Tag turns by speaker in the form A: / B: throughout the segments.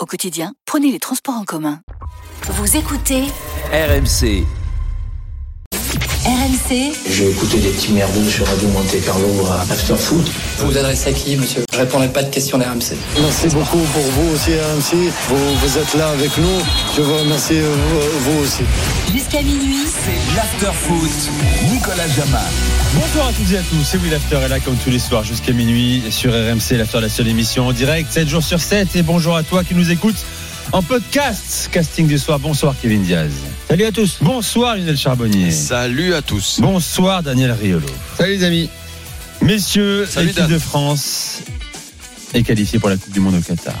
A: Au quotidien, prenez les transports en commun.
B: Vous écoutez
C: RMC.
B: RMC
D: J'ai écouté des petits merdeux sur Radio Monte Carlo à After Foot.
E: Vous vous adressez à qui, monsieur Je répondrai pas de questions d'RMC.
F: Merci beaucoup pour vous aussi, RMC. Vous, vous êtes là avec nous. Je vous remercie, euh, vous- vous aussi.
B: jusqu'à minuit.
C: Nicolas Jamin.
G: Bonjour à toutes et à tous, c'est Will After est là comme tous les soirs jusqu'à minuit sur RMC, l'After la seule émission en direct, 7 jours sur 7 et bonjour à toi qui nous écoutes en podcast, casting du soir, bonsoir Kevin Diaz. Salut à tous. Bonsoir Lionel Charbonnier.
H: Salut à tous.
G: Bonsoir Daniel Riolo.
H: Salut les amis.
G: Messieurs,
H: Salut,
G: l'équipe
H: Dan.
G: de France est qualifiée pour la Coupe du Monde au Qatar.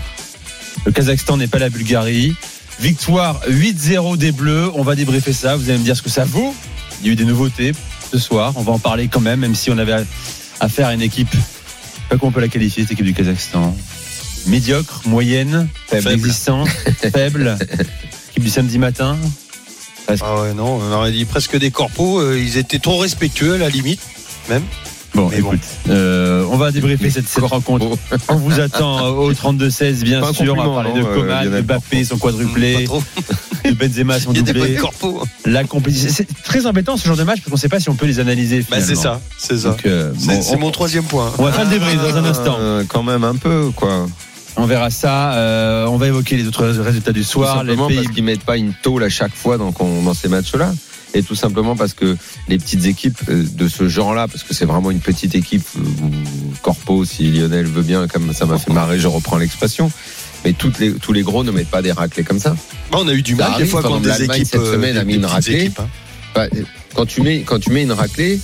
G: Le Kazakhstan n'est pas la Bulgarie. Victoire 8-0 des Bleus. On va débriefer ça. Vous allez me dire ce que ça vaut. Il y a eu des nouveautés ce soir. On va en parler quand même, même si on avait affaire à une équipe, pas qu'on peut la qualifier, cette équipe du Kazakhstan. Médiocre, moyenne,
H: Faible.
G: inexistante, faible. Équipe du samedi matin.
H: Ah ouais, non, on aurait dit presque des corpos. euh, ils étaient trop respectueux à la limite.
G: Bon,
H: Mais bon.
G: écoute, euh, on va débriefer
H: Mais
G: cette, cette rencontre. On vous attend au 32-16, bien
H: Pas un
G: sûr. On va
H: compliment,
G: parler de
H: non, euh,
G: Coman, de
H: Lionel.
G: Mbappé, son
H: Pas
G: quadruplé,
H: trop.
G: de Benzema, son
H: Il y a des bonnes
G: doublé.
H: corpos.
G: La compétition. C'est très embêtant ce genre de match parce qu'on ne sait pas si on peut les analyser.
H: Bah, c'est
G: finalement.
H: ça, c'est ça.
G: Donc, euh,
H: C'est
G: bon,
H: c'est
G: on,
H: mon troisième point.
G: on va faire le débrief dans un instant.
H: quand même un peu quoi.
G: On verra ça. euh, on va évoquer les autres résultats du
I: Tout
G: soir. Les
I: simplement
G: pays.
I: parce qu'ils mettent pas une tôle à chaque fois dans, qu'on- dans ces matchs-là. Et tout simplement parce que les petites équipes euh, de ce genre-là, parce que c'est vraiment une petite équipe, euh, ou Corpo, si Lionel veut bien, comme ça m'a fait marrer, je reprends l'expression. Mais toutes les, tous les gros ne mettent pas des raclées comme ça.
H: Bah, on a eu du
I: Ça
H: mal des
I: arrive,
H: fois
I: par
H: contre
I: exemple,
H: des
I: l'Allemagne,
H: équipes.
I: cette
H: euh,
I: semaine,
H: des
I: a mis une
H: petites
I: raclée.
H: équipes, hein.
I: Bah, euh, quand, tu mets, quand tu mets une raclée,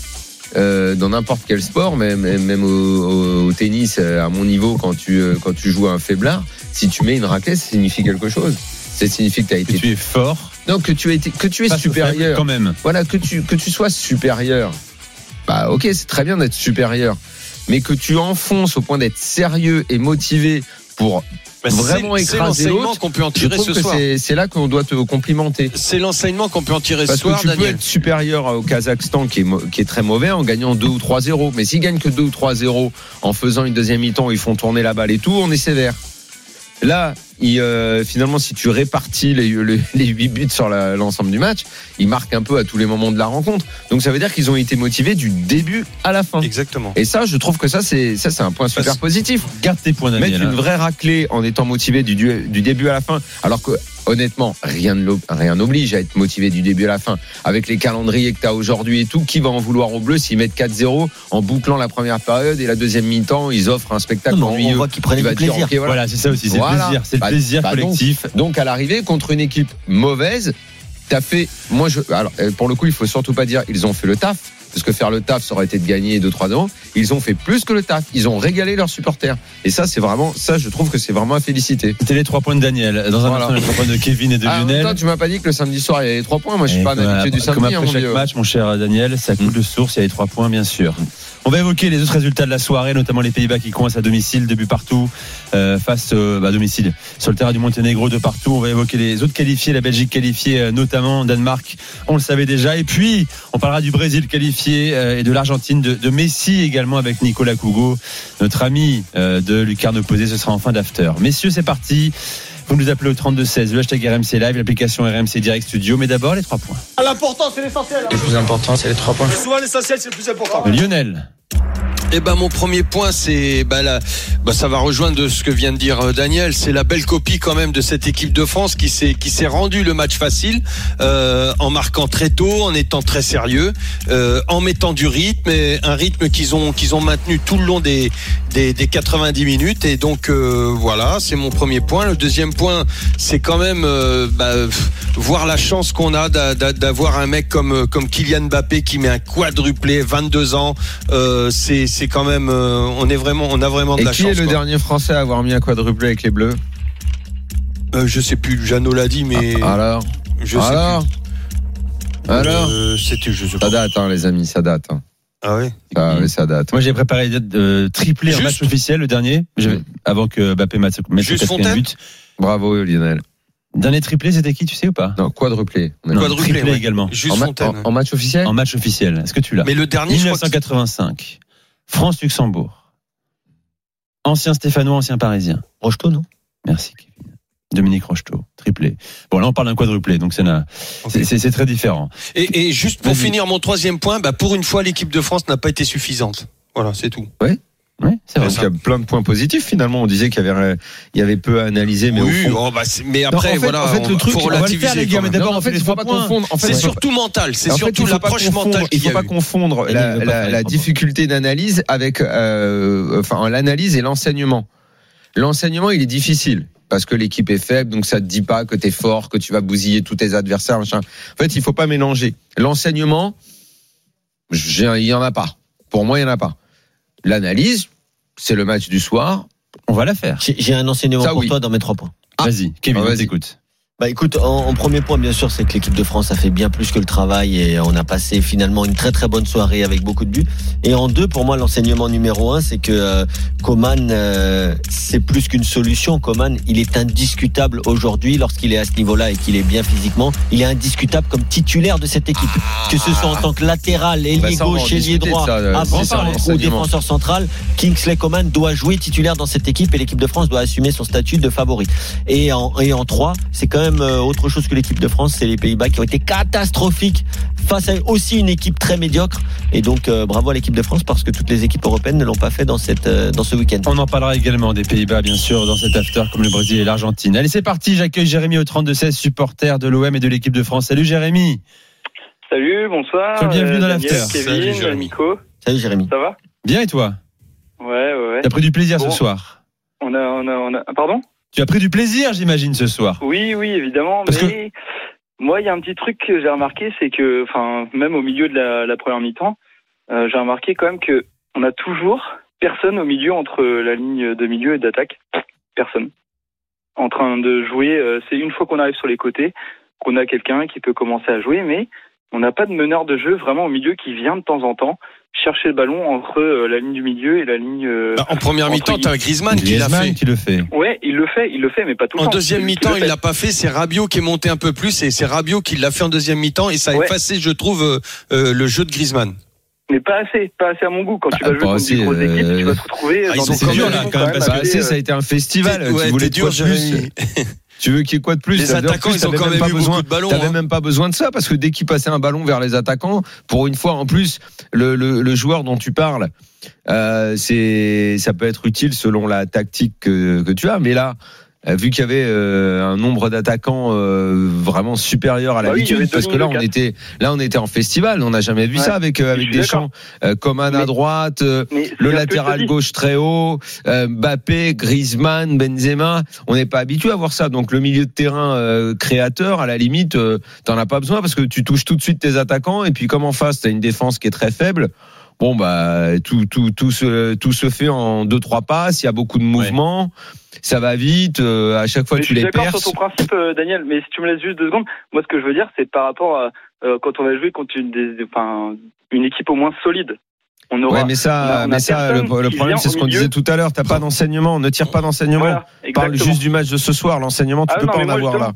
I: euh, dans n'importe quel sport, même, même au, au- au tennis, euh, à mon niveau, quand tu, euh, quand tu joues à un faiblard, si tu mets une raclée, ça signifie quelque chose. Ça signifie que tu as
G: Que
I: été
G: tu es fort.
I: Non, que tu, aies été- que tu es
G: face au faible,
I: supérieur.
G: Quand même.
I: Voilà, que tu, que tu sois supérieur. Bah, ok, c'est très bien d'être supérieur. Mais que tu enfonces au point d'être sérieux et motivé pour.
H: Bah, c'est-
I: Vraiment
H: C'est
I: écraser
H: l'enseignement
I: l'autre.
H: qu'on peut en
I: Je
H: tirer
I: trouve
H: ce
I: que
H: soir.
I: c'est- c'est là qu'on doit te complimenter.
H: C'est l'enseignement qu'on peut en tirer ce
I: Parce que
H: soir,
I: tu peux
H: Daniel.
I: être supérieur au Kazakhstan qui est, mo- qui est très mauvais en gagnant 2 ou 3-0. Mais s'ils gagnent que 2 ou 3-0 en faisant une deuxième mi-temps, ils font tourner la balle et tout, on est sévère. Là, il, euh, finalement, si tu répartis les, les, 8 buts sur la- l'ensemble du match, ils marquent un peu à tous les moments de la rencontre. Donc ça veut dire qu'ils ont été motivés du début à la fin.
H: Exactement.
I: Et ça, je trouve que ça, c'est ça, c'est un point super
H: Parce-
I: positif.
G: Garde tes points
I: Mettre
G: Daniel. hein.
I: une vraie raclée en étant motivé du, du- du début à la fin, alors que honnêtement, rien ne l'ob- rien n'oblige à être motivé du début à la fin. Avec les calendriers que tu as aujourd'hui et tout, qui va en vouloir aux Bleus s'ils mettent 4-0 en bouclant la première période et la deuxième mi-temps, ils offrent un spectacle
G: Non, mais on
I: ennuyeux.
G: voit qu'ils prenaient
I: Tu vas
G: du
I: te dire,
G: plaisir.
I: ok, voilà.
G: Voilà, c'est ça aussi. C'est le
I: Voilà.
G: plaisir. C'est le
I: Bah-
G: plaisir
I: bah donc.
G: collectif.
I: Donc à l'arrivée contre une équipe mauvaise, t'as fait. Moi, je. Alors euh, pour le coup, il faut surtout pas dire ils ont fait le taf. Parce que faire le taf, ça aurait été de gagner 2-3 euros. Ils ont fait plus que le taf. Ils ont régalé leurs supporters. Et ça, c'est vraiment, ça, je trouve que c'est vraiment à féliciter.
G: C'était les trois points de Daniel. Dans un
I: Voilà.
G: instant, les trois points de Kevin et de
I: Ah, en même
G: Lionel.
I: temps, tu m'as pas dit que le samedi soir, il y avait 3 points. Moi, je suis
G: Et
I: pas un
G: comme
I: habitué
G: après-
I: du
G: Comme
I: samedi, hein,
G: après
I: mon
G: chaque
I: vieux.
G: match, mon cher Daniel, ça coule de source. Il y a les trois points, bien sûr. On va évoquer les autres résultats de la soirée, notamment les Pays-Bas qui coincent à domicile, deux buts partout, euh, face euh, bah, à domicile sur le terrain du Monténégro, de partout. On va évoquer les autres qualifiés, la Belgique qualifiée, euh, notamment Danemark, on le savait déjà. Et puis, on parlera du Brésil qualifié euh, et de l'Argentine, de, de Messi également avec Nicolas Cougo, notre ami euh, de Lucarne Opposé. Ce sera en fin d'after. Messieurs, c'est parti. Vous nous appelez au 3216, le hashtag RMC Live, l'application RMC Direct Studio. Mais d'abord, les trois points.
E: Le plus important, c'est les trois points.
G: Lionel.
H: Eh ben mon premier point c'est bah, la- bah, ça va rejoindre ce que vient de dire euh, Daniel, c'est la belle copie quand même de cette équipe de France qui s'est qui s'est rendu le match facile euh, en marquant très tôt, en étant très sérieux, euh, en mettant du rythme, et un rythme qu'ils ont qu'ils ont maintenu tout le long des des, des 90 minutes et donc euh, voilà, c'est mon premier point. Le deuxième point, c'est quand même euh, bah, pff, voir la chance qu'on a d'a- d'a- d'avoir un mec comme comme Kylian Mbappé qui met un quadruplé, 22 ans, euh, c'est c'est quand même euh, on est vraiment on a vraiment de
I: Et
H: la
I: qui
H: chance.
I: est le
H: quoi.
I: dernier Français à avoir mis un quadruplé avec les Bleus
H: Euh, je sais plus, Jeannot l'a dit, mais
I: Ah,
J: Ah,
I: Alors
H: je sais
I: Alors
H: plus.
I: Alors
H: Euh, C'était, je sais
I: Ça
H: pas.
I: date, hein, les amis, ça date. hein.
H: Ah ouais
I: Ça,
G: Mm.
I: oui, ça date.
G: Moi, j'ai préparé de tripler un
H: Juste.
G: match officiel, le dernier, j'avais- avant que Mbappé mette mette le
H: Juste
G: quatrième
H: Fontaine
G: but.
I: Bravo, Lionel.
G: Dernier triplé, c'était qui, tu sais ou pas
I: Non, quadruplé. On est
G: Non,
I: là.
H: Quadruplé,
G: triplé
H: ouais.
G: également.
H: Juste
I: en, ma-
H: Fontaine.
I: en- en match officiel
G: En match officiel. Est-ce que tu l'as
H: Mais le dernier, je crois que-
G: 1985. France-Luxembourg. Ancien Stéphanois, ancien Parisien. Rocheteau, non Merci, Kevin. Dominique Rocheteau, triplé. Bon, là, on parle d'un quadruplé, donc c'est na- c'est- c'est c'est très différent.
H: Et, et juste pour
G: Vas-y.
H: finir mon troisième point, bah pour une fois l'équipe de France n'a pas été suffisante. Voilà, c'est tout.
G: Oui, c'est vrai.
I: Parce qu'il y a plein de points positifs finalement. On disait qu'il y avait, euh, il y avait peu à analyser, mais
H: oui,
I: au fond.
H: oh, bah, c'est- mais
G: Non,
H: après
G: en fait-
H: voilà,
G: en fait,
H: on-
G: le truc,
H: faut
G: on va le
H: relativiser.
G: faire, les
H: quand
G: gars,
H: même.
G: mais
I: Non,
G: d'abord,
I: en fait, il
G: les
I: faut pas
G: trois points.
I: confondre. En fait,
H: C'est
I: ouais.
H: surtout mental, c'est
I: En fait,
H: surtout
I: il faut pas
H: l'approche
I: confondre-
H: mentale
I: Il
H: qu'il y
I: faut
H: a
I: pas
H: eu.
I: confondre
G: Et
I: la,
G: ne pas
I: la-
G: faire les
I: la
G: trois
I: difficulté d'analyse avec, euh, enfin, l'analyse et l'enseignement. L'enseignement, il est difficile parce que l'équipe est faible, donc ça te dit pas que t'es fort, que tu vas bousiller tous tes adversaires. Machin. En fait, il faut pas mélanger. L'enseignement, j'ai- il y en a pas. Pour moi, il y en a pas. L'analyse, c'est le match du soir.
G: On va la faire.
J: J'ai j'ai un enseignement
I: Ça,
J: pour
I: oui.
J: toi dans mes trois points.
I: Ah.
G: Vas-y, Kevin,
I: Ah,
G: on
I: vas-y.
G: t'écoute.
J: Bah écoute, en, en premier point, bien sûr, c'est que l'équipe de France a fait bien plus que le travail et on a passé finalement une très très bonne soirée avec beaucoup de buts. Et en deux, pour moi, l'enseignement numéro un, c'est que euh, Coman, euh, c'est plus qu'une solution. Coman, il est indiscutable aujourd'hui lorsqu'il est à ce niveau-là et qu'il est bien physiquement. Il est indiscutable comme titulaire de cette équipe, que ce soit en tant que latéral,
I: Bah,
J: ailier
I: ça, Ah. on va en
J: gauche, ailier
I: discuter de
J: droit,
I: ça, euh,
G: Ah,
J: avant
I: c'est ça,
J: ou
I: l'enseignement.
J: défenseur central. Kingsley Coman doit jouer titulaire dans cette équipe et l'équipe de France doit assumer son statut de favori. Et en, et en 3, c'est quand même euh, autre chose que l'équipe de France, c'est les Pays-Bas qui ont été catastrophiques face à aussi une équipe très médiocre. Et donc euh, bravo à l'équipe de France parce que toutes les équipes européennes ne l'ont pas fait dans, cette, euh, dans ce week-end.
G: On en parlera également des Pays-Bas, bien sûr, dans cet after, comme le Brésil et l'Argentine. Allez, c'est parti. J'accueille Jérémy au 32-16, supporter de l'OM et de l'équipe de France. Salut, Jérémy.
C: Salut, bonsoir.
G: Sois bienvenu
C: Euh,
G: dans
C: Daniel,
G: l'after.
H: Salut,
C: Kevin,
H: Jérémy.
C: Nico,
J: Salut Jérémy.
C: ça va
G: Bien et toi
C: Ouais, ouais, ouais.
G: T'as pris du plaisir
C: Bon.
G: ce soir
C: On a, on a, on a... ah, Pardon
G: Tu as pris du plaisir, j'imagine, ce soir.
C: Oui, oui, évidemment.
G: Parce
C: mais moi, il y a un petit truc que j'ai remarqué, c'est que, enfin, même au milieu de la, la première mi-temps, euh, j'ai remarqué quand même que on a toujours personne au milieu entre la ligne de milieu et d'attaque. Personne. En train de jouer. euh, c'est une fois qu'on arrive sur les côtés qu'on a quelqu'un qui peut commencer à jouer, mais on n'a pas de meneur de jeu vraiment au milieu qui vient de temps en temps chercher le ballon entre euh, la ligne du milieu et la ligne. euh,
H: Bah, en première
C: Entre
H: mi-temps, t'as Griezmann qui l'a
G: Griezmann
H: fait.
G: qui le fait.
C: Ouais, il le fait, il le fait, mais pas tout le
H: En
C: temps.
H: deuxième mi-temps,
C: le
H: il
C: fait.
H: l'a pas fait. C'est Rabiot qui est monté un peu plus et c'est Rabiot qui l'a fait en deuxième mi-temps et ça a
C: Ouais.
H: effacé, je trouve, euh, euh, le jeu de Griezmann.
C: Mais pas assez, pas assez à mon goût. Quand tu
I: Bah,
C: vas jouer
I: pas
C: contre
I: assez,
C: des grosses équipes,
I: euh,
C: tu vas te retrouver.
H: ah,
C: dans
H: ils ont
C: des
G: C'est
H: quand
G: dur
H: même,
G: là
C: situations
G: quand même parce
I: Bah,
G: que
C: assez,
I: c'est-
C: euh,
I: ça a été un festival.
H: T'es- ouais,
I: tu
H: t'es
I: voulais
H: dur,
I: quoi de plus
H: Jérémy.
I: Tu veux qu'il y ait quoi de plus
H: Les
I: Ça veut dire
H: attaquants,
I: plus,
H: ils
I: t'as
H: ont quand
I: même
H: même
I: pas
H: eu
I: besoin-
H: beaucoup de ballons,
I: T'avais
H: hein.
I: même pas besoin de ça parce que dès qu'il passait un ballon vers les attaquants, pour une fois en plus, le, le- le joueur dont tu parles, euh, c'est ça peut être utile selon la tactique que, que tu as. Mais là, euh, vu qu'il y avait euh, un nombre d'attaquants euh, vraiment supérieur à
C: Bah oui, il y
I: l'habitude,
C: avait deux
I: parce que
C: lignes
I: là
C: de
I: on
C: quatre.
I: était là on était en festival, on n'a jamais vu
C: Ouais.
I: ça avec euh,
C: Je
I: avec
C: suis
I: des
C: d'accord.
I: champs comme à
C: Mais-
I: droite. euh,
C: Mais c'est
I: le
C: un peu
I: latéral
C: solide.
I: gauche très haut, euh, Mbappé, Griezmann, Benzema, on n'est pas habitué à voir ça. Donc le milieu de terrain euh, créateur, à la limite, euh, t'en as pas besoin parce que tu touches tout de suite tes attaquants et puis comme en face t'as une défense qui est très faible. Bon bah tout tout tout se tout se fait en deux trois passes. Il y a beaucoup de mouvements, ça va vite. euh, à chaque fois
C: Mais je
I: tu
C: suis
I: les
C: d'accord
I: perces.
C: sur ton principe, euh, Daniel, mais si tu me laisses juste deux secondes, moi ce que je veux dire, c'est par rapport à euh, quand on va jouer contre une, des, enfin, une équipe au moins solide, on aura.
I: Ouais, mais
C: on
I: ça,
C: a
I: mais ça, le,
C: personne
I: le
C: qui
I: problème,
C: vient
I: c'est
C: au
I: ce qu'on
C: milieu.
I: disait tout à l'heure. T'as pas d'enseignement, ne tire pas d'enseignement.
C: voilà,
I: Parle
C: exactement.
I: juste du match de ce soir. L'enseignement, tu
C: Ah
I: peux
C: non,
I: pas
C: mais
I: en
C: moi,
I: avoir là.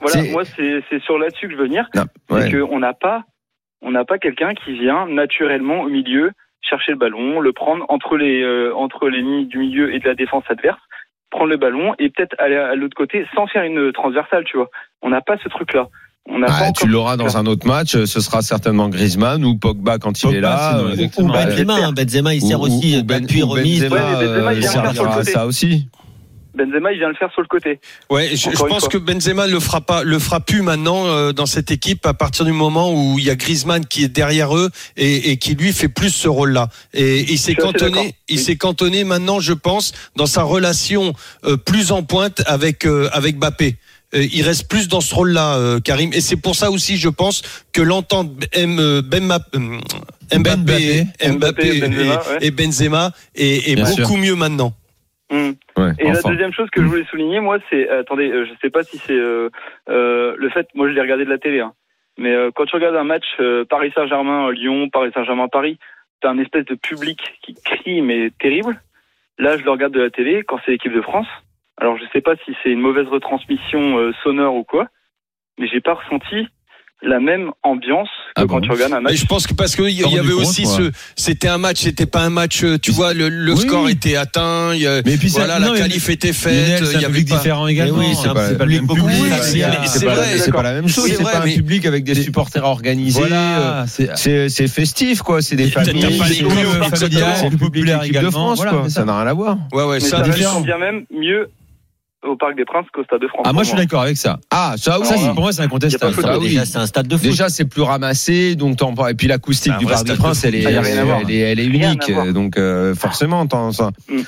C: Voilà,
I: c'est-
C: moi c'est c'est sur là-dessus que je veux venir,
I: Non, ouais.
C: c'est qu'on n'a pas, on n'a pas quelqu'un qui vient naturellement au milieu chercher le ballon, le prendre entre les euh, entre les lignes du milieu et de la défense adverse, prendre le ballon et peut-être aller à l'autre côté sans faire une transversale, tu vois. On n'a pas ce truc-là. On n'a
I: Ah,
C: pas encore
I: tu l'auras
C: ce truc-là.
I: dans un autre match. euh, Ce sera certainement Griezmann ou Pogba quand il
G: Pogba,
I: est là.
G: sinon,
I: euh,
J: Ou
G: exactement.
I: Ben-
J: Benzema, hein, Benzema, il
I: ou-
J: sert
I: ou-
J: aussi
I: ou Ben-
J: d'appui
I: ou
J: remise.
I: Benzema,
C: Ouais, mais Benzema,
I: euh,
C: il vient
I: servira
C: faire sur le
I: à
C: côté.
I: ça aussi.
C: Benzema, il vient le faire sur le côté.
H: Ouais, je, je
C: Encore une
H: pense
C: fois.
H: que Benzema le fera pas, le fera plus maintenant euh, dans cette équipe à partir du moment où il y a Griezmann qui est derrière eux et, et qui lui fait plus ce rôle-là. Et il
C: suis
H: s'est
C: assez d'accord.
H: cantonné, il
C: Oui.
H: s'est cantonné maintenant, je pense, dans sa relation euh, plus en pointe avec euh, avec Mbappé. Euh, il reste plus dans ce rôle-là, euh, Karim. Et c'est pour ça aussi, je pense, que l'entente M- euh, Benma- euh, Mbappé, Mbappé,
G: Mbappé,
C: Mbappé,
H: et-
C: Benzema, ouais.
H: et, Benzema est, est
G: Bien
H: beaucoup mieux maintenant.
C: Hmm.
I: Ouais,
C: Et
I: enfin.
C: la deuxième chose que je voulais souligner, moi, c'est attendez, euh, je sais pas si c'est euh, euh, le fait. Moi, je l'ai regardé de la télé, hein. mais euh, quand tu regardes un match euh, Paris Saint-Germain euh, Lyon, Paris Saint-Germain Paris, t'as un espèce de public qui crie mais terrible. Là, je le regarde de la télé quand c'est l'équipe de France. Alors, je sais pas si c'est une mauvaise retransmission euh, sonore ou quoi, mais j'ai pas ressenti la même ambiance que
G: Ah
C: quand tu regardes un match.
H: Mais je pense que parce qu'il y
C: Rendu
H: avait
C: compte,
H: aussi
C: quoi.
H: ce, c'était un match, c'était pas un match. euh, Tu vois, le, le score était atteint. il y a-
G: Mais puis c'est-
H: voilà,
G: non, mais-
H: la qualif était
G: Lionel,
H: faite.
G: c'est un
H: Il y avait
G: public
H: pas...
G: différent également,
H: Mais oui,
G: c'est pas-
H: le
G: le
H: même
G: public,
H: public.
G: les gars,
H: c'est
G: c'est
H: pas-
G: pas-
H: c'est
G: d'accord.
H: vrai,
I: c'est pas la même chose.
H: C'est
I: C'est
H: vrai,
I: pas un
H: mais-
I: public avec des supporters organisés.
G: Voilà,
I: euh,
G: c'est-
I: c'est c'est festif quoi. C'est des
H: T'as- t'as
I: familles.
H: pas les
I: c'est
H: couilles au
I: comme,
H: parc
I: euh,
H: Saint-Denis,
I: familial,
H: c'est
I: c'est public
G: populaire
I: d'équipe de
G: également,
I: France
G: voilà,
I: quoi.
G: c'est
I: Ça
G: ça.
I: n'a rien à voir.
H: Ouais, ouais,
C: Mais
H: c'est
C: ça
H: différent.
C: reste bien même mieux au Parc des Princes qu'au Stade de France.
G: Ah, moi,
C: pour
G: je suis d'accord avec ça.
I: Ah, ça oui.
G: Ça, c'est- pour moi, c'est
I: Y a
G: incontestable.
I: pas photo.
G: Ça,
I: Ah oui.
J: Déjà, c'est un stade de foot.
I: Déjà, c'est plus ramassé, donc t'en parles. Et puis l'acoustique
G: Ah, C'est un
I: du
G: vrai
I: Parc des
G: stade de
I: Princes,
G: foot.
I: elle est,
G: Ça, y a rien à voir.
I: elle est, elle est
C: Rien à
I: unique.
C: voir.
I: Donc euh, forcément, t'en- ça.
C: Mm.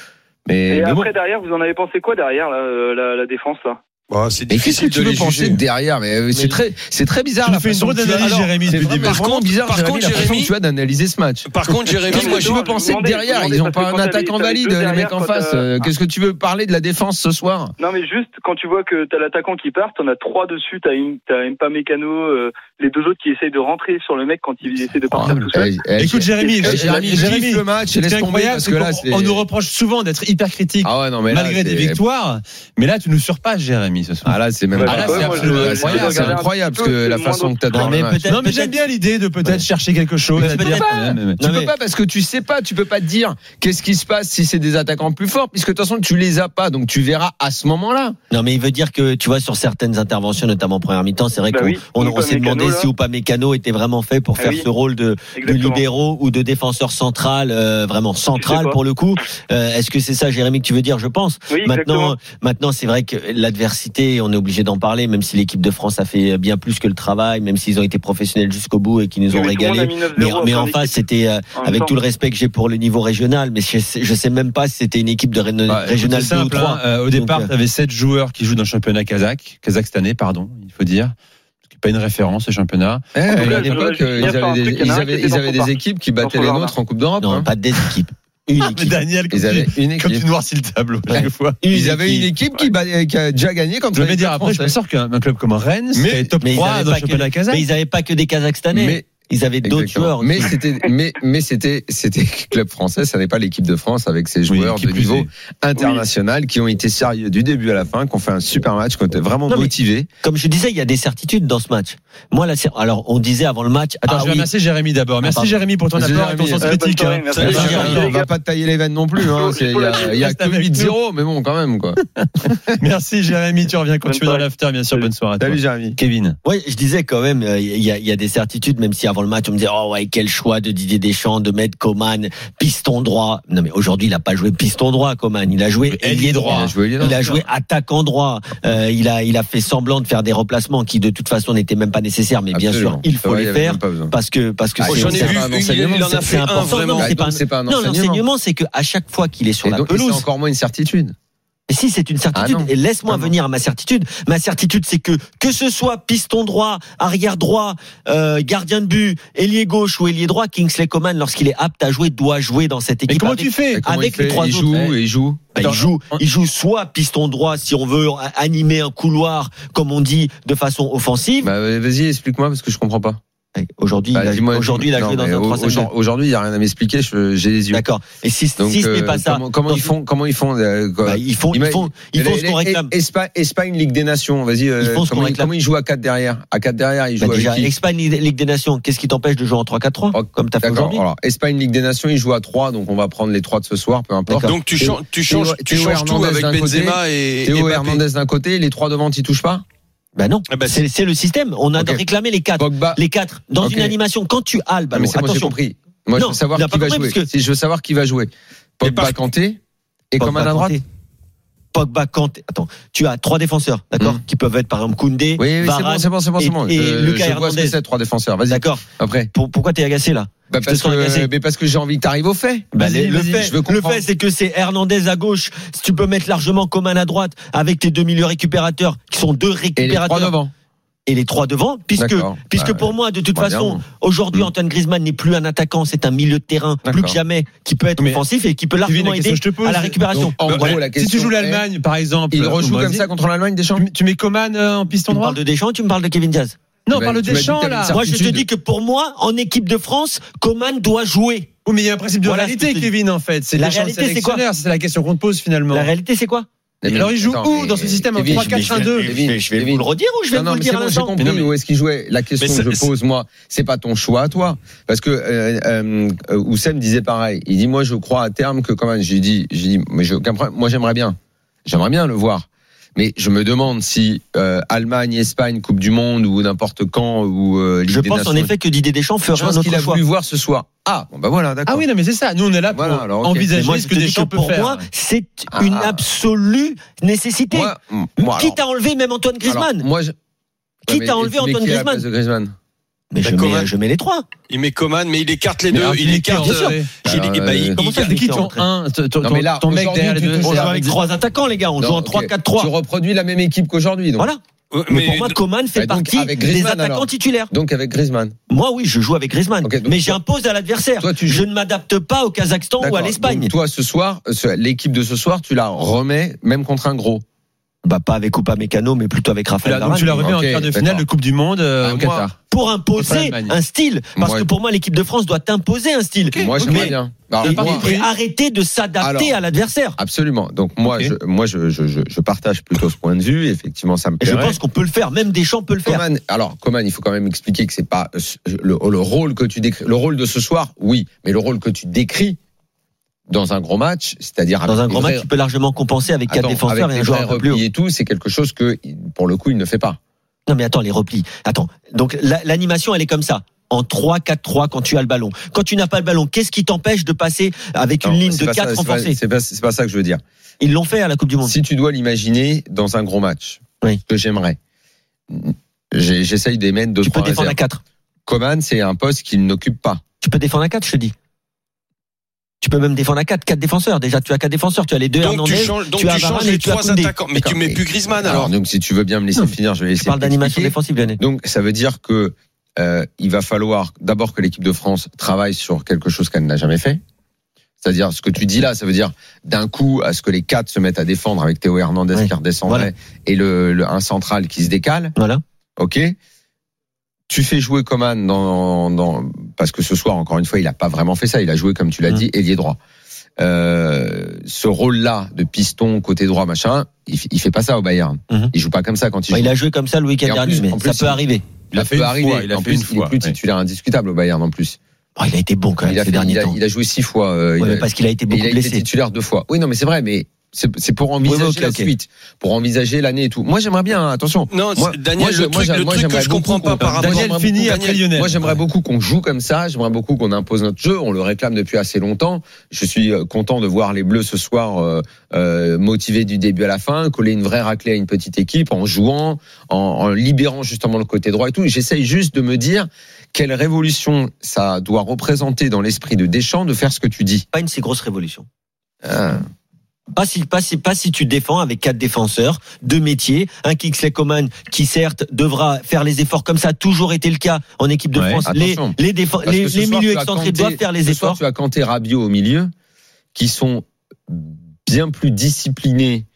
I: Mais,
C: Et
I: mais bon.
C: après, derrière, vous en avez pensé quoi derrière là, euh, la, la défense là
H: Bon, c'est
I: Mais qu'est-ce que
H: difficile
I: tu
H: de
I: veux
H: les
I: penser
H: juger.
I: de derrière Mais euh, c'est
G: Mais-
I: très, c'est très bizarre.
G: Tu
I: la
G: nous fais une
I: façon
G: drôle
I: que tu as-
G: d'analyse,
I: Alors,
G: Jérémy,
I: c'est
G: depuis le
I: vraiment
G: début.
H: Par contre-
I: bizarre.
H: par
I: Jérémy,
H: contre,
I: la façon
H: Jérémy-
I: que tu as d'analyser ce match.
H: Par contre, Jérémy,
I: Qu'est-ce
H: moi,
I: que
H: je
I: tu veux penser de
C: demandez,
I: derrière
C: je
I: Ils n'ont
C: demandais,
I: pas
C: parce
I: un
C: que quand
I: attaquant
C: t'avais- t'avais
I: valide,
C: deux
I: les mecs
C: derrière,
I: en
C: quand,
I: face.
C: euh,
I: Euh, Qu'est-ce que tu veux parler de la défense ce soir
C: Non, mais juste quand tu vois que t'as l'attaquant qui part, t'en as trois dessus, t'as une, t'as Mpa Mécano, euh, les deux autres qui essayent de rentrer sur le mec quand il essaie de partir
J: Ah,
C: tout seul.
G: Écoute, Jérémy,
I: Eh, Jérémy,
G: Jérémy,
I: gifle le match,
G: Ce qui est
I: laisse tomber
G: incroyable,
I: parce
G: c'est
I: que là,
G: qu'on on nous reproche souvent d'être hyper critique
I: Ah ouais, non, mais là,
G: malgré des
I: c'est-
G: victoires, mais là, tu nous surpasses, Jérémy, ce soir.
I: Ah là, c'est même
C: Ouais,
I: pas-
C: bah,
I: là,
C: ouais,
I: c'est
C: moi,
I: absolument-
C: je-
I: c'est-
C: je vais
I: c'est
C: regarder un
I: euh, incroyable
C: petit
I: parce que
C: peu,
I: la
C: c'est le
I: façon
C: moindre
I: que t'as
C: truc.
I: dans le
J: mais
I: match.
J: peut-être-
G: Non, mais j'aime bien l'idée de peut-être
J: Ouais.
G: chercher quelque chose.
J: Mais
G: à dire
J: peut-être-
G: quand même, mais-
I: Tu
J: Non,
I: peux
J: mais-
I: pas parce que tu sais pas, tu peux pas te dire qu'est-ce qui se passe si c'est des attaquants plus forts, puisque de toute façon tu les as pas, donc tu verras à ce moment-là.
J: Non, mais il veut dire que, tu vois, sur certaines interventions, notamment en première mi-temps, c'est vrai
C: Bah
J: qu'on
C: oui,
J: on, on
C: Upamecano,
J: s'est demandé
C: là.
J: si ou pas Mécano était vraiment fait pour
C: Ah
J: faire
C: oui.
J: ce rôle de, de
C: Exactement.
J: libéraux ou de défenseur central, euh, vraiment central
C: pas.
J: pour le coup. Euh, Est-ce que c'est ça, Jérémy, que tu veux dire Je pense.
C: Oui,
J: Maintenant,
C: exactement.
J: maintenant, c'est vrai que l'adversité, on est obligé d'en parler, même si l'équipe de France a fait bien plus que le travail, même s'ils ont été professionnels jusqu'au bout et qu'ils nous
C: Oui,
J: ont
C: mais tout le monde a
J: régalés.
C: mis 9-0
J: Mais,
C: en
J: mais
C: fin
J: en face,
C: d'équipe.
J: c'était euh,
C: En même
J: avec
C: temps.
J: tout le respect que j'ai pour le niveau régional, mais je sais, je sais même pas si c'était une équipe de ré-
G: Bah, écoute,
J: régionale
G: c'est
J: 2 Euh, ou
G: simple,
J: 3.
G: hein. Euh, au
J: Donc,
G: départ,
J: euh,
G: tu avais 7 joueurs qui jouent dans le championnat kazakh, kazakh cette année, pardon, il faut dire. Ce qui n'est pas une référence, ce championnat.
I: Eh,
C: tout cas,
I: à l'époque,
C: je- je-
I: euh, ils
C: je- je-
I: avaient
C: je-
I: des,
C: je- je-
I: ils
C: je- je-
I: avaient,
C: je-
I: ils
C: je-
I: avaient des équipes qui battaient
C: je-
I: les
C: je-
I: nôtres en Coupe d'Europe.
J: Non,
I: hein.
J: pas des équipes. Une
G: Ah, Mais
J: équipe.
G: Daniel, quand
I: Ils avaient
G: tu-
I: une
G: quand tu
I: équipe.
G: noircis le tableau,
J: Ouais.
G: chaque fois.
J: Une
I: Ils avaient une
J: équipe.
I: équipe qui, bat- qui a déjà gagné quand
G: Je vais dire après, je suis
I: mais,
G: sûr qu'un un club comme Rennes,
I: Mais-
G: c'est top
J: Mais ils
G: 3
J: avaient
G: dans
J: pas
G: le
J: que-
G: championnat kazakh.
J: Mais ils n'avaient pas que des Kazakhstanais.
I: mais-
J: ils avaient d'autres
I: Exactement.
J: joueurs.
I: Mais c'était, mais, mais c'était, c'était club français, ça n'est pas l'équipe de France avec ses
G: Oui,
I: joueurs
G: qui
I: de
G: plus
I: niveau
G: est.
I: international qui ont été sérieux du début à la fin, qui ont fait un super match, qui ont été vraiment
J: Non, mais-
I: motivés.
J: Comme je disais, il y a des certitudes dans ce match. Moi, là, c'est- alors, on disait avant le match.
G: Attends,
J: ah
G: je vais
J: oui,
G: remercier Jérémy d'abord. Merci
J: pardon.
G: Jérémy pour ton
I: Merci,
G: apport et ton
I: Jérémy.
G: sens
C: Euh, bonne
G: critique.
C: soirée,
G: hein.
C: merci.
J: Salut,
I: Enfin,
J: Jérémy.
I: on va pas te tailler les veines non plus, hein. C'est- Il y a, il y a que 8-0, mais bon, quand même, quoi.
G: Merci Jérémy, tu reviens quand
C: Bonne
G: tu es dans
C: soirée.
G: l'after, bien sûr. Bonne soirée. à toi.
I: Salut, Jérémy.
G: Kevin.
J: ouais, je disais quand même, euh, il y, a, il y a des certitudes, même si avant le match, on me disait, oh ouais, quel choix de Didier Deschamps de mettre Coman piston droit. Non, mais aujourd'hui, il n'a pas joué piston droit, Coman. Il a joué
I: Mais
J: ailier droit.
I: Il a joué ailier droit.
J: Il a joué attaquant droit. Euh, il a, il a fait semblant de faire des remplacements qui, de toute façon, n'étaient même pas nécessaires, mais bien
I: Absolument.
J: sûr, il faut
I: Ouais,
J: les
I: avait
J: faire
I: même pas besoin.
J: parce que, parce que
I: Ah,
H: Oh,
J: c'est-
H: J'en
J: c'est-
H: ai vu
I: un
H: une,
I: enseignement,
H: il en a
J: c'est
H: fait
J: un
H: un
J: portant,
H: vraiment.
J: non,
I: Ah,
J: c'est
I: donc,
J: pas-
I: c'est pas un
J: Non,
I: enseignement.
J: l'enseignement, c'est qu'à chaque fois qu'il est sur
I: Et
J: la
I: donc, et c'est
J: pelouse,
I: encore moins une certitude.
J: Et si c'est une certitude,
I: Ah non.
J: et laisse-moi
I: Ah non.
J: venir à ma certitude. Ma certitude, c'est que que ce soit piston droit, arrière droit, euh, gardien de but, ailier gauche ou ailier droit, Kingsley Coman, lorsqu'il est apte à jouer, doit jouer dans cette
G: Mais
J: équipe.
G: comment
J: avec,
G: tu fais
I: Et comment
J: avec
I: il
J: les
I: fait
J: trois
I: Il
J: autres
I: joue,
J: Eh,
I: il joue.
J: bah,
G: Attends,
J: il joue,
G: on-
J: il joue soit piston droit si on veut a- animer un couloir, comme on dit, de façon offensive.
I: Bah, vas-y, explique-moi parce que je comprends pas.
J: Eh, Aujourd'hui,
I: Bah,
J: il a,
I: dis-moi-
J: aujourd'hui, il a
I: non,
J: joué dans
I: mais
J: un
I: au-
J: 3
I: aujourd'hui- Aujourd'hui, il y a rien à m'expliquer, je- j'ai les yeux.
J: D'accord. Et si,
I: Donc,
J: si ce
I: euh,
J: n'est pas ça,
I: comment, comment
J: dans-
I: ils font Comment ils font euh, quoi
J: bah, ils font, ils
I: Ima-
J: font, ils font
I: Les-
J: ce qu'on
I: les-
J: réclame.
I: Espa- Espagne, Ligue des Nations, vas-y. euh,
J: Ils font ce qu'on
I: comment, ils-
J: réclame.
I: comment ils jouent à 4 derrière À 4 derrière, ils jouent
J: Bah, déjà,
I: avec qui
J: Espagne, Ligue des Nations, qu'est-ce qui t'empêche de jouer en 3-4-3
I: Oh,
J: comme t'as fait
I: D'accord.
J: aujourd'hui
I: Alors, Espagne, Ligue des Nations, ils jouent à 3, donc on va prendre les 3 de ce soir, peu importe.
J: D'accord.
H: Donc tu changes, tu
I: Théo-
H: changes, tu
I: Théo
H: changes tout
I: Hernandez
H: avec
I: d'un côté,
H: Benzema et, et
I: Théo
H: Mbappé.
I: Hernandez d'un côté, les 3 devant, ils touchent pas
J: Bah non,
H: Ah bah,
J: c'est c'est le système. On a
I: Eh ben, Ok.
J: réclamé les quatre.
I: Pogba.
J: Les quatre. Dans
I: Ok.
J: une animation, quand tu as le
I: Non,
J: ballon,
I: mais c'est moi, j'ai
J: attention,
I: compris. Moi,
J: Non,
I: je veux savoir
J: il a
I: qui
J: pas
I: va
J: compris,
I: jouer.
J: parce que-
I: Si je veux savoir qui va jouer. Pogba,
H: par-
I: Kanté et
J: Pogba,
I: Coman à droite.
J: Kanté. Pogba, Kanté. Attends, tu as trois défenseurs, d'accord
I: Mm.
J: Qui peuvent être par exemple Koundé,
I: Oui, oui, c'est bon,
J: Varane.
I: c'est bon, c'est bon, c'est bon. Euh,
J: et- et
I: Je-
J: Lucas
I: Je vois ce que
J: Hernandez.
I: c'est, 3 défenseurs. Vas-y,
J: D'accord.
I: après.
J: Pour- pourquoi t'es agacé là
I: Bah,
J: Je te
I: parce
J: sens
I: que,
J: agacé.
I: mais parce que j'ai envie que t'arrives au fait.
J: Bah,
I: Vas-y,
J: les- le,
I: vas-y,
J: fait,
I: je veux
J: le
I: comprendre.
J: fait, c'est que c'est Hernandez à gauche. Si tu peux mettre largement Coman à droite avec tes deux milieux récupérateurs qui sont deux
I: Et les 3
J: récupérateurs
I: devant.
J: et les trois devant, puisque,
I: D'accord.
J: puisque
I: Bah,
J: pour moi, de toute
I: bah,
J: façon,
I: bien.
J: aujourd'hui, Antoine Griezmann n'est plus un attaquant, c'est un milieu de terrain, plus
I: D'accord.
J: que jamais, qui peut être
I: Mais,
J: offensif et qui peut
G: Kevin,
J: largement
G: la
J: aider
G: question que je te pose,
J: à la
G: c'est-
J: récupération.
I: en
G: Bah,
I: gros, la
G: si
I: question
G: tu joues
I: est-
G: l'Allemagne, par exemple,
I: Il
G: euh,
I: rejoue
G: au
I: comme
G: Brésil,
I: ça contre l'Allemagne, Deschamps
G: tu- Tu mets Coman euh, en piston
J: Tu me
G: droit
J: parles de Deschamps, tu me parles de Kevin Diaz.
G: Non,
I: Bah,
G: parle de
I: tu m'as dit que
G: Deschamps
I: t'avais
G: là.
I: une
J: Moi, je te
I: certitude.
J: dis que pour moi, en équipe de France, Coman doit jouer.
G: Oui, mais il y a un principe de
J: Voilà ce
G: réalité,
J: que je te dis.
G: Kevin, en fait. C'est
J: La
G: Deschamps le
J: réalité, c'est quoi
G: sélectionneur, C'est la question qu'on te pose finalement.
J: La réalité, c'est quoi
I: Mais
G: Alors, il joue
I: attends,
G: où
I: mais-
G: dans ce système en
I: Kevin,
J: Mais je vais-
G: 3-4-1-2
J: Je vais, je vais vous le redire ou je vais
I: Non, non,
J: vous le
I: mais c'est
J: dire à
I: bon, j'ai
J: l'instant
I: compris
G: Mais non, mais-
I: où est-ce qu'il jouait. La question
H: Mais
I: que je
H: c'est-
I: pose, moi, c'est pas ton choix à toi. Parce que euh, euh, euh, Oussem disait pareil. Il dit, moi, je crois à terme que quand même, j'ai dit, j'ai dit, mais j'ai aucun problème. Moi, j'aimerais bien. J'aimerais bien le voir. Mais je me demande si euh, Allemagne, Espagne, Coupe du Monde ou n'importe quand ou euh, Ligue
J: Je
I: des
J: pense en
I: Nations,
J: effet que Didier Deschamps
I: je
J: fera un
I: pense qu'il
J: autre
I: a
J: choix.
I: voulu voir ce soir. Ah, bon, bah voilà, d'accord.
G: Ah oui, non, mais c'est ça. Nous, on est là pour
I: Voilà, alors, ok.
J: Mais
G: envisager
J: moi,
G: ce
J: je
G: que
J: te dis
G: Deschamps peut
J: pour
G: faire.
J: moi, c'est une
I: Ah.
J: absolue nécessité.
I: Moi, moi,
J: Quitte à enlever même Antoine
I: alors,
J: Griezmann.
I: moi, je...
J: Quitte
I: Ouais,
J: à
I: mais
J: enlever
I: tu mets
J: Antoine
I: qui à la place
J: Griezmann.
I: de Griezmann.
J: Mais je
H: Bah,
J: mets,
H: Coman.
J: je mets les trois.
H: Il met Coman, mais il écarte les
I: Mais
H: deux.
I: alors,
H: Il écarte.
G: bien sûr.
H: euh, il-
I: Alors,
H: il- bah, il-
I: euh,
J: comment
H: il-
J: ça,
G: C'est qui ton
J: Entrée.
G: 1
I: Non, mais là,
G: Ton mec
I: aujourd'hui,
G: derrière les
I: tu
G: deux
I: touches
J: On joue
I: la-
G: joueurs.
J: avec
I: dis-
J: trois attaquants, les gars. On joue en
I: Non, ok. Tu
J: 3-4-3.
I: reproduis la même équipe qu'aujourd'hui. donc.
J: Voilà.
H: Ouais,
J: Mais
H: mais-
J: pour moi, Coman fait
I: Bah, donc,
J: partie
I: avec
J: des
I: Griezmann,
J: attaquants
I: alors.
J: titulaires.
I: Donc avec Griezmann.
J: Moi, oui, je joue avec Griezmann.
I: Ok, donc
J: mais
I: toi-
J: j'impose à l'adversaire.
I: toi, tu
J: Je
I: joues-
J: ne m'adapte pas au Kazakhstan ou Oh, à
I: D'accord.
J: l'Espagne.
I: Donc, Toi, ce soir, euh, ce- l'équipe de ce soir, tu la remets même contre un gros.
J: Bah, pas avec Opa Mécano, mais plutôt avec
G: Tu
J: Raphaël
G: l'as- donc, tu
J: Varane.
G: la remets en
I: Ok,
G: quart de finale
I: d'accord.
G: de Coupe du Monde euh,
I: Ah,
G: au
I: moi,
G: Qatar.
J: Pour
G: Contre
J: imposer
G: l'Allemagne.
J: un style. Parce
I: Moi-
J: que pour moi, l'équipe de France doit imposer un style.
I: Moi, j'aimerais
J: Mais-
I: bien. Alors,
J: Et,
I: moi-
J: et- et arrêter de s'adapter
I: Alors.
J: à l'adversaire.
I: absolument. Donc moi,
G: Ok.
I: je, moi, je, je, je- je partage plutôt ce point de vue. Effectivement, ça me
J: Et je
I: plairait.
J: pense qu'on peut le faire, même Deschamps peut le faire.
I: Coman, alors Coman, il faut quand même expliquer que c'est pas euh, le, le rôle que tu décris, le rôle de ce soir, oui, mais le rôle que tu décris dans un gros match, c'est-à-dire
J: Ah, Dans
I: avec
J: un
I: des
J: grand match,
I: vrais-
J: tu peux largement compenser avec quatre
I: Attends,
J: défenseurs
I: avec
J: et un
I: des
J: joueur
I: vrais
J: un peu plus haut.
I: replis et tout, c'est quelque chose que pour le coup, il ne fait pas.
J: Non mais attends, les replis. Attends, donc la- l'animation elle est comme ça. En 3-4-3 quand tu as le ballon. Quand tu n'as pas le ballon, qu'est-ce qui t'empêche de passer avec une
I: Non,
J: ligne
I: c'est
J: de
I: pas ça,
J: 4
I: c'est pas-
J: renforcée
I: C'est pas, c'est pas ça que je veux dire.
J: Ils l'ont fait à la Coupe du Monde.
I: Si tu dois l'imaginer dans un gros match,
J: Oui.
I: ce que j'aimerais, j'ai- j'essaye d'émettre deux
J: tu peux
I: trois
J: défendre à
I: réserves.
J: 4.
I: Coman, c'est un poste qu'il n'occupe pas.
J: Tu peux défendre à 4, je te dis. Tu peux même défendre à 4, 4 défenseurs. Déjà, tu as 4 défenseurs. Tu as les deux
H: Donc tu
J: Hernandez,
H: changes, donc
J: tu as
H: tu changes
J: Varane
H: les
J: et tu as
H: trois
J: Koundé.
H: attaquants, mais tu
I: D'accord,
H: mets
I: mais-
H: plus Griezmann alors.
I: donc, si tu veux bien me laisser finir, je vais
J: Je
I: essayer.
J: parle
I: de
J: d'animation
I: t'expliquer.
J: défensive, Lionel.
I: Donc, ça veut dire que euh, il va falloir d'abord que l'équipe de France travaille sur quelque chose qu'elle n'a jamais fait. C'est-à-dire ce que tu dis là, ça veut dire d'un coup à ce que les quatre se mettent à défendre avec Théo Hernandez
J: Ouais.
I: qui redescendrait
J: Voilà.
I: et le, le- un central qui se décale.
J: Voilà.
I: Ok. Tu fais jouer Coman dans, dans parce que ce soir encore une fois il n'a pas vraiment fait ça. Il a joué comme tu l'as
J: Mm.
I: dit ailier droit. Euh, ce rôle-là de piston côté droit machin, il, f- il fait pas ça au Bayern.
J: Mhm.
I: Il joue pas comme ça quand il
J: Bah,
I: joue.
J: il a joué comme ça le
I: Et
J: week-end
I: en
J: dernier,
I: plus-
J: mais
I: en
J: ça
I: plus,
J: peut
I: il-
J: arriver.
I: Il a fait arriver.
G: il a
I: en
G: fait
I: plus,
G: une fois,
I: Il est plus
G: oui.
I: titulaire indiscutable au Bayern en plus.
J: Oh, il a été bon quand même
I: il, a
J: ces
I: fait-
J: derniers
I: il a-
J: temps.
I: il a joué six fois. euh,
J: Ouais,
I: il a-
J: mais parce qu'il a été
I: et
J: beaucoup
I: il a été
J: blessé.
I: titulaire deux fois. Oui, non, mais c'est vrai, mais c'est c'est pour envisager
J: Ouais, ouais, ok,
I: la
J: ok.
I: suite, pour envisager l'année et tout. Moi, j'aimerais bien. hein, attention.
H: Non,
I: Moi-
H: Daniel,
I: moi, je-
H: le
I: moi,
H: truc,
I: j'a-
H: le
I: moi,
H: truc
I: j'aimerais
H: que je comprends
I: beaucoup
H: pas
I: qu'on-
H: par rapport
G: Daniel
I: moi, j'aimerais
G: finit
I: beaucoup
G: après Lionel.
I: Moi, j'aimerais beaucoup qu'on joue comme ça. J'aimerais beaucoup qu'on impose notre jeu. On le réclame depuis assez longtemps. Je suis euh, content de voir les Bleus ce soir euh, euh, motivés du début à la fin, coller une vraie raclée à une petite équipe en jouant, en, en libérant justement le côté droit et tout. J'essaye juste de me dire quelle révolution ça doit représenter dans l'esprit de Deschamps de faire ce que tu dis.
J: Pas une si grosse révolution.
I: Ah.
J: Pas si, pas, si, pas si tu défends avec quatre défenseurs, deux métiers, un Kingsley Coman qui certes devra faire les efforts comme ça a toujours été le cas en équipe de
G: Ouais,
J: France. Les,
I: attention.
J: les, défen-
I: Parce
J: les,
I: que ce
J: les
I: soir,
J: milieux
I: tu as
J: excentrés
I: Kanté-
J: doivent faire les
I: ce soir,
J: efforts.
I: tu as Kanté Rabiot au milieu, qui sont bien plus disciplinés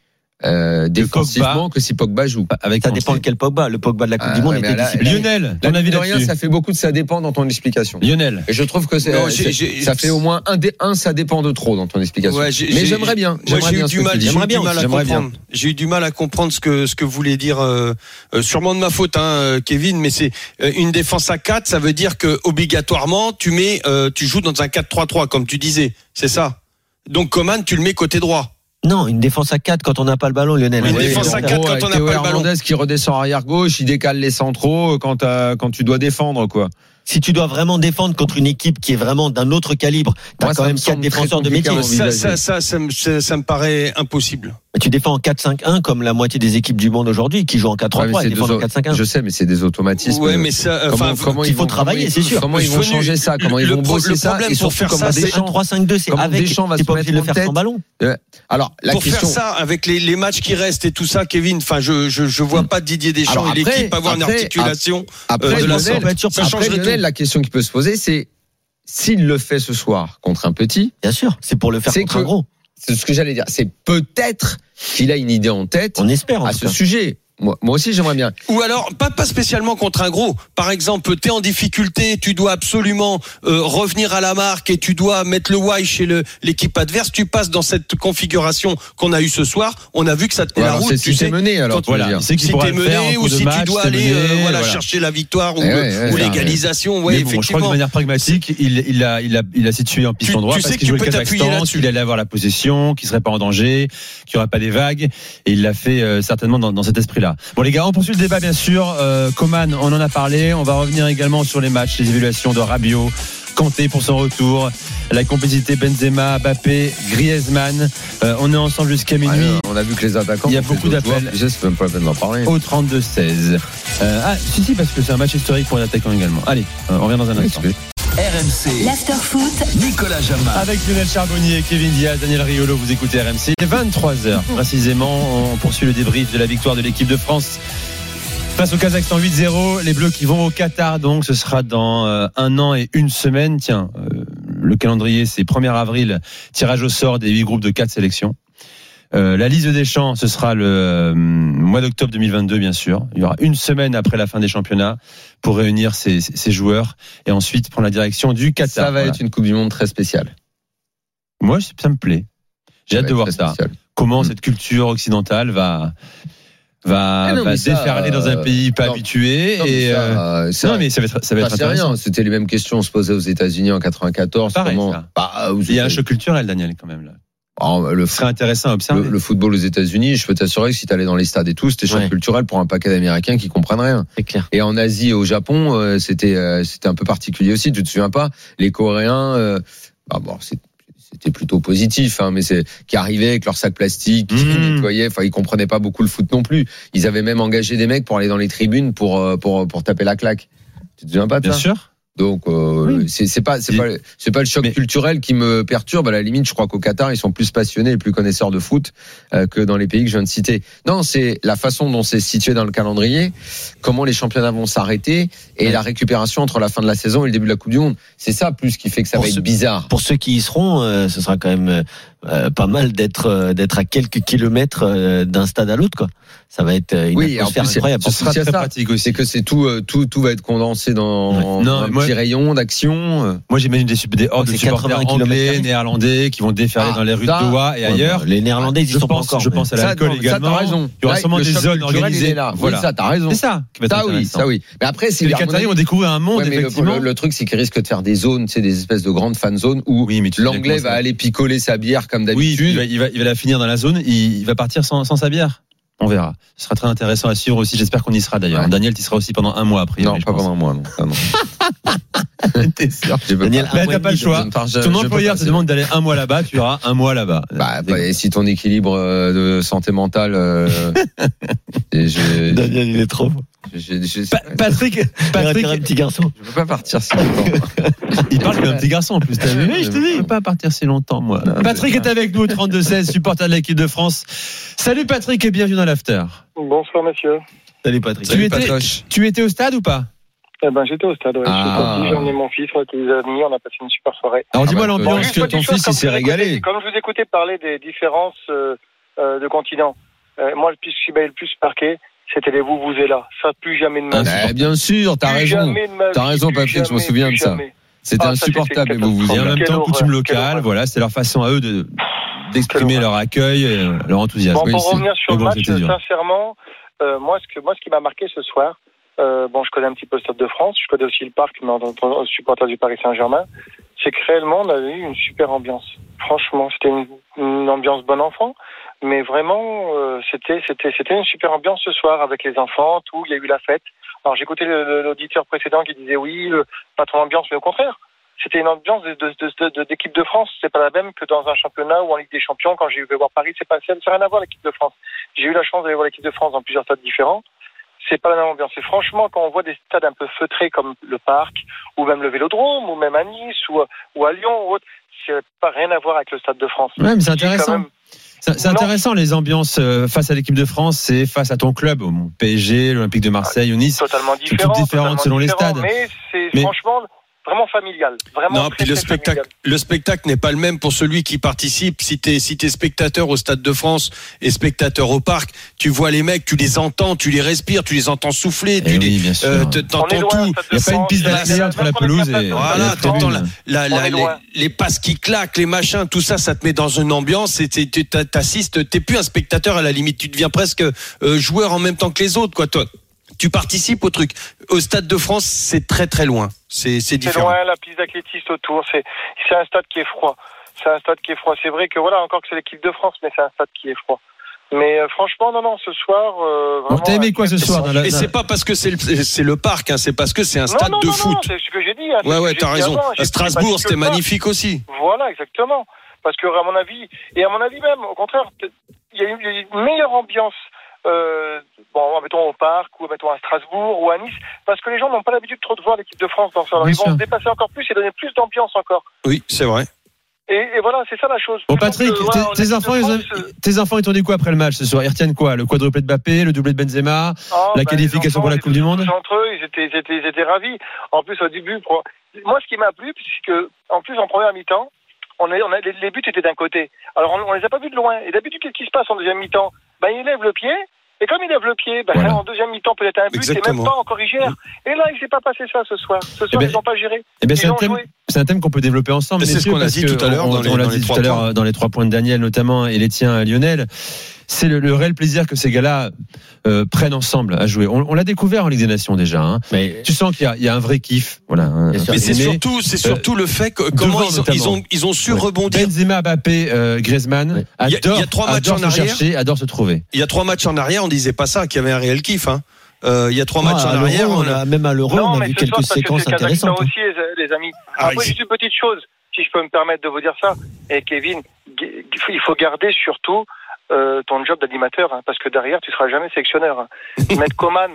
I: euh, défensivement que si Pogba Bah, joue.
G: Avec
J: Ça dépend de quel Pogba. Le Pogba de la Coupe
I: Ah,
J: du Monde
I: ouais, mais
J: était
I: là-
J: discipliné.
G: Lionel,
I: La
G: ton avis
I: de rien,
G: là-dessus
I: ça fait beaucoup de ça dépend dans ton explication.
G: Lionel.
I: Et je trouve que c'est,
H: Non,
I: euh,
H: j'ai-
I: c'est-
H: j'ai-
I: ça fait au moins un, dé- un, ça dépend de trop dans ton explication.
H: Ouais, j'ai-
I: Mais
H: j'ai-
I: j'aimerais bien.
H: Moi,
I: j'aimerais
H: j'ai
I: bien
H: eu
I: ce
H: du
I: que tu
H: mal,
I: dis.
H: j'ai eu
I: J'aimerais
H: du mal à
I: j'aimerais bien.
H: comprendre. J'ai eu du mal à comprendre ce que ce que voulait dire euh, euh, sûrement de ma faute hein, euh, Kevin, mais c'est euh, une défense à 4, ça veut dire que obligatoirement tu mets euh, tu joues dans un 4-3-3 comme tu disais, c'est ça. Donc Coman, tu le mets côté droit.
J: Non, une défense à 4 quand on n'a pas le ballon, Lionel.
H: Oui, une
J: Ouais,
H: défense
J: non.
H: à quatre
I: gros,
H: quand
I: avec
H: on n'a
I: Théo
H: pas le ballon.
I: Hernandez qui redescend arrière gauche, il décale les centraux quand, t'as- quand tu dois défendre, quoi.
J: Si tu dois vraiment défendre contre une équipe qui est vraiment d'un autre calibre, t'as
I: Moi,
J: quand
I: ça me
J: même quatre
I: semble très
J: défenseurs de
I: compliqué à
J: métier.
H: Ça
I: envisager.
H: ça ça ça, me- ça- ça me paraît impossible.
J: Mais tu défends en 4-5-1 comme la moitié des équipes du monde aujourd'hui qui jouent en 4-3-3
I: Ouais, mais
J: et
I: c'est
J: défendent
I: deux
J: en
I: au-
J: 4-5-1.
I: Je sais, mais c'est des automatismes.
H: Ouais, mais ça, euh,
I: comment,
H: enfin,
I: comment
J: qu'il
I: ils
J: faut
I: vont
J: travailler,
I: comment
J: c'est
I: ils-
J: sûr.
I: Comment ils vont
H: Venu-
I: changer ça Comment
H: le
I: ils vont
H: pro-
I: bosser
H: le
I: ça
H: problème
I: Et
H: pour
I: surtout,
H: faire
I: comment
H: ça, c'est
J: C'est un
I: Deschamps
J: 3-5-2, c'est
I: comment
J: avec.
I: Deschamps va
J: t'es
I: se
J: pas obligé de le
I: mettre en
J: faire sans
I: tête.
J: ballon.
I: Euh, Alors, la
H: pour
I: question.
H: faire ça avec les, les matchs qui restent et tout ça, Kevin. Enfin, je je, je vois pas Didier
I: Mm.
H: Deschamps
I: Alors
H: et
I: après-
H: l'équipe avoir une
I: après-
H: articulation.
I: Après,
H: euh, de
I: Lionel,
H: l'ensemble. Ça
I: après,
H: changerait
I: Lionel,
H: tout.
I: la question qui peut se poser, c'est s'il le fait ce soir contre un petit,
J: Bien sûr, c'est pour le faire
I: C'est
J: contre un
I: que-
J: gros.
I: c'est ce que j'allais dire. C'est peut-être qu'il a une idée en tête
J: On espère en
I: à
J: tout
I: ce
J: cas.
I: sujet. Moi, moi aussi, j'aimerais bien.
H: Ou alors, pas, pas spécialement contre un gros. Par exemple, t'es en difficulté, tu dois absolument euh, revenir à la marque et tu dois mettre le why chez le- l'équipe adverse. Tu passes dans cette configuration qu'on a eue ce soir. On a vu que ça tenait
I: Ouais,
H: la
I: alors,
H: route.
I: c'est
H: Tu
I: si t'es
H: sais,
I: mené, alors. tu veux
G: Voilà,
I: dire.
G: c'est qu'il
H: si
G: pourra
H: t'es
G: le faire en
H: mené
G: cours
H: ou
G: de
H: si tu
G: match,
H: dois
G: t'es
H: aller
G: mené,
H: euh, voilà,
G: voilà.
H: chercher la victoire ou,
I: Eh
H: le-
I: ouais, ouais,
H: ou
I: ouais.
H: l'égalisation. Ouais,
G: Mais bon, je crois que de
H: effectivement.
G: manière pragmatique, il il l'a il a, il a situé en piste
H: Tu-
G: endroit
H: tu
G: parce
H: sais que
G: qu'il
H: tu
G: jouait le
H: peux t'appuyer
G: Kazakhstan,
H: là-dessus.
G: qu'il allait avoir la possession, qu'il serait pas en danger, qu'il n'y aurait pas des vagues. Et il l'a fait euh, certainement dans, dans cet esprit-là. Bon les gars, on poursuit le débat bien sûr. Euh, Coman, on en a parlé. On va revenir également sur les matchs, les évaluations de Rabiot, Kanté pour son retour, la complicité Benzema, Mbappé, Griezmann. Euh, on est ensemble jusqu'à
I: Ouais,
G: minuit.
I: on a vu que les attaquants.
G: Il y a
I: ont fait
G: beaucoup
I: d'autres
G: d'appels.
I: joueurs. Je sais, c'est même pas la peine d'en parler.
G: Au 32-16. Euh, ah, si, si, parce que c'est un match historique pour un attaquant également. Allez, euh, on revient dans un instant.
I: RMC,
B: L'afterfoot,
I: Nicolas Jamin.
G: Avec Lionel Charbonnier, Kevin Diaz, Daniel Riolo, vous écoutez RMC. 23h précisément, on poursuit le débrief de la victoire de l'équipe de France. Face au Kazakhstan 8-0, les Bleus qui vont au Qatar, donc ce sera dans euh, un an et une semaine. Tiens, euh, le calendrier c'est 1er avril, tirage au sort des huit groupes de quatre sélections. Euh, la liste des champs, ce sera le euh, mois d'octobre 2022, bien sûr. Il y aura une semaine après la fin des championnats pour réunir ces, ces joueurs et ensuite prendre la direction du Qatar.
I: Ça va
G: Voilà.
I: être une Coupe du Monde très spéciale.
G: Moi, je- ça me plaît. J'ai
I: Ça va
G: hâte de
I: être
G: voir
I: très
G: ça.
I: spécial.
G: Comment
I: Mm.
G: cette culture occidentale va va,
I: Ah non,
G: va
I: mais ça,
G: déferler dans un
I: euh,
G: pays pas
I: non.
G: habitué
I: Non, mais
G: et
I: ça,
G: euh,
I: euh, ça-
G: non mais ça va être ça va
I: Enfin,
G: être
I: c'est
G: intéressant.
I: rien, c'était les mêmes questions qu'on se posait aux États-Unis en 94.
G: Pareil,
I: Comment-
G: ça.
I: Bah, aux
G: Il y a un
I: États-Unis.
G: choc culturel, Daniel, quand même. Là.
I: Oh, le,
G: Ce serait intéressant à observer.
I: le, le football aux États-Unis, je peux t'assurer que si t'allais dans les stades et tout, c'était choc
J: Ouais.
I: culturel pour un paquet d'Américains qui comprennent rien.
J: C'est clair.
I: Et en Asie et au Japon, euh, c'était euh, c'était un peu particulier aussi. Tu te souviens pas Les Coréens, euh, bah bon, c'est- c'était plutôt positif, hein, mais c'est qui arrivaient avec leur sac plastique, qui
G: Mhm.
I: nettoyaient. Enfin, ils comprenaient pas beaucoup le foot non plus. Ils avaient même engagé des mecs pour aller dans les tribunes pour euh, pour pour taper la claque. Tu te souviens pas de
G: Bien
I: ça
G: sûr.
I: donc euh, c'est c'est pas c'est
G: Et-
I: pas c'est pas le choc
G: Mais-
I: culturel qui me perturbe. À la limite, je crois qu'au Qatar, ils sont plus passionnés et plus connaisseurs de foot euh, que dans les pays que je viens de citer. Non, c'est la façon dont c'est situé dans le calendrier, comment les championnats vont s'arrêter et
J: Ouais.
I: la récupération entre la fin de la saison et le début de la Coupe du Monde. C'est ça plus qui fait que ça
J: Pour
I: va
J: ce-
I: être bizarre.
J: Pour ceux qui y seront, euh, ce sera quand même euh, euh, pas mal d'être euh, d'être à quelques kilomètres euh, d'un stade à l'autre. quoi. Ça va être euh, une
I: Oui, et en
J: atmosphère
I: plus, c'est-
J: incroyable.
I: ce sera
G: C'est
I: très
G: très
I: pratique.
G: pratique aussi.
I: C'est que c'est tout euh, tout tout va être condensé dans
G: Ouais. Non,
I: un
G: mais moi-
I: petit rayon d'action. euh.
G: Moi, j'imagine des, sup- des hordes de
J: C'est
G: supporters
J: 80
G: anglais,
J: km.
G: néerlandais qui vont déferler
I: Ah,
G: dans les rues
I: ça-
G: de Doha et
J: Ouais,
G: ailleurs.
J: bah, Les Néerlandais, ils y
G: je
J: sont pas
G: pense,
J: encore.
G: je
J: mais-
G: pense à
I: Ça,
G: l'alcool
I: non, ça,
G: également.
I: t'as raison.
G: Il y aura
I: Là,
G: sûrement
I: le
G: des
I: choc
G: zones
I: culturel, il est
G: organisées.
I: là. Oui,
G: Voilà.
I: ça, t'as raison.
G: C'est ça qui va être
I: Ça oui,
G: intéressant.
I: ça oui. Mais après, c'est
G: Les
I: à mon
G: Qataris
I: avis-
G: ont découvert un monde,
I: Ouais, mais le,
G: effectivement.
I: le- le truc, c'est qu'ils risquent de faire des zones, c'est des espèces de grandes fan zones où
G: Oui, mais tu sais bien
I: l'anglais
G: comment
I: va
G: ça-
I: aller picoler sa bière comme
G: Oui, il
I: d'habitude.
G: va, il, va, il va la finir dans la zone, il, il va partir sans, sans sa bière. On verra. Ce sera très intéressant à suivre aussi. J'espère qu'on y sera d'ailleurs.
I: Ouais.
G: Daniel, tu y seras aussi pendant un mois après.
I: non, pas pendant moi. Non, Ah, non.
G: T'es sûr
I: Je peux
J: Daniel,
I: pas.
J: un
G: Bah,
J: mois
G: t'as
J: et
G: pas
J: demi,
G: le
J: donc.
G: choix.
I: Je ne pars- je- je
G: Ton
I: peux
G: employeur
I: pas,
G: te
I: c'est-
G: demande d'aller un mois là-bas, tu auras un mois là-bas.
I: Bah,
G: C'est-
I: bah, et si ton équilibre euh, de santé mentale. euh, et je-
J: Daniel, il est trop. beau.
I: je- je- je-
G: Pa- Patrick, Patrick,
J: Il un petit garçon.
I: je peux pas partir si longtemps.
G: il parle comme un petit garçon en plus. T'as vu, je te dis, je peux pas partir si longtemps, moi.
I: Non,
G: Patrick
I: c'est-
G: est avec nous au 32-16, supporter de l'équipe de France. Salut Patrick et bienvenue dans l'after.
C: Bonsoir, monsieur.
J: Salut Patrick.
G: Tu
I: Salut,
G: étais,
I: Patoche.
G: tu étais au stade ou pas
C: Eh ben, j'étais au stade, ouais. Je suis
I: Ah.
C: sorti, j'ai emmené mon fils, on était des amis, on a passé une super soirée.
G: Alors
I: Ah
G: dis-moi
I: bah,
C: Bon,
G: l'ambiance
C: juste
G: que
C: petite
G: ton
C: chose,
G: fils
C: comme
G: il
C: je
G: s'est
C: vous écoutais-
G: régalé.
C: Comme je vous écoutais parler des différences euh, euh, de continents, euh, moi, le plus qui m'avait le plus marqué, c'était les vous, vous et là. Ça, plus jamais de ma vie.
I: Bah, bien sûr, t'as
C: Plus
I: raison.
C: jamais de ma vie,
I: T'as raison,
C: plus
I: Patrick, je m'en
C: jamais,
I: souviens
C: plus
I: de ça.
C: jamais.
I: C'était
C: Ah, ça, c'était
I: insupportable,
C: une
I: mais vous vous
G: Et en
I: dites.
C: catastrophe.
G: même
C: Quelle
G: temps,
C: horreur,
G: coutume
C: quelle
G: locale,
C: horreur.
G: voilà, c'est leur façon à eux de d'exprimer
C: Quelle
G: leur accueil, euh, leur enthousiasme.
C: Bon,
I: Oui,
C: pour
I: c'est-
C: revenir sur
G: mais
C: le
G: bon,
C: match,
G: c'était dur.
C: sincèrement, euh, moi, ce que, moi, ce qui m'a marqué ce soir, euh, bon, je connais un petit peu le Stade de France, je connais aussi le parc, mais en tant que supporter du Paris Saint-Germain, c'est que réellement, on avait eu une super ambiance. Franchement, c'était une, une ambiance bon enfant, mais vraiment, euh, c'était, c'était, c'était une super ambiance ce soir avec les enfants, tout, il y a eu la fête. Alors, j'écoutais le- le- l'auditeur précédent qui disait oui, euh, pas trop d'ambiance, mais au contraire.
K: c'était une ambiance d'équipe de, de, de, d'équipe de France. C'est pas la même que dans un championnat ou en Ligue des Champions. Quand j'ai eu voir Paris, c'est pas ça n'a rien à voir l'équipe de France. J'ai eu la chance d'aller voir l'équipe de France dans plusieurs stades différents. C'est pas la même ambiance. Et franchement, quand on voit des stades un peu feutrés comme le Parc ou même le Vélodrome ou même à Nice ou, ou à Lyon ou autre, c'est pas rien à voir avec le stade de France.
G: Ouais, mais c'est
K: quand
G: intéressant.
K: même-
G: C'est c'est
K: Non.
G: intéressant les ambiances euh, face à l'équipe de France c'est face à ton club, bon, PSG, l'Olympique de Marseille, ou Nice.
K: Totalement
G: Toutes
K: différent,
G: différentes
K: totalement
G: selon les
K: différent,
G: stades.
K: Mais c'est
G: Mais-
K: franchement vraiment familial. Vraiment
H: non,
K: très,
H: puis le
K: très
H: spectacle,
K: familial.
H: le spectacle n'est pas le même pour celui qui participe. Si t'es si t'es spectateur au Stade de France et spectateur au parc, tu vois les mecs, tu les entends, tu les respires, tu les entends souffler,
G: Eh
H: tu les, euh, te-
G: On est
H: t'entends tout.
G: loin, Stade de Y a pas une France, piste d'arrêt même entre la quand on est pelouse et- capable- et la
H: voilà,
G: tribune.
H: t'entends la- la-
G: On
H: la- les,
G: est loin.
H: les passes qui claquent, les machins, tout ça, ça te met dans une ambiance. Et t'es- t'es- t'as- t'assistes, t'es plus un spectateur à la limite, tu deviens presque euh, joueur en même temps que les autres, quoi. Toi, tu participes au truc. Au Stade de France, c'est très très loin. C'est c'est
K: C'est
H: différent.
K: loin, la piste d'athlétisme autour. C'est c'est un stade qui est froid. C'est un stade qui est froid. C'est vrai que voilà, encore que c'est l'équipe de France, mais c'est un stade qui est froid. Mais euh, franchement, non, non, ce soir. euh, vraiment,
G: quoi ce
K: soir, dans la-
H: Et c'est pas parce que c'est le, c'est le parc, hein, c'est parce que c'est un
K: Non,
H: stade
K: non,
H: de
K: non, non,
H: foot.
K: c'est ce que j'ai dit. hein, c'est
H: ouais,
K: ce que
H: ouais,
K: j'ai
H: t'as
K: dit
H: raison.
K: avant. J'ai
H: À
K: dit, c'est pas
H: Strasbourg,
K: que
H: c'était
K: le parc.
H: magnifique aussi.
K: Voilà, exactement. Parce que, à mon avis, et à mon avis même, au contraire, peut- il y a eu il y a eu une meilleure ambiance, euh, bon, mettons au parc, ou mettons à Strasbourg, ou à Nice, parce que les gens n'ont pas l'habitude trop de voir l'équipe de France dans ça. Alors,
G: Bien
K: ils vont
G: sûr.
K: se dépasser encore plus et donner plus d'ambiance encore.
H: Oui, c'est vrai.
K: Et, et voilà, c'est ça la chose.
G: Bon
K: Je pense
G: Oh, Patrick,
K: que, voilà,
G: tes-
K: en
G: tes,
K: équipe de
G: enfants, ils ont-
K: France,
G: tes enfants ils t'ont dit quoi après le match ce soir Ils retiennent quoi Le quadruplé de Mbappé, le doublé de Benzema,
K: Ah,
G: la
K: bah,
G: qualification
K: les
G: pour la
K: enfants,
G: Coupe du
K: ils étaient
G: Monde
K: tous entre eux, ils étaient, ils étaient, ils étaient ravis. En plus, au début, pro- moi, ce qui m'a plu, c'est que, en plus, en première mi-temps, on est, on a, les, les buts étaient d'un côté. Alors, on, on les a pas vus de loin. Et d'habitude, qu'est-ce qui se passe en deuxième mi-temps Ben, ils lèvent le pied. Et comme ils lèvent le pied, ben, en deuxième mi-temps, peut-être un but, et
G: Exactement.
K: même pas encore ils gèrent. Et là, il s'est pas passé ça ce soir. Ce soir,
G: ben-
K: ils n'ont pas géré.
G: Eh bien, c'est
K: ils
G: un
K: ont
G: thème,
K: joué.
G: c'est un thème qu'on peut développer ensemble.
H: Mais c'est ce
G: messieurs,
H: qu'on a
G: parce
H: dit
G: que
H: tout à l'heure
G: on-
H: dans les-
G: on l'a
H: dans
G: dit
H: les
G: tout
H: trois
G: à l'heure,
H: points.
G: euh, dans les trois points de Daniel notamment et les tiens euh, Lionel. C'est le, le réel plaisir que ces gars-là euh, prennent ensemble à jouer. On, on l'a découvert en Ligue des Nations déjà. hein. tu sens qu'il y a, il y a un vrai kiff. Voilà. hein. un- un-
H: Mais c'est surtout, c'est surtout le fait que comment
G: devant
H: ils ont, ils
G: notamment.
H: ont, ils ont su
G: Ouais.
H: rebondir.
G: Benzema, Mbappé, euh, Griezmann
H: Il y a-
G: adorent,
H: il y a trois matchs
G: adorent
H: en
G: se
H: arrière.
G: chercher, adorent se trouver.
H: Il y a trois matchs en arrière, on disait pas ça, qu'il y avait un réel kiff. Hein. Euh, il y a trois
J: Ah,
H: matchs en
J: à l'Euro,
H: arrière,
J: on a- même à l'Euro,
K: Non,
J: on a
K: mais
J: vu
K: ce soir,
J: quelques
K: parce que
J: séquences
K: c'est le Kazakhstan
J: intéressantes. hein.
K: aussi, les- les amis.
L: Ah,
K: Après, juste une petite chose, si je peux me permettre de vous dire ça. Et Kevin, g- il faut garder surtout euh, ton job d'animateur, hein, parce que derrière, tu seras jamais sélectionneur. hein. Mettre Coman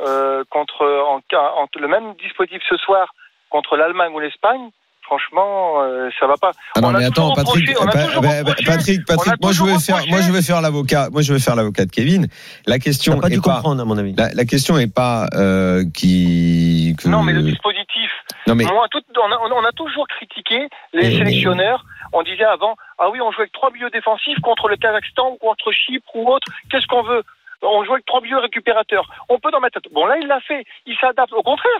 K: euh, contre en, en- le même dispositif ce soir contre l'Allemagne ou l'Espagne. Franchement, euh, ça va pas.
L: Ah non,
K: On a
L: mais attends,
K: toujours
L: Patrick, euh,
K: reproché- on a
L: pa-
K: toujours
L: pa- bah,
K: reproché-
L: Patrick,
K: on a
L: Patrick, moi je
K: toujours
L: vais faire,
K: reproché-
L: moi je vais faire l'avocat, moi je vais faire l'avocat de Kevin. La question
J: T'as pas
L: est
J: dû
L: pas,
J: comprendre, à mon avis.
L: la, la question est pas euh, qui. que-
K: Non, mais le dispositif.
L: Non, mais-
K: On, a tout- on a- on a- on a toujours critiqué les
L: Mais-
K: sélectionneurs. On disait avant, ah oui, on joue avec trois milieux défensifs contre le Kazakhstan ou contre Chypre ou autre. Qu'est-ce qu'on veut On joue avec trois milieux récupérateurs. On peut en mettre. Bon, là, il l'a fait. Il s'adapte. Au contraire,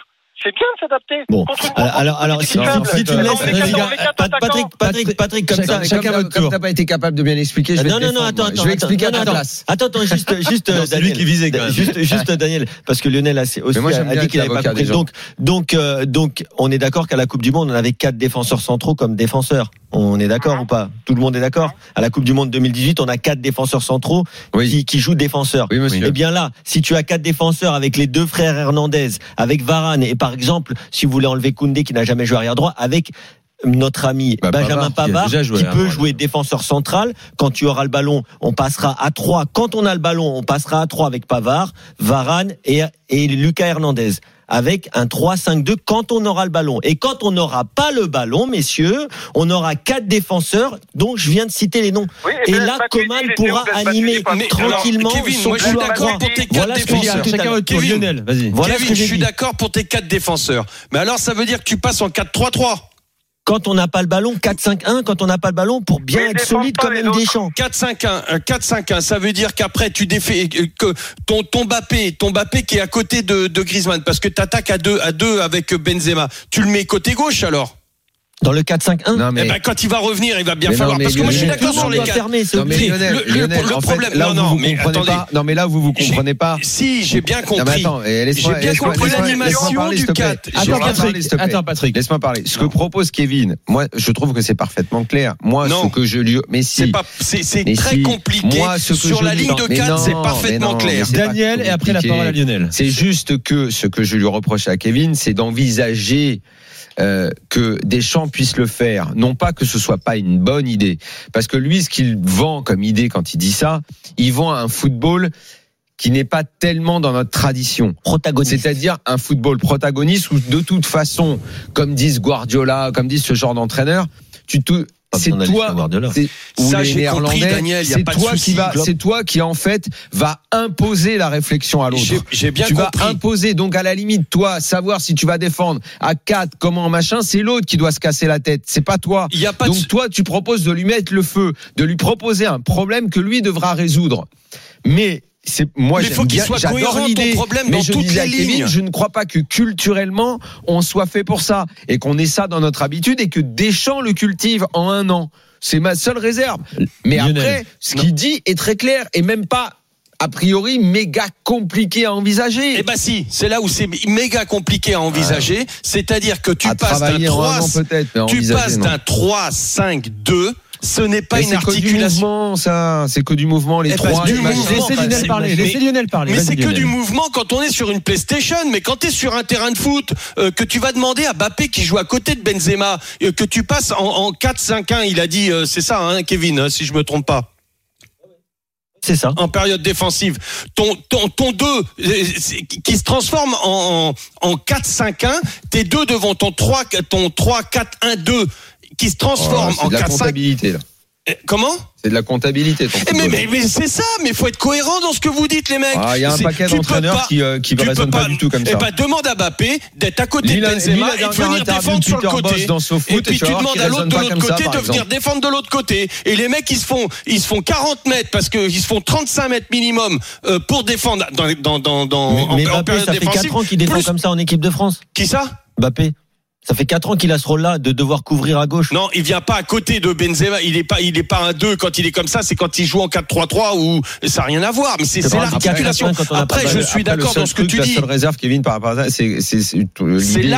K: c'est bien de s'adapter.
J: Bon,
K: Contre une-
J: alors, alors, alors, si,
K: Non,
J: si- si tu me laisses,
K: on est quatre- on est quatre
J: Pat- Patrick,
K: attaquants.
J: Patrick, Patrick, comme ça,
L: mais
J: chacun
L: t'as-
J: votre
L: comme
J: tour.
L: t'as pas été capable de bien l'expliquer, je
H: Ah
L: vais
J: non,
L: te
J: non, non,
L: défendre,
J: attends,
L: moi.
J: attends.
L: Je vais expliquer
J: attends,
L: à ta
J: attends,
L: place.
J: Attends, attends, juste, juste,
L: Non,
J: euh,
L: c'est lui
J: Daniel.
L: qui visait, quand même.
J: Juste, juste, euh, Daniel, parce que Lionel a aussi
L: Mais moi, j'aime
J: a
L: bien
J: dit qu'il
L: être
J: n'avait pas
L: l'avocat
J: compris.
L: des gens.
J: Donc, donc, euh, donc, on est d'accord qu'à la Coupe du Monde, on avait quatre défenseurs centraux comme défenseurs. On est d'accord ou pas Tout le monde est d'accord À la Coupe du Monde 2018, on a quatre défenseurs centraux qui, qui jouent défenseurs.
L: Oui, monsieur.
J: Eh bien là, si tu as quatre défenseurs avec les deux frères Hernandez, avec Varane et par exemple, si vous voulez enlever Koundé qui n'a jamais joué arrière droit, avec notre ami Benjamin
G: Pavard, Bah, qui a
J: Pavard,
G: déjà joué hein,
J: qui
G: arrière
J: peut jouer défenseur central. Quand tu auras le ballon, on passera à 3. Quand on a le ballon, on passera à 3 avec Pavard, Varane et, et Lucas Hernandez. Avec un 3-5-2 quand on aura le ballon. Et quand on n'aura pas le ballon, messieurs, on aura quatre défenseurs dont je viens de citer les noms.
K: Oui,
J: et
K: et
J: là,
K: Blaise Matuidi,
J: Coman
K: il était où,
J: pourra
K: Blaise
J: animer
K: Matuidi, Mais
J: tranquillement
H: alors, Kevin,
J: son
H: moi, je suis
J: couloir
H: d'accord
J: droit.
H: pour tes quatre
J: Voilà ce que j'ai dit
H: défenseurs.
J: tout à
H: Chacun
J: l'heure.
H: votre tour.
J: Kevin,
H: Lionel,
J: vas-y. Voilà ce
H: Kevin,
J: que
H: je
J: j'ai
H: suis
J: dit.
H: d'accord pour tes quatre défenseurs. Mais alors, ça veut dire que tu passes en 4-3-3.
J: Quand on n'a pas le ballon, 4-5-1, quand on n'a pas le ballon, pour bien être solide comme même Deschamps.
H: 4-5-1, un 4-5-1, ça veut dire qu'après tu défais euh, que ton ton Mbappé, ton Mbappé qui est à côté de, de Griezmann parce que t'attaques à deux à deux avec Benzema. Tu le mets côté gauche alors.
J: Dans le 4-5-1
H: non, mais... Eh ben, quand il va revenir, il va bien falloir. parce que moi, je suis d'accord sur les quatre.
J: Non, mais
H: le, le- le problème,
I: là où
H: non,
I: vous
H: non,
I: vous
H: mais
I: comprenez
H: attendez.
I: pas. Non, mais là où vous vous
H: J'ai-
I: comprenez pas.
H: Si, j'ai bien
I: Non, mais
H: compris.
I: attends, eh,
H: J'ai
I: laisse-moi-
H: bien
I: laisse-moi-
H: compris
I: laisse-moi- laisse-moi
H: l'animation
I: parler,
H: du
I: s'il te plaît.
H: 4.
I: Laisse-moi parler, s'il te plaît. Laisse-moi parler. Ce que propose Kevin, moi, je trouve que c'est parfaitement clair. Moi,
H: Non.
I: ce que je lui. Mais si.
H: C'est pas- c'est- c'est
I: Mais
H: très
I: si.
H: compliqué.
I: Moi, ce que
H: Sur
I: je
H: la
I: lui-
H: ligne de
I: Mais
H: quatre,
I: non,
H: c'est
I: mais
H: parfaitement
I: non,
H: clair.
I: mais c'est pas
G: Daniel, et après la
I: compliqué.
G: parole à Lionel.
I: C'est juste que ce que je lui reproche à Kevin, c'est d'envisager euh, que Deschamps puisse le faire. Non pas que ce soit pas une bonne idée, parce que lui, ce qu'il vend comme idée quand il dit ça, il vend un football qui n'est pas tellement dans notre tradition.
J: Protagoniste.
I: C'est-à-dire un football protagoniste où de toute façon, comme disent Guardiola, comme disent ce genre d'entraîneur, tu te c'est
J: besoin d'aller chez
I: toi,
J: Guardiola.
I: c'est- ou
H: Ça,
I: les
H: j'ai
I: Néerlandais,
H: compris, Daniel, y a
I: c'est
H: pas de
I: toi
H: souci.
I: qui va,
H: Klopp.
I: c'est toi qui en fait va imposer la réflexion à l'autre.
H: J'ai- j'ai bien
I: tu
H: compris.
I: vas imposer donc à la limite toi savoir si tu vas défendre à 4 comment machin, c'est l'autre qui doit se casser la tête, c'est pas toi.
H: Il y a pas de
I: donc
H: sou-
I: toi tu proposes de lui mettre le feu, de lui proposer un problème que lui devra résoudre. Mais c'est moi
H: Mais
I: j'aime
H: faut qu'il
I: bien-
H: soit
I: j'adore
H: cohérent, ton
I: l'idée,
H: problème,
I: mais
H: dans
I: je
H: toutes
I: disais à
H: les
I: Kevin,
H: lignes.
I: je ne crois pas que culturellement on soit fait pour ça et qu'on ait ça dans notre habitude et que Deschamps le cultive en un an. C'est ma seule réserve. Mais
G: Lionel.
I: après, ce qu'il dit est très clair et même pas a priori méga compliqué à envisager.
H: Eh ben si, c'est là où c'est méga compliqué à envisager, c'est-à-dire que tu
I: À
H: passes d'un
I: travailler en un
H: 3
I: an peut-être, mais à
H: tu
I: envisager,
H: passes
I: non.
H: d'un 3 5 2, ce n'est pas
I: Mais
H: une
I: c'est que du
H: articulation
I: mouvement, ça. C'est que du mouvement, les
H: Eh ben,
I: trois.
H: c'est du
I: les matchs.
H: mouvement. Laissez Lionel
I: Parce-
H: parler,
I: Mais-
H: laissez
G: Lionel parler.
H: Mais c'est que du mouvement quand on est sur une PlayStation. Mais quand tu es sur un terrain de foot, euh, que tu vas demander à Bappé qui joue à côté de Benzema, euh, que tu passes en, en 4-5-1, il a dit, euh, c'est ça, hein, Kevin, hein, si je me trompe pas.
J: C'est ça.
H: En période défensive, ton ton ton 2 qui se transforme en en, en 4-5-1, tes deux devant ton 3 ton 3-4-1-2 qui se
I: Oh,
H: transforme
I: c'est
H: en
I: de la
H: 4-5.
I: comptabilité, là.
H: Eh, Comment
I: C'est de la comptabilité, ton
H: Eh, mais,
I: football.
H: mais, mais c'est ça, mais faut être cohérent dans ce que vous dites, les mecs.
I: Ah, il y a un
H: C'est-
I: paquet
H: tu peux
I: d'entraîneurs
H: pas-
I: qui, euh, qui
H: tu peux
I: raisonnent pas du tout comme
H: Eh
I: ça.
H: ben, demande à Mbappé d'être à côté
I: Lille
H: de
I: a- Lille
H: Benzema
I: a
H: et de
I: dernière
H: venir
I: interview
H: défendre
I: de
H: sur le
I: Peter
H: côté.
I: Boss dans SoFoot,
H: et
I: et
H: puis
I: tu
H: tu
I: vas voir
H: demandes
I: qu'il
H: à l'autre
I: raisonne
H: de
I: pas
H: l'autre
I: comme ça,
H: côté
I: par
H: de venir
I: exemple.
H: défendre de l'autre côté. Et les mecs, ils se font, ils se font 40 mètres parce qu'ils se font 35 mètres minimum euh, pour défendre dans, dans, dans, dans- en,
J: Mais
H: en
J: Mbappé,
H: période
J: ça fait
H: défensive.
J: 4 ans qu'il défend
H: Plus-
J: comme ça en équipe de France.
H: Qui ça
J: Mbappé. Ça fait 4 ans qu'il a ce rôle-là de devoir couvrir à gauche.
H: non, il vient pas à côté de Benzema. Il est pas, il est pas un 2 quand il est comme ça. C'est quand il joue en 4-3-3 ou ça n'a rien à voir. Mais c'est
J: C'est
H: c'est
J: pas un
H: l'articulation.
J: 4-4-1 quand on a pas
H: Après,
J: de
H: je
J: balle.
H: suis
I: Ah bah, Après, le
H: d'accord
I: seul
H: dans ce que
I: truc,
H: tu
I: la
H: dis.
I: seule réserve, Kevin, par rapport à ça, c'est c'est- c'est- euh, l'idée, euh,
H: C'est
I: qui me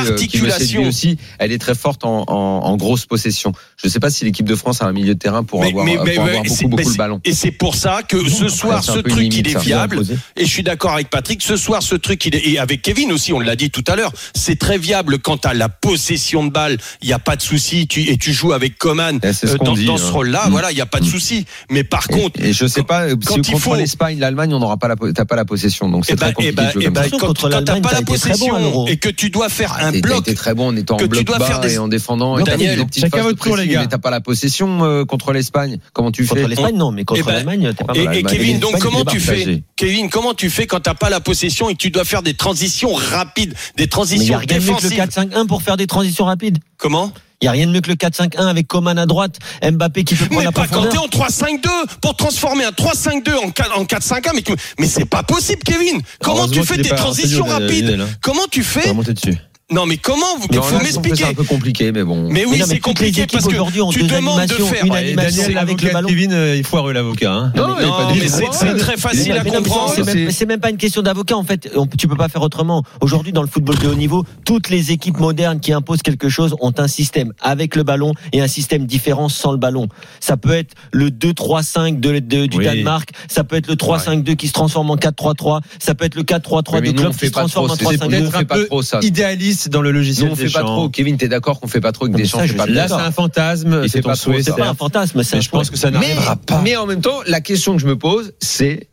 H: l'articulation.
I: séduit aussi. Elle est très forte en, en, en grosse possession. Je ne sais pas si l'équipe de France a un milieu de terrain pour avoir, euh, pour
H: mais-
I: avoir
H: mais c'est-
I: beaucoup,
H: mais
I: beaucoup
H: c'est-
I: le ballon.
H: Et c'est pour ça que ce soir,
I: c'est un
H: ce
I: peu une
H: truc,
I: limite,
H: il est
I: ça.
H: viable.
J: Imposé.
H: Et je suis d'accord avec Patrick. Ce soir, ce truc, il est, et avec Kevin aussi, on l'a dit tout à l'heure, c'est très viable quant à la possession de balle. Il n'y a pas de souci. Tu, et tu joues avec Coman
I: Eh, c'est ce
H: euh,
I: qu'on
H: dans,
I: dit,
H: dans ce
I: hein.
H: rôle-là.
I: Mm.
H: Voilà, il n'y a pas de souci. Mais par contre,
I: Et, et je ne sais pas, euh,
H: quand
I: si
H: il
I: contre
H: faut-
I: l'Espagne, l'Allemagne, on n'aura pas la, po- t'as pas la possession. Donc c'est
H: eh
I: très
H: ben, eh
I: compliqué
H: ben,
I: de jouer
H: eh
I: comme
H: ben,
I: ça.
J: Surtout
H: quand,
J: contre
H: quand t'as
J: l'Allemagne,
H: pas
J: t'as
H: la
J: été très bon,
H: possession
J: Laurent.
H: et que tu dois faire
I: Ah,
H: un
I: t'es-
H: bloc
I: t'es très bon en étant en
H: que tu
I: bloc
H: dois
I: bas
H: faire des-
I: et en défendant. et t'as
H: Daniel,
I: des petites
G: chacun
I: phases de
G: votre tour, les
I: pressing,
G: gars.
I: Mais t'as pas la possession euh, contre l'Espagne. Comment tu fais
J: Contre l'Espagne, non, mais contre
H: Eh ben,
J: l'Allemagne, t'es pas bah,
H: Et,
J: mal.
H: et
I: L'Allemagne,
H: Kevin,
I: l'Espagne,
H: donc
I: il
H: comment
I: débarque,
H: tu fais
I: partagé.
H: Kevin, comment tu fais quand t'as pas la possession et que tu dois faire des transitions rapides, des
J: Mais il n'y a
H: transitions
J: rien de mieux que le
H: défensives
J: 4-5-1 pour faire des transitions rapides.
H: Comment
J: Il n'y a rien de mieux que le 4-5-1 avec Coman à droite, Mbappé qui peut prendre
H: Mais
J: la
H: pas quand
J: profondeur.
H: t'es en 3-5-2 pour transformer un 3-5-2 en 4- en 4-5-1. Mais, tu- mais c'est pas possible, Kevin. Comment tu
G: Heureusement
H: fais
G: qu'il est
H: tes
G: pas
H: transitions
G: renseigné, Daniel,
H: rapides
G: Lionel, hein.
H: Comment tu
G: On
H: fais
G: va monter dessus.
H: Non, mais comment vous,
I: Non, là, je
H: Faut
I: trouve que C'est
H: m'expliquer.
I: un peu compliqué, mais bon.
H: Mais Eh oui,
J: non, mais
H: c'est
J: toutes les
H: compliqué
J: équipes
H: parce
J: aujourd'hui ont
H: que tu
J: deux
H: demandes de
J: animations,
H: faire.
J: une
G: Ouais, et
J: animation
G: Daniel,
J: avec le
G: l'avocat de
J: ballon.
G: Kevin, euh, il foire l'avocat. hein.
I: Non, il est
H: Non,
I: pas
H: mais
I: dit-
H: c'est c'est très facile à
J: Mais non, mais
H: comprendre.
J: C'est même, c'est même pas une question d'avocat en fait. On- tu peux pas faire autrement. Aujourd'hui, dans le football de haut niveau, toutes les équipes modernes qui imposent quelque chose ont un système avec le ballon et un système différent sans le ballon. Ça peut être le 2-3-5 de, de- du
G: Oui.
J: Danemark. Ça peut être le 3-5-2 qui se transforme en 4-3-3. Ça peut être le 4-3-3
I: Mais
J: de
I: nous, on
J: club qui
I: fait
J: se
I: pas
J: transforme
I: trop.
J: en
I: C'est peut-être
J: 3-5-2.
I: un peu
M: trop ça.
G: Idéaliste dans le logiciel.
I: Nous, on fait pas
G: Deschamps.
I: trop. Kevin, t'es d'accord qu'on fait pas trop que
J: Non, mais ça,
I: Deschamps
J: je
I: fait pas
J: suis
I: trop.
G: Là, c'est un fantasme.
I: Il
G: C'est
I: fait
G: ton
I: pas
G: souhait.
I: trop,
G: c'est
J: C'est pas un
G: un-
J: fantasme, c'est un
G: Mais je pense
J: souhait.
G: que ça
I: mais,
G: n'arrivera pas.
I: mais en même temps, la question que je me pose, c'est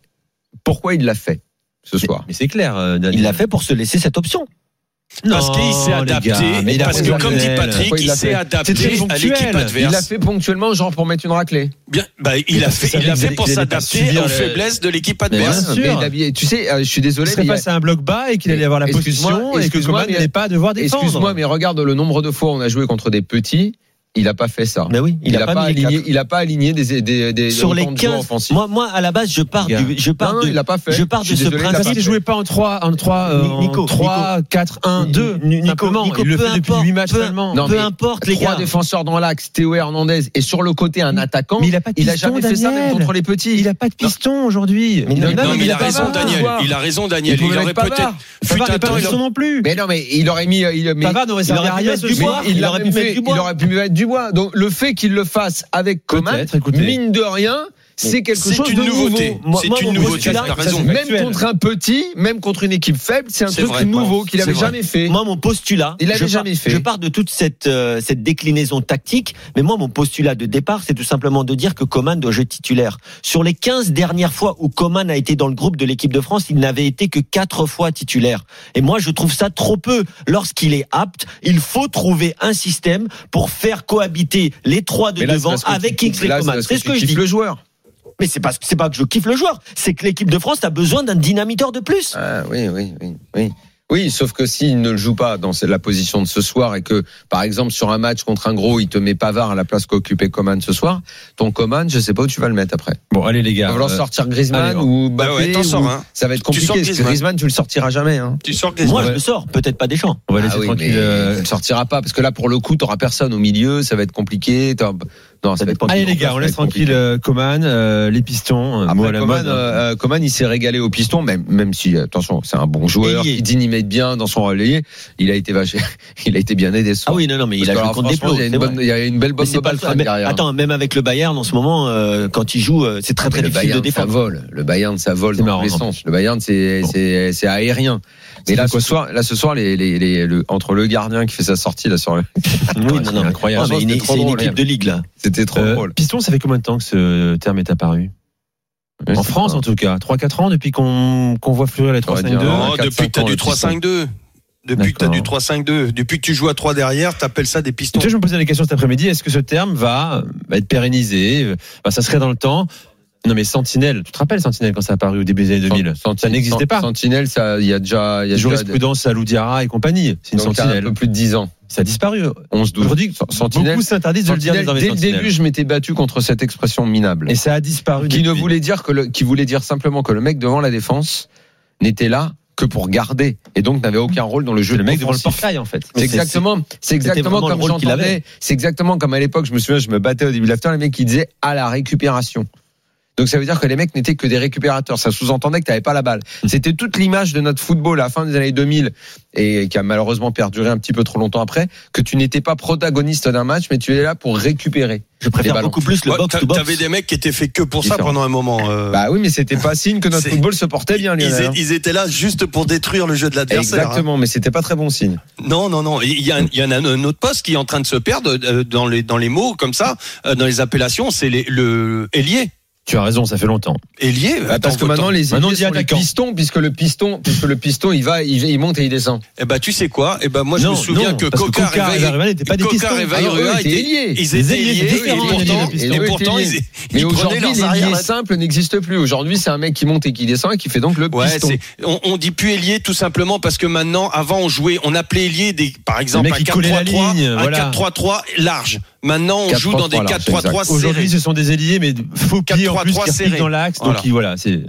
I: pourquoi il l'a fait ce soir
G: Mais c'est clair, euh, Daniel.
J: Il l'a fait pour se laisser cette option.
H: Parce
G: Non,
H: qu'il s'est
G: les
H: adapté.
G: gars, mais il a
H: parce que,
G: raison,
H: comme dit
G: Lionel.
H: Patrick,
I: Pourquoi il
H: il
I: l'a
H: s'est
I: fait
G: C'était
H: adapté à
G: ponctuel.
H: l'équipe
I: Il l'a
H: adverse.
I: fait ponctuellement, genre pour mettre une raclée.
H: Bien, bah, il a fait,
G: ça
H: il a
G: veut
H: fait
G: dire
H: pour
G: qu'il allait pas
H: s'adapter
G: subir
H: aux
G: le-
H: faiblesses de l'équipe
I: Mais
H: adverse.
G: bien
I: ouais,
G: sûr.
I: mais il habillait- tu sais, euh, je suis
G: Il
I: désolé, mais
G: serait
I: il y a-
G: passé à un bloc bas et qu'il allait avoir la
I: Excuse-moi,
G: possession et que
I: excuse-moi,
G: Coman
I: mais-
G: n'allait pas devoir défendre.
I: excuse-moi, mais regarde le nombre de fois où on a joué contre des petits il n'a pas fait ça.
J: Mais oui,
I: il n'a pas, aligné, il a pas aligné des, des, des
J: sur les 15 Moi, moi, à la base, je pars du, je
I: Non,
J: pars
I: non,
J: de,
I: il l'a pas fait.
J: je pars de
I: Je suis
J: ce
I: désolé, il l'a
J: principe.
I: pas fait.
J: jouait
G: pas en 3, en 3,
I: euh, en
J: 3,
G: 4, 1,
J: 2. Nico,
I: Simplement,
J: Nico,
I: il le
J: peu
I: fait depuis
J: importe,
I: huit matchs
J: peu-
I: seulement.
J: Peu importe, les
I: Trois
J: gars.
I: défenseurs dans l'axe, Théo Hernandez et sur le côté un attaquant.
G: Mais il a pas de
I: il a
G: piston,
I: jamais fait ça même
G: Daniel.
I: contre les petits.
G: Il a pas de piston aujourd'hui.
I: Mais non,
H: Non, mais il a raison,
I: Pavard.
H: Daniel. Il a raison, Daniel.
I: pouvait
H: Il aurait
I: mettre Pavard.
H: peut-être.
I: Pavard
H: Fut
I: n'est pas
H: un temps, il
I: puissant
H: aurait-
G: non plus.
I: Mais non, mais il aurait mis. Il, mais,
G: Pavard n'aurait
I: il
G: servi à
I: pu
G: rien
I: mettre
G: ce
I: Dubois.
G: soir.
I: Il,
G: Il
I: aurait
G: aurait
I: pu
G: pu
I: fait,
G: mettre Dubois.
I: il aurait pu mettre Dubois. Donc le fait qu'il le fasse avec Coman,
G: Peut-être, écoutez.
I: mine de rien, c'est quelque
H: C'est
I: chose
H: une
I: de
H: nouveauté.
I: nouveau.
H: C'est une
I: mon
H: nouveauté,
I: postulat,
H: t'as raison.
I: Même
H: Factuel.
I: contre un petit, même contre une équipe faible, c'est un
H: C'est
I: truc
H: vrai.
I: nouveau qu'il
J: C'est
I: n'avait
J: vrai.
I: jamais fait.
J: Moi, mon postulat,
I: Il l'avait
J: je pars-
I: jamais fait.
J: Je pars de toute cette euh, cette déclinaison tactique, mais moi, mon postulat de départ, c'est tout simplement de dire que Coman doit jouer titulaire. Sur les 15 dernières fois où Coman a été dans le groupe de l'équipe de France, il n'avait été que quatre fois titulaire. Et moi, je trouve ça trop peu. Lorsqu'il est apte, il faut trouver un système pour faire cohabiter les trois de
I: Mais là, c'est
J: devant
I: parce que
J: avec
I: tu-
J: X et
I: là,
J: Coman.
I: parce
J: C'est ce
I: tu
J: que je
I: kiffes
J: dis.
I: le joueur.
J: Mais c'est pas c'est pas que je kiffe le joueur, c'est que l'équipe de France a besoin d'un dynamiteur de plus.
I: Ah, oui, oui, oui, oui. Oui, sauf que s'il ne le joue pas dans la position de ce soir et que, par exemple, sur un match contre un gros, il te met Pavard à la place qu'occupait Coman ce soir, ton Coman, je sais pas où tu vas le mettre après.
G: Bon, allez, les
I: Il
G: gars.
I: va falloir
G: euh,
I: sortir Griezmann
G: allez,
I: ou
H: Bah
I: Mbappé.
H: ouais, t'en
I: ou-
H: sors, hein.
I: Ça va être
H: Tu
I: compliqué.
H: sors
I: parce que
H: Griezmann.
I: Griezmann, tu le sortiras jamais. Hein.
H: Tu sors Griezmann.
J: Moi, je le sors, peut-être pas Deschamps.
G: On va
I: Ah
G: laisser
I: oui,
G: tranquille.
I: mais
G: euh,
I: Tu le sortiras pas parce que là, pour le coup, t'auras personne au milieu. Ça va être compliqué. t'auras- Non, ça va être
J: dépend.
G: Allez, les
I: compliqué, ça
G: gars,
I: va
G: on
I: être
G: laisse
I: compliqué.
G: tranquille euh, Coman, euh, les pistons. euh, mot à
I: Après,
G: la
I: Coman,
G: mode.
I: euh, euh, Coman, il s'est régalé au piston, même, même si, attention, c'est un bon joueur,
J: Ailier.
I: qui dynamite bien dans son relayé. Il a été vaché, il a été bien aidé ce
J: Ah
I: soir.
J: oui, non, non, mais il
I: Parce
J: a
I: que,
J: joué
I: alors,
J: contre des
I: franchement,
J: plots.
I: Il y a
J: c'est
I: une,
J: vrai.
I: bonne- il y a une belle
J: Mais
I: bombe
J: c'est
I: de
J: pas le
I: balle
J: seul.
I: crâne
J: Mais
I: derrière. hein.
J: Attends, même avec le Bayern en ce moment, euh, quand il joue, euh, c'est très très
I: Mais le
J: difficile
I: Bayern,
J: de
I: ça
J: défendre.
I: vole. Le Bayern, ça vole
G: C'est
I: dans
G: marrant,
I: tous les
G: en
I: sens. Le Bayern, c'est
G: Bon.
I: c'est- c'est aérien. Mais
G: C'est
I: là
G: quoi
I: ce soir, là ce soir, les, les, les- le- entre le gardien qui fait sa sortie là sur, le-
J: Oui, non, non, mais-
I: incroyable.
J: Ah, mais
I: C'était
J: une-
I: trop
J: C'est une
I: drôle,
J: équipe de ligue là.
I: c'était trop
G: Euh,
I: drôle.
G: piston, ça fait combien de temps que ce terme est apparu En France, en tout cas. Oh, 3-4 ans depuis qu'on qu'on voit fleurir les
I: T'aurais dit
G: 3-5-2.
I: un an.
H: Non,
I: 4-5
H: Oh, depuis que t'as
I: ans,
H: du
I: le piston.
H: 3-5-2. Depuis que t'as du
G: D'accord.
H: 3-5-2. Depuis que tu joues à 3 derrière, t'appelles ça des pistons.
G: Tu sais, je me posais la question cet après-midi, est-ce que ce terme va va être pérennisé va s'inscrire dans le temps Non mais Sentinelle, tu te rappelles Sentinelle quand ça a apparu au début des années 2000 Ça n'existait pas.
I: Sentinelle, ça, il y a déjà, il y a déjà.
G: Jurisprudence à Loudiara et compagnie, c'est une
I: donc, t'as un
G: sentinelle.
I: peu plus de 10 ans.
G: Ça a disparu.
I: 11, 12.
G: Aujourd'hui,
I: Sentinelle-
G: beaucoup s'interdisent de le dire
I: Sentinelle,
G: désormais
I: dès le
G: sentinelle.
I: début, je m'étais battu contre cette expression minable.
G: Et ça a disparu.
I: qui ne
G: depuis.
I: voulait dire que le- qui voulait dire simplement que le mec devant la défense n'était là que pour garder et donc n'avait aucun rôle dans le jeu.
G: le mec devant le
I: offensif.
G: portail en fait.
I: C'est exactement, c'est exactement
J: vraiment le
I: comme
J: rôle qu'il
I: j'entendais.
J: avait.
I: C'est exactement comme à l'époque, je me souviens, je me battais au début de l'after, les mecs qui disaient à la récupération. Donc ça veut dire que les mecs n'étaient que des récupérateurs. Ça sous-entendait que t'avais pas la balle.
J: Mm.
I: C'était toute l'image de notre football à la fin des années 2000 et qui a malheureusement perduré un petit peu trop longtemps après, que tu n'étais pas protagoniste d'un match, mais tu étais là pour récupérer.
J: Je
I: Les
J: préfère
I: ballons.
J: beaucoup plus le
H: Ouais,
J: box
H: t'a-
J: to box.
H: T'avais des mecs qui étaient faits que pour ça
I: Différent.
H: pendant un moment. euh,
I: Bah oui, mais c'était pas signe que notre
H: C'est-
I: football se portait bien,
H: ils,
I: Lionel. hein.
H: étaient- ils étaient là juste pour détruire le jeu de l'adversaire. hein.
I: Exactement, mais c'était pas très bon signe.
H: Non, non, non. Il y, a, il y en a un autre poste qui est en train de se perdre euh, dans les, dans les mots comme ça, euh, dans les appellations, c'est les- le ailier.
G: Tu as raison, ça fait longtemps.
H: Ailier.
I: Bah, parce que
H: attends,
I: maintenant
H: attends.
I: les
G: Maintenant, on
I: ailiers
G: dit ah,
I: sont les
G: attaquant.
I: pistons puisque le piston puisque le piston il va il, il monte et il descend.
H: Eh ben, tu sais quoi Eh ben, moi, je
G: Non,
H: me souviens
G: non,
H: que
G: parce que
H: Coca,
G: Coca
H: Réveil-
G: et Varela n'étaient pas des
H: Coca,
G: pistons.
H: Réveil,
I: Alors, eux
H: Réa
I: étaient
H: étaient-
I: ailiers.
H: Ils
G: Les
H: étaient
G: ailiers
H: ailiers,
G: étaient
H: et
G: différents des
H: pourtant,
G: pistons.
H: et
I: Et eux
H: pourtant,
I: étaient
H: ils,
I: Mais
H: ils
I: aujourd'hui
H: prenaient leurs arrières.
I: l'ailier simple n'existe plus. Aujourd'hui c'est un mec qui monte et qui descend et qui fait donc le
H: Ouais,
I: piston.
H: c'est- on, on dit plus ailier tout simplement parce que maintenant, avant on jouait, on appelait ailier des, par exemple
G: mecs
H: un
G: qui collaient la
H: 4-3-3,
G: ligne,
H: un
G: voilà.
H: 4-3-3 large. Maintenant, on joue dans des
I: 4-3-3 large,
H: 4-3-3 serrés.
G: Aujourd'hui, ce sont des ailiers mais faux pieds en plus
H: 4-3-3
G: qui
H: serré.
G: repiquent dans l'axe.
H: Voilà.
G: Donc ils- voilà, c'est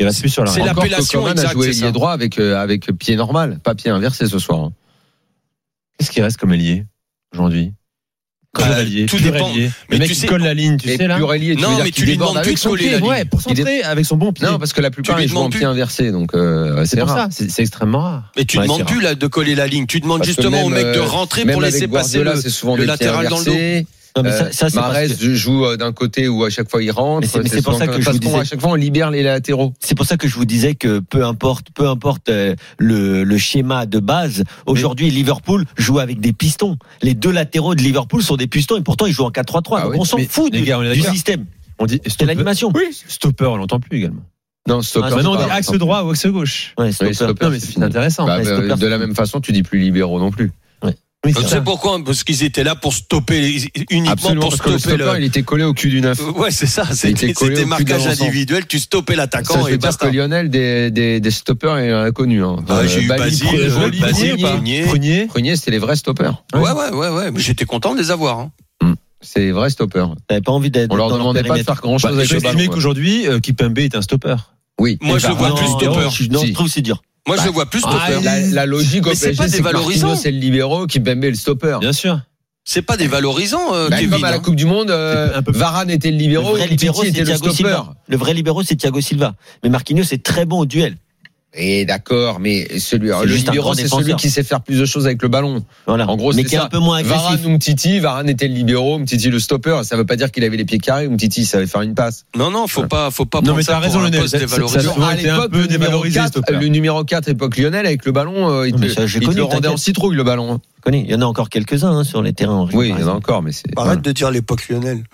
G: il reste plus sur la.
H: C'est
G: rampe.
H: la-
I: Encore que
H: l'appellation
I: Coman a
H: exacte,
I: joué
H: c'est ça.
I: ailier droit avec euh, avec pied normal, pas pied inversé ce soir. hein.
G: Qu'est-ce qui reste comme ailier aujourd'hui Comme
H: Bah,
G: ailier,
H: tout
G: pur
H: dépend.
G: ailier.
H: Mais
G: Le mec
H: tu
G: qui
H: sais-
G: colle la ligne, tu
I: Et
G: sais là.
I: pur ailier, tu
H: Non,
I: veux dire
H: mais
I: qu'il
H: tu lui
I: déborde
H: demandes
I: avec
H: plus de
I: son
H: coller
I: pied.
H: la ligne.
G: Ouais, pour
I: Il est-
G: centrer avec son bon pied.
I: Non, parce que la plupart
H: lui
I: ils jouent en
H: demandes
I: pied inversé, donc euh,
G: C'est
I: c'est
G: pour
I: rare.
G: ça, c'est c'est extrêmement rare.
H: Mais tu
G: Ouais, c'est
H: demandes
G: rare.
H: plus là, de coller la ligne, tu demandes
I: Parce que
H: justement au
I: même,
H: mec de
I: euh,
H: rentrer
I: Même
H: pour
I: avec
H: laisser passer
I: Guardiola,
H: le,
I: c'est souvent
H: le
I: des pieds
H: latéral dans le dos.
I: inversés.
J: Non, mais
I: Euh,
J: ça, ça, c'est parce
I: Mahrez
J: que-
I: joue euh, d'un côté où à chaque fois il rentre.
J: Mais c'est- mais c'est pour
I: souvent
J: ça que
I: comme
J: je
I: parce
J: vous
I: qu'on-
J: disais-
I: À chaque fois on libère les latéraux.
J: C'est pour ça que je vous disais que peu importe, peu importe euh, le, le schéma de base. Aujourd'hui, Liverpool joue avec des pistons. Les deux latéraux de Liverpool sont des pistons et pourtant ils jouent en 4-3-3.
I: Ah
J: donc
I: oui,
J: on s'en
G: mais
J: fout
G: les
J: du,
G: gars, on est
J: du
G: d'accord.
J: système.
G: On dit
J: C'est
G: stopper.
J: l'animation.
G: Oui, stopper, on l'entend plus également.
I: Non, stopper.
J: Ah,
G: Maintenant, on
I: c'est
G: dit
I: pas-
G: axe droit ou axe gauche.
J: Ouais,
I: Oui,
J: stopper.
I: stopper,
G: Non, mais
I: c'est
G: c'est
I: fini.
G: intéressant.
I: Bah,
G: Ouais,
I: bah,
G: stopper,
I: de la même façon, tu dis plus libéraux non plus.
J: Oui,
H: Tu
J: c'est
H: sais
J: ça.
H: pourquoi Parce qu'ils étaient là pour stopper, uniquement
I: Absolument,
H: pour
I: parce que le
H: stopper
I: stopper, il
H: le-
I: était collé au cul du neuf.
H: Ouais, c'est ça.
I: était
H: C'était
I: collé au
H: c'était
I: cul
H: marquage
I: d'un ensemble.
H: individuel. Tu stoppais
I: Ça,
H: l'attaquant
I: je
H: et
I: veux dire
H: basta.
I: que Lionel, des, des, des stoppers, il en a connu. Hein.
H: Bah,
I: Euh,
H: j'ai eu
I: Bali,
H: Basile,
I: Prunier,
H: euh,
I: Prunier,
H: Basile,
I: Prunier,
H: Prunier.
G: Prunier.
I: Prunier, c'était les vrais stoppers.
H: Ouais, ouais, ouais, ouais. Mais j'étais content de les avoir. hein.
I: C'est vrai stopper.
J: T'avais pas envie d'être.
I: On leur
J: dans
I: demandait pas de
J: périmètre.
I: faire grand chose
G: Bah,
I: avec
G: J'ai
I: le
G: estimé
I: ballon. ouais.
G: qu'aujourd'hui, euh, Kipembe est un stopper.
I: Oui.
H: Moi,
I: Eh
H: je
I: ben,
H: le vois
I: non,
H: plus
I: non,
H: stopper.
J: Je suis- Non,
I: Si.
J: je trouve que c'est dur.
H: Moi, je
I: Bah,
H: le vois plus
I: Ah,
H: stopper.
I: la, la logique au
H: Mais c'est
I: PSG,
H: pas
I: c'est que
H: dévalorisant.
I: Marquinhos, c'est le libéraux, Kipembe est le stopper.
G: Bien sûr.
H: C'est pas dévalorisant, euh,
I: Bah,
H: Kevin.
I: comme à la Coupe du Monde, euh,
G: C'est un peu-
I: Varane était le
J: Le
I: libéraux,
J: vrai
I: Titi
J: libéraux, c'est
I: était le
J: Thiago
I: stopper.
J: Silva. Le vrai libéraux, c'est Thiago Silva. Mais Marquinhos est très bon au duel.
I: Et Eh, d'accord, mais celui,
J: C'est
I: le
J: juste un
I: libéraux,
J: grand
I: c'est
J: défenseur.
I: celui qui sait faire plus de choses avec le ballon.
J: Voilà.
I: En gros,
J: mais
I: c'est
J: qui est
I: ça.
J: un peu moins agressif.
I: Varane ou Mtiti, Varane était le libéraux, Mtiti le stopper. Ça veut pas dire qu'il avait les pieds carrés, Mtiti savait faire une passe.
H: Non, non, faut pas, faut pas.
G: Non,
H: prendre
G: mais
H: ça
G: t'as
H: pour
G: raison,
H: un
G: Lionel.
H: poste
G: Ça- ça-
H: dévalorisant.
G: ça-
I: à
G: a été un
I: l'époque,
G: peu
I: le, numéro
G: dévalorisé,
I: 4,
G: stopper.
I: le numéro 4, époque lyonnaise, avec le ballon, euh, il
J: Non,
I: te,
J: mais ça, j'ai
I: il te
J: connu,
I: le rendait
J: t'inquiète.
I: en citrouille, le ballon.
J: Je connais. Il y en a encore quelques-uns hein, sur les terrains. en
I: Oui,
J: région
I: il y en a
J: parisienne.
I: encore, mais c'est.
N: Arrête
I: voilà.
N: de dire l'époque Lionel.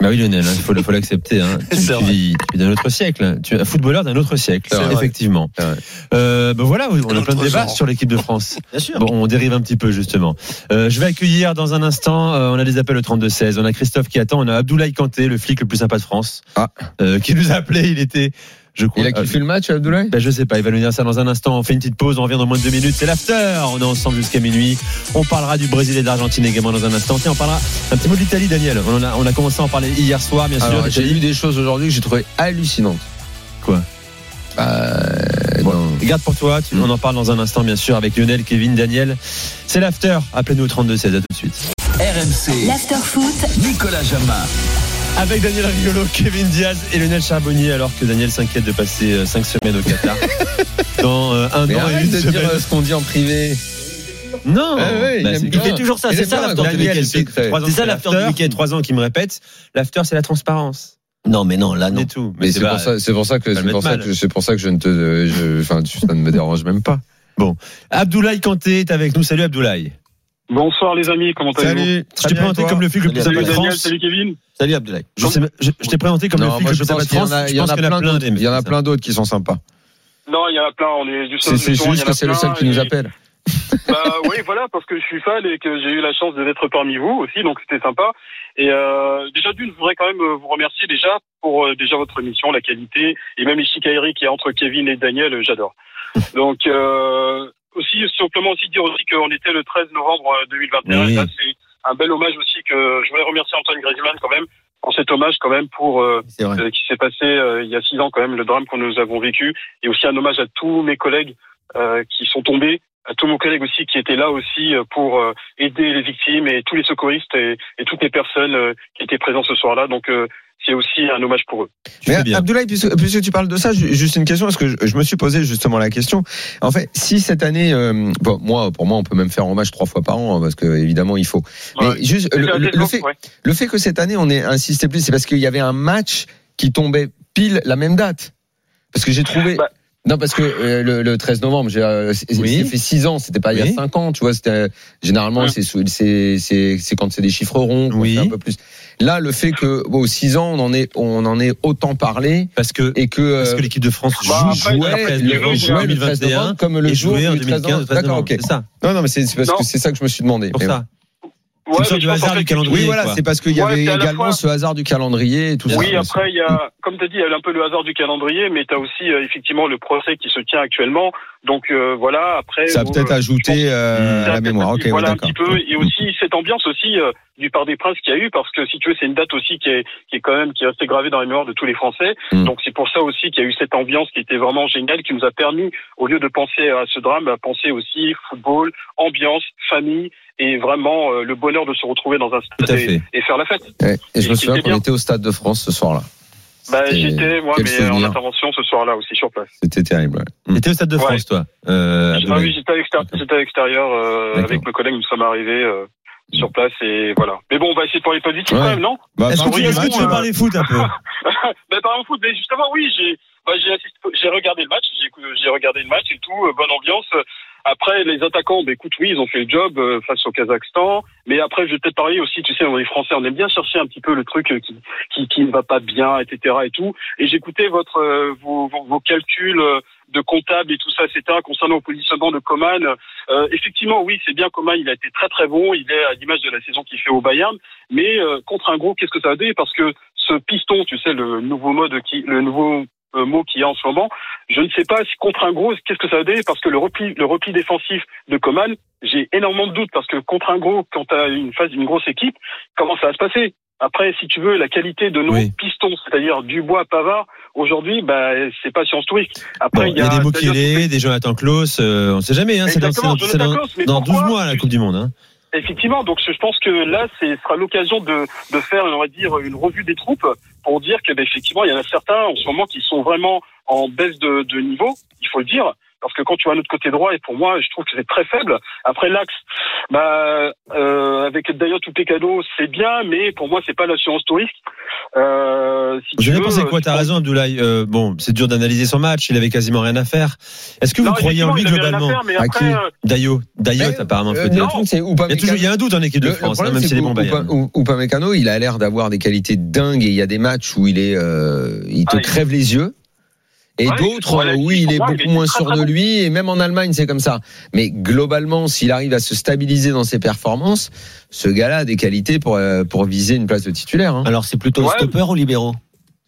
G: Bah oui, Lionel, il faut le- faut l'accepter. hein. Tu,
N: C'est
G: tu
N: vrai.
G: vis, tu vis d'un autre siècle. Tu es un footballeur d'un autre siècle,
I: C'est vrai.
G: effectivement.
I: C'est vrai.
G: Euh, ben voilà, on a plein de
N: Autre
G: débats
N: genre.
G: sur l'équipe de France.
J: Bien sûr.
G: Bon, on dérive un petit peu justement. Euh, je vais accueillir dans un instant. euh, on a des appels au 32 16. On a Christophe qui attend. On a Abdoulaye Kanté, le flic le plus sympa de France,
I: Ah.
G: euh, qui nous a appelé. Il était, je crois.
I: Il a kiffé le match, Abdoulaye?
G: Ben, je sais pas, il va nous dire ça dans un instant. On fait une petite pause, on revient dans moins de deux minutes. C'est l'after. On est ensemble jusqu'à minuit. On parlera du Brésil et de l'Argentine également dans un instant. Tiens, on parlera un petit mot de l'Italie, Daniel. On, en a, on a commencé à en parler hier soir, bien sûr.
I: Alors, j'ai lu
G: l'Italie.
I: des choses aujourd'hui que j'ai trouvé hallucinantes.
G: Quoi
I: Bah, dans-
G: Garde pour toi. tu- On en parle dans un instant, bien sûr, avec Lionel, Kevin, Daniel. C'est l'after. Appelez-nous au 32 16. À tout de suite.
A: RMC,
O: L'after foot,
A: Nicolas Jamin.
G: Avec Daniel Riolo, Kevin Diaz et Lionel Charbonnier, alors que Daniel s'inquiète de passer 5 semaines au Qatar. dans euh, un
I: Mais
G: an et
I: arrête
G: une
I: de dire
G: semaine.
I: euh, ce qu'on dit en privé.
G: Non
I: Ah ouais, il
G: Bah,
I: aime
G: c'est-
I: bien.
J: fait toujours ça,
I: Il
J: c'est
I: aime
J: ça,
I: bien
J: l'after
I: Daniel,
G: du week-end,
I: c'est
G: c'est-
I: secret.
G: Trois ans,
J: C'est ça, l'after du week-end.
G: Trois ans qui me répètent. L'after, c'est la transparence.
J: Non, mais non, là, non.
G: Et tout.
I: Mais c'est
G: pas-
I: pour ça, c'est pour ça que
G: ça le
I: c'est pour
G: met
I: ça
G: mal.
I: que c'est pour ça que je ne te, euh, je- enfin, tu- ça ne me dérange même pas.
G: Abdoulaye Kanté est avec nous. Salut Abdoulaye.
P: Bonsoir les amis, comment allez-vous
I: Salut.
G: Je t'ai présenté comme le flic le plus
J: Salut,
G: sympa de
P: Daniel,
G: France.
P: salut Kevin.
J: Salut Abdoulaye.
G: Je, sais même- je- je t'ai présenté comme le
I: Non,
G: flic
I: moi
G: le
I: je
G: plus sympa
I: pense
G: de
I: qu'il y
G: France.
I: en a,
G: Je
I: il y en
G: pense
I: a
G: qu'il y en
I: plein d'autres.
G: des mecs
I: Il y en a
G: comme ça.
I: plein d'autres qui sont sympas.
P: Non, il y en a plein, on est du
I: C'est
P: sol.
I: c'est
P: du toit, il y
I: juste
P: en
I: que
P: a
I: c'est le
P: plein,
I: seul qui nous
P: et-
I: appelle.
P: Bah oui, voilà, parce que je suis fan et que j'ai eu la chance d'être parmi vous aussi, donc c'était sympa. Et euh, déjà d'une, je voudrais quand même euh, vous remercier déjà pour euh, déjà votre émission, la qualité et même les chicailleries qu'il y a entre Kevin et Daniel, euh, j'adore. Donc euh, aussi simplement aussi dire aussi qu'on était le 13 novembre euh, 2021.
G: Oui.
P: et ça, c'est un bel hommage aussi que je voulais remercier Antoine Griezmann quand même pour cet hommage quand même pour euh,
J: C'est vrai.
P: euh, qui s'est passé euh, il y a six ans quand même, le drame que nous avons vécu, et aussi un hommage à tous mes collègues euh, qui sont tombés, à tous mes collègues aussi qui étaient là aussi euh, pour euh, aider les victimes et tous les secouristes et, et toutes les personnes euh, qui étaient présentes ce soir-là. Donc euh, c'est aussi un hommage pour eux.
G: Tu fais
I: Mais
G: bien.
I: Abdoulaye, puisque, puisque tu parles de ça, ju- juste une question, parce que je, je me suis posé justement la question. En fait, si cette année, euh, bon, moi, pour moi, on peut même faire hommage trois fois par an, hein, parce que évidemment, il faut. Mais
P: Ouais.
G: Euh,
I: juste le,
P: C'était
I: le-
P: assez
I: le
P: long,
I: fait,
P: ouais.
I: le fait que cette année on ait insisté plus, c'est parce qu'il y avait un match qui tombait pile la même date. Parce que j'ai trouvé.
P: Bah.
I: Non, parce que euh, le, le 13 novembre, j'ai euh, c'est-
G: Oui.
I: ça fait 6 ans, c'était pas il y
G: Oui. Ah.
I: a 5 ans, tu vois. c'était, euh, Généralement,
P: Ouais.
I: c'est sous- c'est c'est- c'est quand c'est des chiffres ronds, qu'on
G: Oui.
I: fait un peu plus. Là, le fait que bon, 6 ans, on en est on en est autant parlé
G: Parce que,
I: et que euh,
G: parce que l'équipe de France joue,
P: bah, après,
G: jouait
P: après,
G: après
P: il y a
G: le
P: eu un
G: jour
I: joueur le 13
G: 2021
I: novembre, comme le
G: et
I: jour
G: jouait en
I: du 13
G: 2015
I: novembre. D'accord, ok.
G: C'est ça.
I: Non, non, mais c'est c'est parce
P: Non.
I: que c'est ça que je me suis demandé.
G: Pour
I: Mais
G: ça.
P: Ouais,
G: une sorte
P: mais
G: de
P: je pense
G: hasard
P: en fait
G: du
P: que-
G: calendrier.
I: Oui, voilà,
G: quoi.
I: c'est parce qu'il y
P: Ouais,
I: avait
P: c'est à la
I: également
P: fois-
I: ce hasard du calendrier et tout ça.
P: Oui, après, il y
I: Hmm.
P: a, comme tu as dit, il y a un peu le hasard du calendrier, mais tu as aussi euh, effectivement le procès qui se tient actuellement. Donc euh, voilà, après.
I: Ça a
P: bon,
I: peut-être
P: euh, je pense-
I: ajouté euh, à
P: Ça
I: la
P: fait
I: mémoire.
P: partie,
I: Ok, ouais,
P: voilà un
I: d'accord. Hmm.
P: petit peu. Et aussi cette ambiance aussi euh, du Parc des Princes qu'il y a eu, parce que si tu veux, c'est une date aussi qui est, qui est quand même qui est restée gravée dans la mémoire de tous les Français.
I: Mm.
P: Donc c'est pour ça aussi qu'il y a eu cette ambiance qui était vraiment géniale, qui nous a permis, au lieu de penser à ce drame, à penser aussi football, ambiance, famille et vraiment euh, le bonheur de se retrouver dans un
G: Tout à
P: stade et,
G: fait.
P: et faire la fête.
I: Ouais, Et je me souviens
P: Et c'était
I: qu'on
P: bien.
I: était au Stade de France ce soir-là.
P: Bah,
I: C'était-
P: j'étais moi,
I: quel
P: mais euh, en
I: souvenir.
P: intervention ce soir-là aussi sur place.
I: C'était terrible. ouais. Mm.
G: T'étais au Stade de
P: Ouais.
G: France, toi. euh,
P: Ah oui,
G: Abdoulaye.
P: j'étais à l'extérieur, j'étais à l'extérieur euh,
I: D'accord.
P: avec mes collègues, nous sommes arrivés euh, sur place et voilà. Mais bon, on va essayer de parler positif
I: Ouais.
P: quand même, non
I: Bah, hein.
G: Est-ce que
I: pardon,
G: tu- est-ce que tu veux
P: euh,
G: parler foot un peu
P: ben, par exemple, foot, mais justement, oui, j'ai bah, j'ai assisté- j'ai regardé le match, j'ai j'ai regardé le match et tout, euh, bonne ambiance. Après, les attaquants, bah, écoute, oui, ils ont fait le job euh, face au Kazakhstan. Mais après, je vais peut-être parler aussi, tu sais, on est français, on aime bien chercher un petit peu le truc euh, qui, qui, qui ne va pas bien, etc. et tout. Et j'écoutais votre euh, vos, vos, vos calculs euh, de comptable et tout ça, etc. concernant le positionnement de Coman. Euh, effectivement, oui, c'est bien Coman, il a été très très bon, il est à l'image de la saison qu'il fait au Bayern. Mais euh, contre un gros, qu'est-ce que ça a donné Parce que ce piston, tu sais, le nouveau mode qui, le nouveau mot qui est en ce moment. Je ne sais pas si contre un gros, qu'est-ce que ça va donner parce que le repli, le repli défensif de Coman, j'ai énormément de doutes parce que contre un gros, quand tu as une phase d'une grosse équipe, comment ça va se passer après, si tu veux, la qualité de nos
G: Oui.
P: pistons, c'est-à-dire Dubois, Pavard, aujourd'hui, bah, c'est pas science touriste. Après,
G: Bon, il y a des Mokele, des Jonathan Klaus, euh, on ne sait jamais. Hein, c'est dans, c'est
P: Exactement,
G: dans- c'est dans-
P: Jonathan Klaus, mais
G: dans 12
P: pourquoi
G: mois la Coupe du Monde. Hein.
P: Effectivement, donc je pense que là, ce sera l'occasion de, de faire, on va dire, une revue des troupes pour dire que, ben, effectivement, il y en a certains en ce moment qui sont vraiment en baisse de, de niveau, il faut le dire, parce que quand tu vas à notre côté droit, et pour moi, je trouve que c'est très faible. Après l'axe, bah, euh, avec d'ailleurs tous les cadeaux, c'est bien, mais pour moi, c'est pas l'assurance touriste. Euh, si
G: Je
P: tu
G: vais
P: veux,
G: penser quoi
P: tu
G: T'as
P: prends-
G: raison, Abdoulaye. Euh, bon, c'est dur d'analyser son match. Il avait quasiment rien à faire. Est-ce que vous
P: Non,
G: croyez en lui
P: effectivement, il avait rien à
G: globalement
P: faire, mais après, euh,
G: Dayot. Dayot,
P: Mais,
G: apparemment. faut
I: Euh,
G: dire.
I: le truc, c'est
G: il, y a
I: Upamecano-
G: toujours, il y a un doute en équipe de
I: Le- le
G: France, hein,
I: problèmes,
G: même si
I: c'est
G: c'est les
I: que
G: bons Bayern.
I: Upa- Upa- Upamecano, il a l'air d'avoir des qualités dingues et il y a des matchs où il est, euh, il te
P: Ah, il-
I: crève les yeux. Et
P: Ouais,
I: d'autres,
P: voilà,
I: euh,
P: il-
I: oui, il est
P: pour moi, il
I: beaucoup
P: est
I: moins
P: très,
I: sûr
P: très
I: de
P: bon.
I: lui. Et même en Allemagne, c'est comme ça. Mais globalement, s'il arrive à se stabiliser dans ses performances, ce gars-là a des qualités pour, euh, pour viser une place de titulaire. hein.
J: Alors, c'est plutôt stopper ou libéraux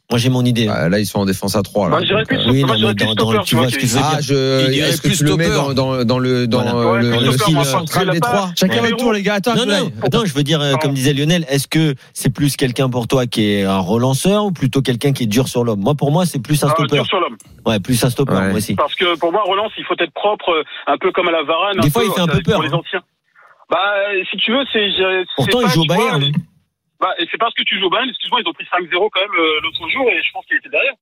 J: Moi, j'ai mon idée.
I: là, ils sont en défense à 3.
P: Bah,
J: Moi, j'irais plus-
I: oui,
J: moi,
I: non,
J: j'irais
I: mais
J: plus
I: dans,
J: stopper,
I: dans le-
J: tu
I: tu
J: vois
I: vois
J: ce
I: ce
J: que je veux
I: Ah,
J: dire.
I: je,
J: Eh Il dirait
I: est-ce que
J: plus
I: tu le mets dans,
J: stopper.
I: dans, dans le, dans,
J: Voilà.
I: euh, le,
J: Ouais, plus
I: le
J: stopper,
I: style
J: moi, parce
I: central
J: que
I: des
J: là-bas,
I: trois
G: Chacun
I: Ouais.
G: votre tour, les gars. Attends,
J: Non, non,
G: Abdoulaye.
J: attends, je veux dire, euh, comme disait Lionel, est-ce que c'est plus quelqu'un pour toi qui est un relanceur ou plutôt quelqu'un qui est dur sur l'homme Moi, pour moi, c'est plus un
P: Ah,
J: stopper.
P: dur sur l'homme.
J: Ouais, plus un stopper, moi aussi.
P: Parce que pour moi, relance, il faut être propre, euh, un peu comme à la Varane.
J: Des fois, il fait un peu
P: euh,
J: peur,
P: Pour les
J: hein.
P: anciens. Bah, euh, si tu veux, c'est. je- c'est
J: Pourtant, il
P: pas,
J: joue au
P: tu vois,
J: Bayern. hein.
P: Bah, et c'est parce que tu joues au Bayern. Excuse-moi, ils ont pris 5-0 quand même euh, l'autre jour et je pense qu'il était derrière.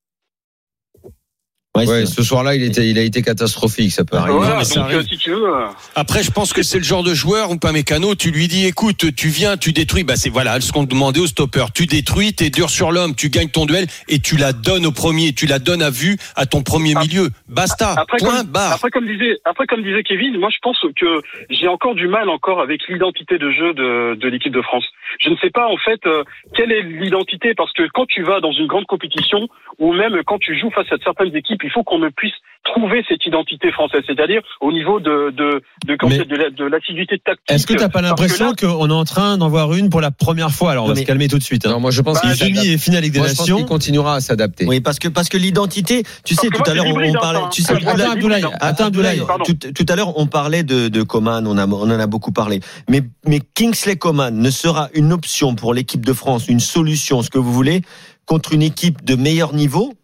J: Ouais,
I: ce soir-là, il, était, il a été catastrophique, ça
J: Ah
I: peut arriver.
H: Voilà,
I: Mais
H: mais
I: ça
H: donc,
I: arrive.
H: euh,
P: si tu veux. euh,
H: Après, je pense que c'est le genre de joueur ou pas mécano. Tu lui dis, écoute, tu viens, tu détruis. Bah, c'est voilà ce qu'on demandait au stopper. Tu détruis, t'es dur sur l'homme, tu gagnes ton duel et tu la donnes au premier, tu la donnes à vue à ton
N: Ah.
H: premier milieu. Basta.
P: Après,
H: point
P: comme,
H: barre.
P: après, comme disait, après, comme disait Kevin, moi, je pense que j'ai encore du mal encore avec l'identité de jeu de, de l'équipe de France. Je ne sais pas, en fait, euh, quelle est l'identité, parce que quand tu vas dans une grande compétition, ou même quand tu joues face à certaines équipes, il faut qu'on ne puisse trouver cette identité française, c'est-à-dire au niveau de, de, de, quand
G: Mais-
P: c'est de, la- de l'assiduité tactique.
G: Est-ce que t'as pas
P: Parce là,
G: l'impression qu'on est en train d'en voir une pour la première fois Alors, on va
J: Non,
G: se
J: mais-
G: calmer tout de suite. hein.
I: Non, moi je pense
G: Il
P: bah,
G: est
I: qu'il
G: demi et finale avec des
I: Moi, je pense
G: Nations.
I: qu'il continuera à s'adapter.
J: Oui, parce que parce que l'identité, tu sais,
P: que
J: tout
P: moi,
J: à l'heure
P: j'ai
J: on,
P: l'hybride,
J: on parlait,
P: hein,
J: tu sais,
P: je crois que
J: Abdoulaye,
P: j'ai l'hybride, hein.
J: attends, Abdoulaye,
P: Pardon.
J: tout, tout à l'heure on parlait de, de Coman, on, a, on en a beaucoup parlé, mais mais Kingsley Coman ne sera une option pour l'équipe de France, une solution, ce que vous voulez, contre une équipe de meilleur niveau,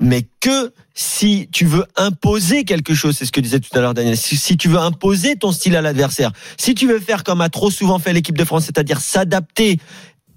J: mais que si tu veux imposer quelque chose, c'est ce que disait tout à l'heure Daniel, si, si tu veux imposer ton style à l'adversaire, si tu veux faire comme a trop souvent fait l'équipe de France, c'est-à-dire s'adapter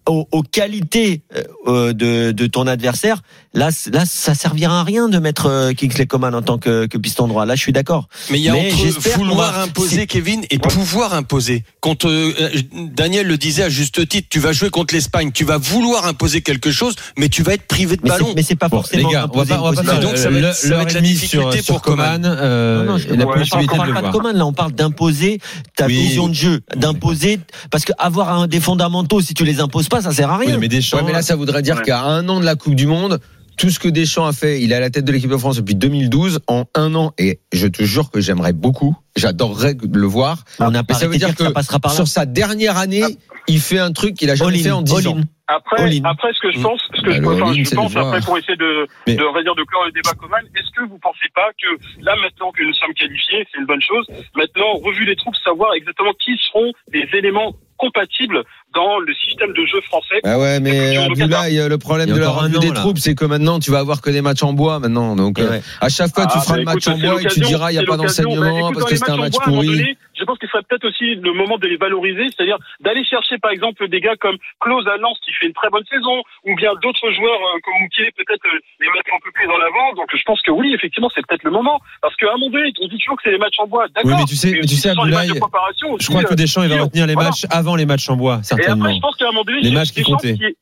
J: aux, aux qualités euh, euh, de, de ton adversaire, là, c- là, ça servira à rien de mettre euh, Kingsley Coman en tant que, que piston droit. Là, je suis d'accord.
H: Mais il y a entre
J: j'espère qu'on
H: vouloir
J: va-
H: imposer, Kevin, et pouvoir imposer. Quand euh, euh, Daniel le disait à juste titre, tu vas jouer contre l'Espagne, tu vas vouloir imposer quelque chose, mais tu vas être privé de
P: Bah
J: Mais c'est-
H: ballon.
J: mais c'est pas
G: Bon,
J: forcément
G: les gars, on va
J: imposer
G: pas, on va
J: une
G: pas
H: position.
G: faire
H: Donc, ça va
G: le-
H: être- ça va
G: l'heure
H: être la
G: et demie
H: difficulté
G: sur,
H: pour
G: sur Coman,
H: Coman.
G: euh,
J: Non, non, je- on
G: et la
J: parle- on
G: possibilité de
J: parle
G: le
J: pas de
G: voir.
J: Coman, là, on parle d'imposer ta
G: Oui.
J: vision de jeu, d'imposer, parce que avoir un, des fondamentaux, si tu les imposes pas, ça sert à rien.
G: Oui, mais Deschamps,
I: Ouais, mais là, ça voudrait dire
J: Ouais.
I: qu'à un an de la Coupe du Monde, tout ce que Deschamps a fait, il est à la tête de l'équipe de France depuis 2012, en un an, et je te jure que j'aimerais beaucoup, j'adorerais le voir.
J: On n'a
I: Mais
J: pas
I: ça
J: arrêté
I: veut
J: de dire
I: dire
J: que ça
I: que
J: passera Ah, par là. Ah.
I: sur sa dernière année, il fait un truc qu'il a jamais
J: All in,
I: fait en 10
J: all
I: ans.
J: in.
P: Après,
I: All in.
P: après, ce que je pense, ce que
I: Bah,
P: je,
I: le
P: enfin,
I: all in,
P: je
I: c'est
P: pense,
I: les voir.
P: après, pour essayer de,
G: Mais-
P: de, on va dire, de clore le débat commun, est-ce que vous pensez pas que là, maintenant que nous sommes qualifiés, c'est une bonne chose, maintenant, revue les troupes, savoir exactement qui seront les éléments compatibles dans le système de jeu français?
I: Ah ouais, mais Abdoulaye, le problème
G: Il y a
I: de la
G: encore un
I: revue
G: an,
I: des
G: là.
I: troupes, c'est que maintenant, tu vas avoir que des matchs en bois maintenant. Donc,
J: Et
I: euh,
J: ouais.
I: à chaque fois, tu
P: Ah,
I: feras
P: bah,
I: le
P: écoute,
I: match en
P: c'est
I: bois et tu
P: l'occasion,
I: diras, il n'y a
P: c'est
I: pas
P: l'occasion. Bah,
I: d'enseignement
P: écoute,
I: parce
P: dans
I: que
P: les
I: c'était un
P: matchs en
I: match
P: bois, à moment
I: pourri.
P: donné, Je pense qu'il serait peut-être aussi le moment de les valoriser, c'est-à-dire d'aller chercher par exemple des gars comme Klose à Lens qui fait une très bonne saison, ou bien d'autres joueurs euh, comme Moukier, peut-être euh, les mettre un peu plus en avant. Donc je pense que oui, effectivement, c'est peut-être le moment. Parce qu'à un moment donné, on dit toujours que c'est les matchs en bois. D'accord.
G: Oui, mais tu sais- mais tu sais,
P: ce sont les matchs de
G: Abdoulaye,
P: préparation aussi,
G: Je crois que
P: euh,
G: Deschamps, il va
P: sûr.
G: retenir les
P: Voilà.
G: matchs avant les matchs en
P: Et
G: bois,
P: après,
G: certainement.
P: je pense qu'à un moment donné,
G: Les
P: j'ai-
G: matchs qui
P: Deschamps
G: comptaient.
P: est-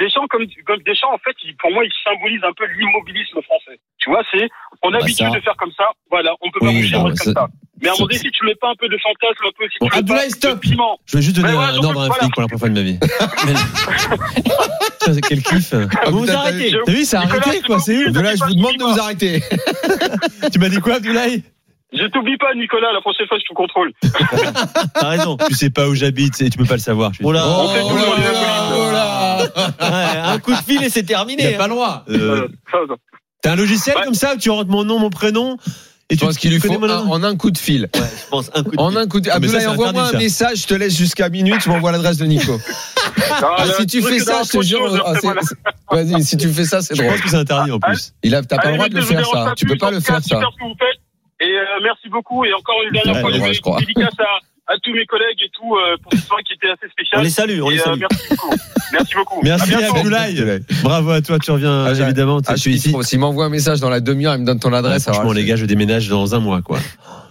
P: Deschamps, comme, comme Deschamps, en fait, il- pour moi, il symbolise un peu l'immobilisme français. Tu vois, c'est, on a
G: Bah,
P: l'habitude
G: ça.
P: de faire comme ça, voilà, on peut pas
G: Oui,
P: bouger, on
G: bah,
P: reste comme
G: ça-
P: ça. Mais à un
G: ça-
P: moment donné, si tu mets pas un peu de fantasme, un peu, si
G: Bon,
P: tu mets
G: Abdoulaye,
P: pas de
G: stop.
P: piment.
G: Je vais juste donner
P: Mais voilà,
G: un
P: donc,
G: ordre à un
P: voilà.
G: flic pour la première fois de ma vie. Putain, Quel kiff
J: Vous vous
G: T'as
J: arrêtez.
G: vu- T'as vu, ça a
P: Nicolas,
G: arrêté
P: c'est
G: quoi,
P: bon,
G: c'est
P: je
G: ouf
P: t'ai
G: Voilà, je
P: pas
G: vous
P: dit
G: demande de vous arrêter. Tu m'as dit quoi, Abdoulaye
P: Je t'oublie pas, Nicolas, la prochaine fois, je te contrôle.
J: T'as raison.
G: Tu sais pas où j'habite et tu peux pas le savoir. je suis
J: Oh là,
G: désolé.
P: On fait tout dans les
J: Ouais, un coup de fil et c'est
I: Il
J: terminé.
I: a pas le droit.
G: Euh,
P: Voilà, ça, ça.
G: T'as un logiciel comme ça où tu rentres mon nom, mon prénom
I: et tu penses qu'il lui faut un, en un coup de fil.
J: Ouais, je pense un coup de
I: En
J: fil.
I: un coup de
J: Ah, mais ça,
I: Abdoulaye,
J: c'est
I: envoie-moi un
J: interdit,
I: message, je te laisse jusqu'à minuit, tu m'envoies l'adresse de Nico. Ah, si tu fais ça, je te jure. ah, c'est- Vas-y, si tu fais ça, c'est
G: Je
I: drôle.
G: pense que c'est interdit en plus.
I: Il a, t'as pas
P: Allez,
I: le droit de le
P: les deux, je vous
I: faire
P: dérange
I: ça.
P: pas
I: Tu peux
P: plus,
I: pas
P: en
I: le
P: tout cas,
I: faire ça.
P: super ce que vous faites. Et euh, merci beaucoup. Et encore une dernière
I: Ouais,
P: fois, je
I: ouais,
P: fais
I: je crois.
P: une dédicace à, à tous mes collègues et tout euh, pour cette soirée qui était assez spéciale.
G: On les salue, on
P: Et,
G: les
P: euh,
G: salue.
P: merci beaucoup. merci beaucoup. À
G: Merci
P: bientôt.
G: Abdoulaye. Bravo à toi, tu reviens
I: j'ai-
G: évidemment.
I: Ah, je suis ici. S'il m'envoie un message dans la demi-heure, il me donne ton
G: Ouais,
I: adresse.
G: Ah, franchement,
I: alors-
G: les gars, je déménage dans un mois, quoi.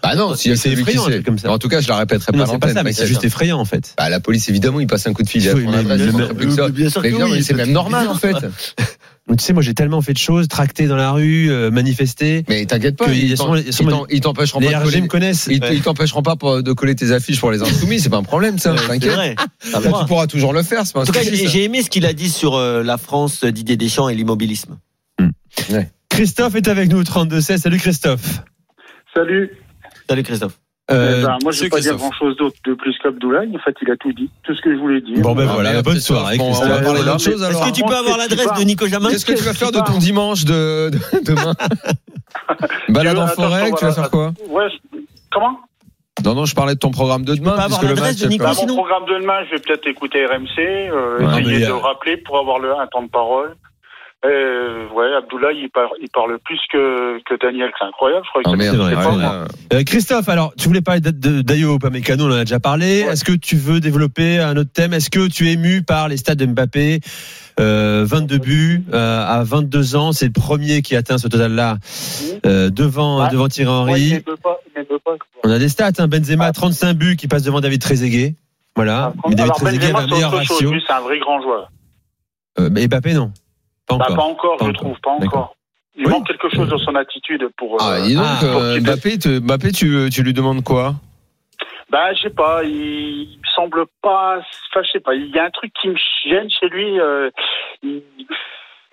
I: Bah non, si
G: c'est
I: c'est lui qui
G: effrayant, un
I: sait.
G: truc comme ça.
I: En tout cas, je la répéterai pas
G: Non,
I: à
G: c'est pas
I: l'antenne.
G: ça, mais
I: t'inquiète.
G: c'est juste effrayant, en fait.
I: Bah, la police, évidemment, il passe un coup de fil. Il a
G: Oui,
I: son
G: mais-
I: adresse,
G: mais-
I: il
J: Euh,
I: manquerait plus que ça.
G: mais bien sûr
I: Mais
G: que
I: non,
G: oui,
I: mais c'est
G: c'est
I: même
G: bizarre,
I: normal, en fait.
G: quoi. Mais Tu sais, moi, j'ai tellement fait de choses, tracté dans la rue, euh, manifesté.
I: Mais t'inquiète pas,
G: que
I: ils
G: il y a
I: t'en-
G: sûrement- il y a sûrement-
I: ils t'en- ils t'empêcheront
G: les
I: pas de
G: RG
I: coller-
G: me connaissent.
I: Ils
G: Ouais.
I: ils t'empêcheront pas pour- de coller tes affiches pour les insoumis, c'est pas un problème, ça,
J: Ouais, c'est vrai.
I: t'inquiète.
J: T'as
I: Ça,
J: le droit.
I: Tu pourras toujours le faire, c'est pas un
J: En tout cas,
I: souci,
J: j'ai
I: ça.
J: j'ai aimé ce qu'il a dit sur euh, la France d'Idée Deschamps et l'immobilisme.
G: Christophe est avec nous au 32-16. Salut Christophe.
Q: Salut.
J: Salut Christophe.
G: Euh,
P: bah,
Q: Eh ben, moi, je
G: c'est
Q: vais pas dire
G: Christophe.
Q: grand chose d'autre de plus qu'Abdoulaye. En fait, il a tout dit. Tout ce que je voulais dire.
G: Bon, ben
I: Ah,
G: voilà,
I: merde,
G: bonne
I: Christophe,
G: soirée,
I: bon, on va
G: Christophe.
I: parler
G: Voilà.
I: d'autre chose, alors.
J: Est-ce que tu peux avoir l'adresse de Nico Jamin
I: Qu'est-ce que tu vas faire de ton dimanche de, de- demain Balade en forêt, tu vas faire quoi
Q: Ouais, je- comment
I: Non, non, je parlais de ton programme de demain, puisque le match.
Q: Bah,
I: comme-
Q: Mon programme de demain, je vais peut-être écouter RMC, euh,
I: Ouais, mais il y
Q: essayer
I: a-
Q: de rappeler pour avoir le, un temps de parole. Euh, ouais, Abdoulaye, il, par- il parle plus que, que Daniel, c'est incroyable. Je crois que
I: Ah,
Q: ça-
I: merde,
Q: c'est
I: ouais,
Q: pas
I: ouais,
Q: moi.
I: ouais.
G: Euh, Christophe, alors tu voulais parler d- de- d'Ayo Upamecano, on en a déjà parlé. Est-ce que tu veux développer un autre thème Est-ce que tu es ému par les stats de Mbappé Euh, 22 buts euh, à 22 ans, c'est le premier qui atteint ce total-là euh, devant
Q: Ouais.
G: devant Thierry Henry.
Q: Ouais, il ne veut pas- il ne veut pas.
G: On a des stats, hein, Benzema 35 buts qui passe devant David Trezeguet. Voilà, mais David
Q: Ah, Alors,
G: Trezeguet
Q: Benzema,
G: Ah, avait un
Q: c'est
G: meilleur
Q: autre chose.
G: ratio.
Q: Lui, c'est un vrai grand joueur.
G: Euh, mais Mbappé non, pas
Q: Bah,
G: encore.
Q: pas encore, je trouve, pas encore. Il manque quelque chose dans son attitude pour.
I: Ah,
Q: euh,
I: dis donc,
Q: pour
I: euh,
Q: qu'il-
I: Mbappé, te- Mbappé, tu, tu lui demandes quoi
Q: Bah, je sais pas, il semble pas. Enfin, je sais pas, il y a un truc qui me gêne chez lui. euh, il-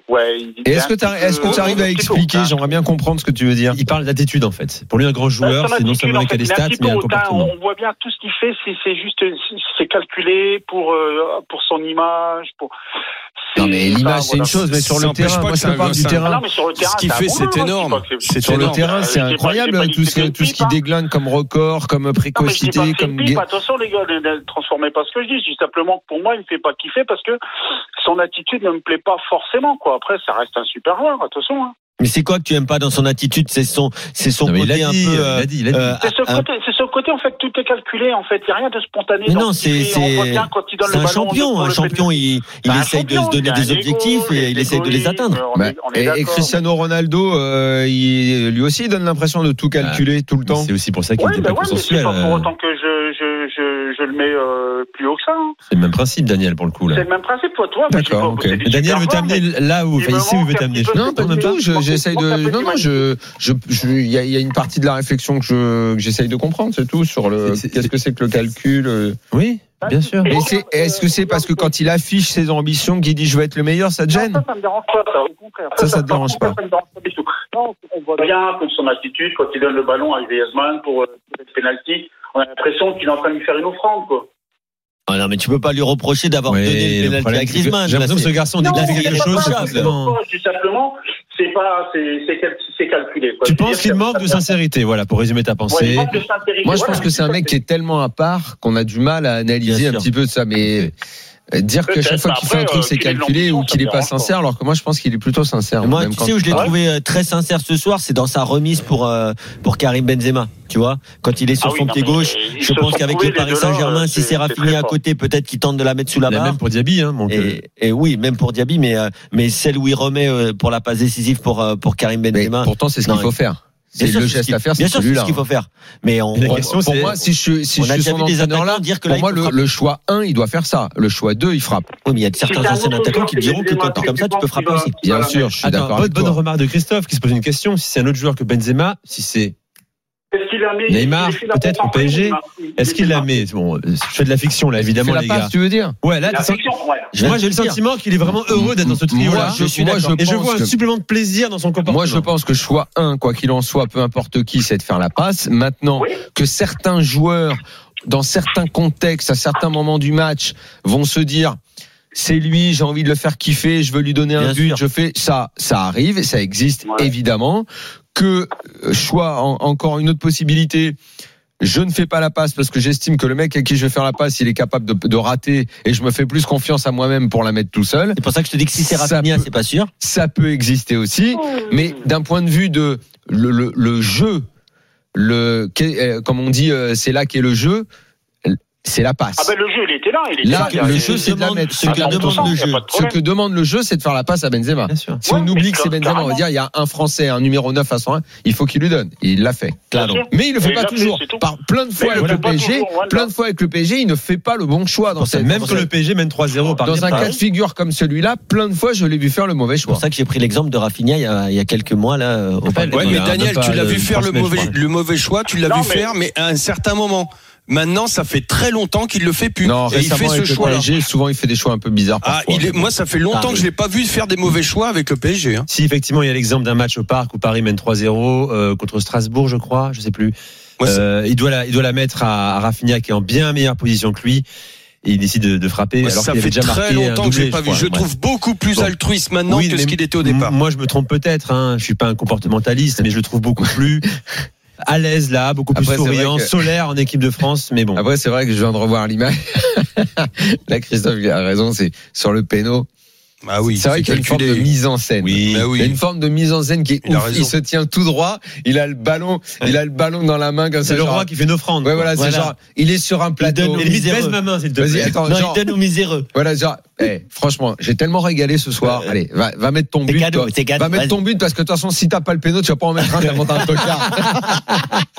Q: Ouais. il
I: Et
Q: est
I: est-ce
Q: un
I: que tu
Q: petit peu-
I: arrives
Q: un
I: à
Q: petit peu hein.
I: expliquer
Q: hautain.
I: J'aimerais bien comprendre ce que tu veux dire.
G: Il parle d'attitude en fait. Pour lui, un grand joueur,
Q: Son
G: c'est non
Q: attitude,
G: seulement
Q: en
G: qui a
Q: fait,
G: des
Q: il est un
G: stats,
Q: petit peu
G: mais il a un
Q: hautain.
G: comportement.
Q: On voit bien tout ce qu'il fait, c'est- c'est juste, c'est calculé pour euh, pour son image. Pour...
I: Non, mais
Q: c'est-
I: l'image,
Q: enfin,
I: c'est une
Q: voilà. Ah
I: chose, hein. mais sur
H: Ça
I: le
H: empêche
I: terrain,
H: pas
I: moi
H: que
I: je te
H: ça-
I: parle du
H: ça-
I: terrain.
Q: Non, mais sur le
H: Ce
Q: terrain,
H: qu'il
Q: c'est un hein,
H: fait,
Q: bon
H: c'est
Q: joueur, je dis
H: énorme.
Q: pas que
H: C'est
I: Sur le
H: énorme.
I: terrain,
Q: Euh,
I: c'est
Q: je dis pas- je dis pas
I: incroyable,
Q: qu'il
I: tout
Q: fait
I: ce,
Q: une
I: tout ce qui
Q: pipe, hein.
I: déglingue comme record, comme
Q: Non, mais je dis pas
I: précocité,
Q: que c'est
I: comme.
Q: une pipe, attention les gars, ne, ne transformez pas ce que je dis. Je dis simplement que pour moi, il ne fait pas kiffer parce que son attitude ne me plaît pas forcément. Quoi. Après, ça reste un super joueur, attention. hein.
J: Mais c'est quoi que tu aimes pas dans son attitude C'est son, c'est son
G: Non, mais il
J: côté
G: l'a
J: un
G: dit,
J: peu.
G: il l'a dit, il l'a dit.
J: euh,
Q: C'est ce,
J: un-
Q: côté, c'est ce côté, en fait, tout est calculé, en fait. Il n'y a rien de spontané.
J: Mais
Q: dans
J: non,
Q: ce qu'il
J: c'est
Q: fait. On voit
J: c'est
Q: bien quand il donne
J: c'est
Q: le
J: un
Q: ballon,
J: champion.
Q: pour
J: Un
Q: le
J: champion, il, il
Q: C'est un
J: essaye de
Q: champion,
J: se donner
Q: c'est
J: des
Q: un égo,
J: objectifs
Q: il
J: et
Q: est
J: il essaye de les
Q: égoïste,
J: atteindre. eh,
Q: on est- on
I: Bah,
Q: est
I: et, et
Q: d'accord.
I: Cristiano Ronaldo, euh, il- lui aussi, il donne l'impression de tout calculer tout le temps.
G: Ah, C'est aussi pour ça qu'il
Q: Oui,
G: n'était
Q: bah ouais,
G: pas
Q: mais c'est
G: consensuel.
Q: pas pour
G: euh,
Q: autant que je, je, je, je le mets euh, plus haut que ça. hein.
G: C'est le même principe, Daniel, pour le coup là.
Q: C'est le même principe, toi, toi. Ah, mais je sais
I: D'accord,
Q: pas,
I: ok.
Q: c'est des
G: Mais Daniel
Q: super
G: veut
Q: joueurs,
G: t'amener là où,
Q: il
G: enfin,
Q: me
G: il sait où il veut
Q: manque un
G: t'amener.
Q: petit peu
G: je
I: Non,
G: pense.
I: pas
G: Même
I: du tout. je- J'essaye de. Non, non, je. je- je- Il y, a- il y a une partie de la réflexion que je- que j'essaye de comprendre, c'est tout, sur le.
G: C'est- c'est-
I: Qu'est-ce que c'est que le calcul euh.
G: Oui, bien sûr.
I: Et c'est- est-ce que c'est parce que quand il affiche ses ambitions qu'il dit je vais être le meilleur, ça te
Q: Non,
I: gêne
Q: Ça, ça me dérange pas, ça, au contraire.
I: Ça, ça te dérange pas.
Q: Ça me dérange pas du tout. Non, on voit bien comme son attitude quand il donne le ballon à Griezmann pour euh, le penalty. On a l'impression qu'il est en train de lui faire une offrande, quoi.
J: Ah non, mais tu peux pas lui reprocher d'avoir
G: Ouais,
J: donné
G: le
J: le pénalty
G: problème,
J: à
G: c'est que
J: Griezmann.
G: j'ai l'impression
J: Là,
G: que ce garçon, dès
J: c'est-
G: qu'il
J: là,
G: fait
J: c'est
G: quelque
J: pas
G: chose,
J: possible.
G: c'est
Q: Je
G: forcément-
Q: dis simplement, c'est pas, c'est, c'est, cal- c'est calculé. Quoi. Je
G: Tu
Q: veux
G: penses
Q: dire,
G: qu'il
Q: c'est-
G: manque de sincérité, voilà, pour résumer ta
Q: Ouais, il
G: pensée.
Q: manque de sincérité.
I: Moi, je
Q: Voilà,
I: pense que c'est un mec qui est tellement à part qu'on a du mal à analyser
J: Bien
I: un
J: sûr.
I: petit peu de ça. Mais euh, dire que
Q: Peut-être,
I: chaque fois qu'il
Q: après,
I: fait un truc,
Q: euh,
I: c'est
Q: qu'il ait de
I: calculé ou
Q: l'ambition, ça
I: qu'il est
Q: me
I: pas
Q: dérange pas.
I: sincère, alors que moi, je pense qu'il est plutôt sincère.
J: Moi,
I: même
J: tu
I: quand-
J: sais où je l'ai
I: Ah ouais
J: trouvé euh, très sincère ce soir, c'est dans sa remise pour euh, pour Karim Benzema. Tu vois, quand il est sur
Q: Ah oui,
J: son
Q: non,
J: pied
Q: mais
J: gauche,
Q: ils
J: je
Q: se
J: pense
Q: sont
J: qu'avec
Q: trouvés,
J: le
Q: les
J: Paris
Q: deux-là,
J: Saint-Germain,
Q: euh,
J: si
Q: c'est-
J: c'est
Q: c'est
J: raffiné
Q: très
J: à
Q: fort.
J: côté, peut-être qu'il tente de la mettre sous la
G: La
J: barre.
G: même pour Diaby, hein, mon
J: Et, et oui, même pour Diaby, mais euh, mais celle où il remet euh, pour la passe décisive pour euh, pour Karim
I: Mais
J: Benzema.
I: pourtant, c'est ce
J: Non,
I: qu'il faut faire.
J: Bien
I: C'est
J: sûr,
I: le
J: ce
I: geste
J: qu'il-
I: à faire,
J: Bien
I: c'est
J: sûr, c'est ce
I: celui-là.
J: qu'il faut faire. Mais on,
G: La
I: Pour-
G: question,
I: pour
G: c'est-
I: moi, si je, si
J: on
I: je
J: a
I: suis
J: déjà
I: son
J: vu des
I: entraîneur là,
J: attaquants dire que là,
I: pour moi,
J: il
I: le,
J: faut
I: le choix 1, il doit faire ça. Le choix 2, il frappe.
J: Oui, mais il y a
Q: Si
J: certains
Q: t'as un
J: anciens
Q: autre
J: attaquants
Q: joueur
J: qui
Q: qui
J: diront que
Q: fait
J: quand t'es comme ça, tu peux frapper aussi.
I: Bien
Q: Voilà.
I: sûr, je suis
G: Attends,
I: d'accord
G: bonne,
I: avec
G: bonne
I: toi.
G: remarque de Christophe qui se pose une question. Si c'est un autre joueur que Benzema, si c'est
Q: Est-ce qu'il a mis-
G: Neymar,
Q: est-ce qu'il a
G: peut-être, au
Q: marqué
G: PSG, est-ce qu'il la
Q: marqué
G: met Bon, euh, je fais de la fiction là, évidemment
I: C'est la
G: les
I: passe,
G: gars.
I: tu veux dire
G: Ouais, là,
Q: La
G: t'as senti-
Q: fiction, ouais.
I: Hein
J: Je vais
G: moi
J: te
G: j'ai le
J: dire.
G: sentiment qu'il est vraiment heureux d'être dans ce trio là.
I: Moi, je suis
G: Moi,
I: d'accord.
G: Et je
I: pense
G: vois
I: que-
G: un supplément de plaisir dans son comportement.
I: Moi, je pense que choix 1, quoi qu'il en soit, peu importe qui, c'est de faire la passe. Maintenant, que certains joueurs, dans certains contextes, à certains moments du match, vont se dire c'est lui, j'ai envie de le faire kiffer, je veux lui donner un but, je fais ça, ça arrive et ça existe évidemment. Que euh, choix en- encore une autre possibilité. Je ne fais pas la passe parce que j'estime que le mec à qui je vais faire la passe, il est capable de, de rater et je me fais plus confiance à moi-même pour la mettre tout seul.
J: C'est pour ça que je te dis que si c'est Rafinha, c'est pas sûr.
I: Ça peut exister aussi, mais d'un point de vue de le, le- le jeu, le qu'est- euh, comme on dit, euh, c'est là qu'est le jeu, c'est la passe.
Q: Ah ben le jeu, il était là. Il était
I: Là,
Q: là,
I: le jeu, c'est de la mettre. Ce que, demande le jeu. ce que demande le jeu, c'est de faire la passe à Benzema. Si on oublie que c'est Benzema, on va dire il y a un Français, un numéro 9 à 101, il faut qu'il lui donne. Et il l'a fait.
J: Claro. sûr.
I: Mais il le fait
J: Et il
I: pas
J: l'a fait,
I: toujours.
J: c'est tout.
I: Par plein de fois
J: Mais il
I: avec
J: le
I: le
J: fait pas
I: PSG,
J: toujours, voilà.
I: plein de fois avec le PSG, il ne fait pas le bon choix. Dans cette-
G: même
I: dans
G: que le
I: cette-
G: PSG mène 3-0 par
I: Dans un
G: départ.
I: cas de figure comme celui-là, plein de fois, je l'ai vu faire le mauvais choix.
J: C'est pour ça que j'ai pris l'exemple de Rafinha il y a, il y a quelques mois là. Au Parc des
H: Ouais, mais
J: Princes.
H: Daniel, tu l'as vu faire le mauvais, le mauvais choix, tu l'as
J: Non,
H: vu
J: mais-
H: faire, mais à un certain moment. Maintenant, ça fait très longtemps qu'il le fait plus.
I: Non,
H: et il fait
I: récemment,
H: ce
I: avec le
H: choix-là.
I: PSG, souvent, il fait des choix un peu bizarres.
H: Ah,
I: parfois.
H: il est- moi, ça fait
I: Ça
H: longtemps que
I: arrive.
H: je l'ai pas vu faire des mauvais choix avec le PSG. hein.
G: Si effectivement il y a l'exemple d'un match au parc où Paris mène 3-0 euh, contre Strasbourg, je crois, je sais plus. Euh, il doit la, il doit la mettre à, à Rafinha qui est en bien meilleure position que lui. Et il décide de, de frapper.
H: Moi,
G: alors
H: ça
G: qu'il
H: fait
G: avait déjà
H: très
G: marqué un
H: longtemps que je l'ai
G: doublé,
H: pas vu.
G: crois.
H: Je
G: Bref.
H: trouve beaucoup plus
G: Bon.
H: altruiste maintenant
G: Oui,
H: que ce
G: mais mm.
H: qu'il était au
G: m-
H: départ.
G: Moi, je me trompe peut-être. Hein, je suis pas un comportementaliste, mais je le trouve beaucoup plus à l'aise là, beaucoup plus
I: Après, c'est vrai
G: souriant,
I: que- Ah
G: solaire en équipe de France. Mais bon.
I: Après, c'est vrai que je viens de revoir l'image. Là, Christophe il a raison, c'est sur le péno.
H: Ah oui,
I: c'est vrai
H: c'est
I: qu'il y a une forme
H: calculé.
I: de mise en scène.
H: Oui. Bah oui.
I: Il y a une forme de mise en scène qui est
H: Il a
I: ouf.
H: raison.
I: Il se tient tout droit, il a le ballon, il a le ballon dans la main comme ça.
G: C'est le
I: genre-
G: roi qui fait une offrande.
I: Ouais,
G: quoi.
I: voilà, c'est genre, il est sur un plateau.
G: donne aux Limite, baise miséreux. ma main, s'il te
I: Vas-y,
G: plaît.
I: attends,
G: Non, il
I: genre-
G: donne aux miséreux.
I: Voilà, genre, eh, franchement, j'ai tellement régalé ce soir.
H: Euh,
I: Allez, va, va mettre ton but.
J: cadeau,
I: toi.
J: c'est cadeau,
I: va mettre
J: vas-y.
I: ton but parce que de toute façon, si t'as pas le péno, tu vas pas en mettre un, t'as monté un tocard.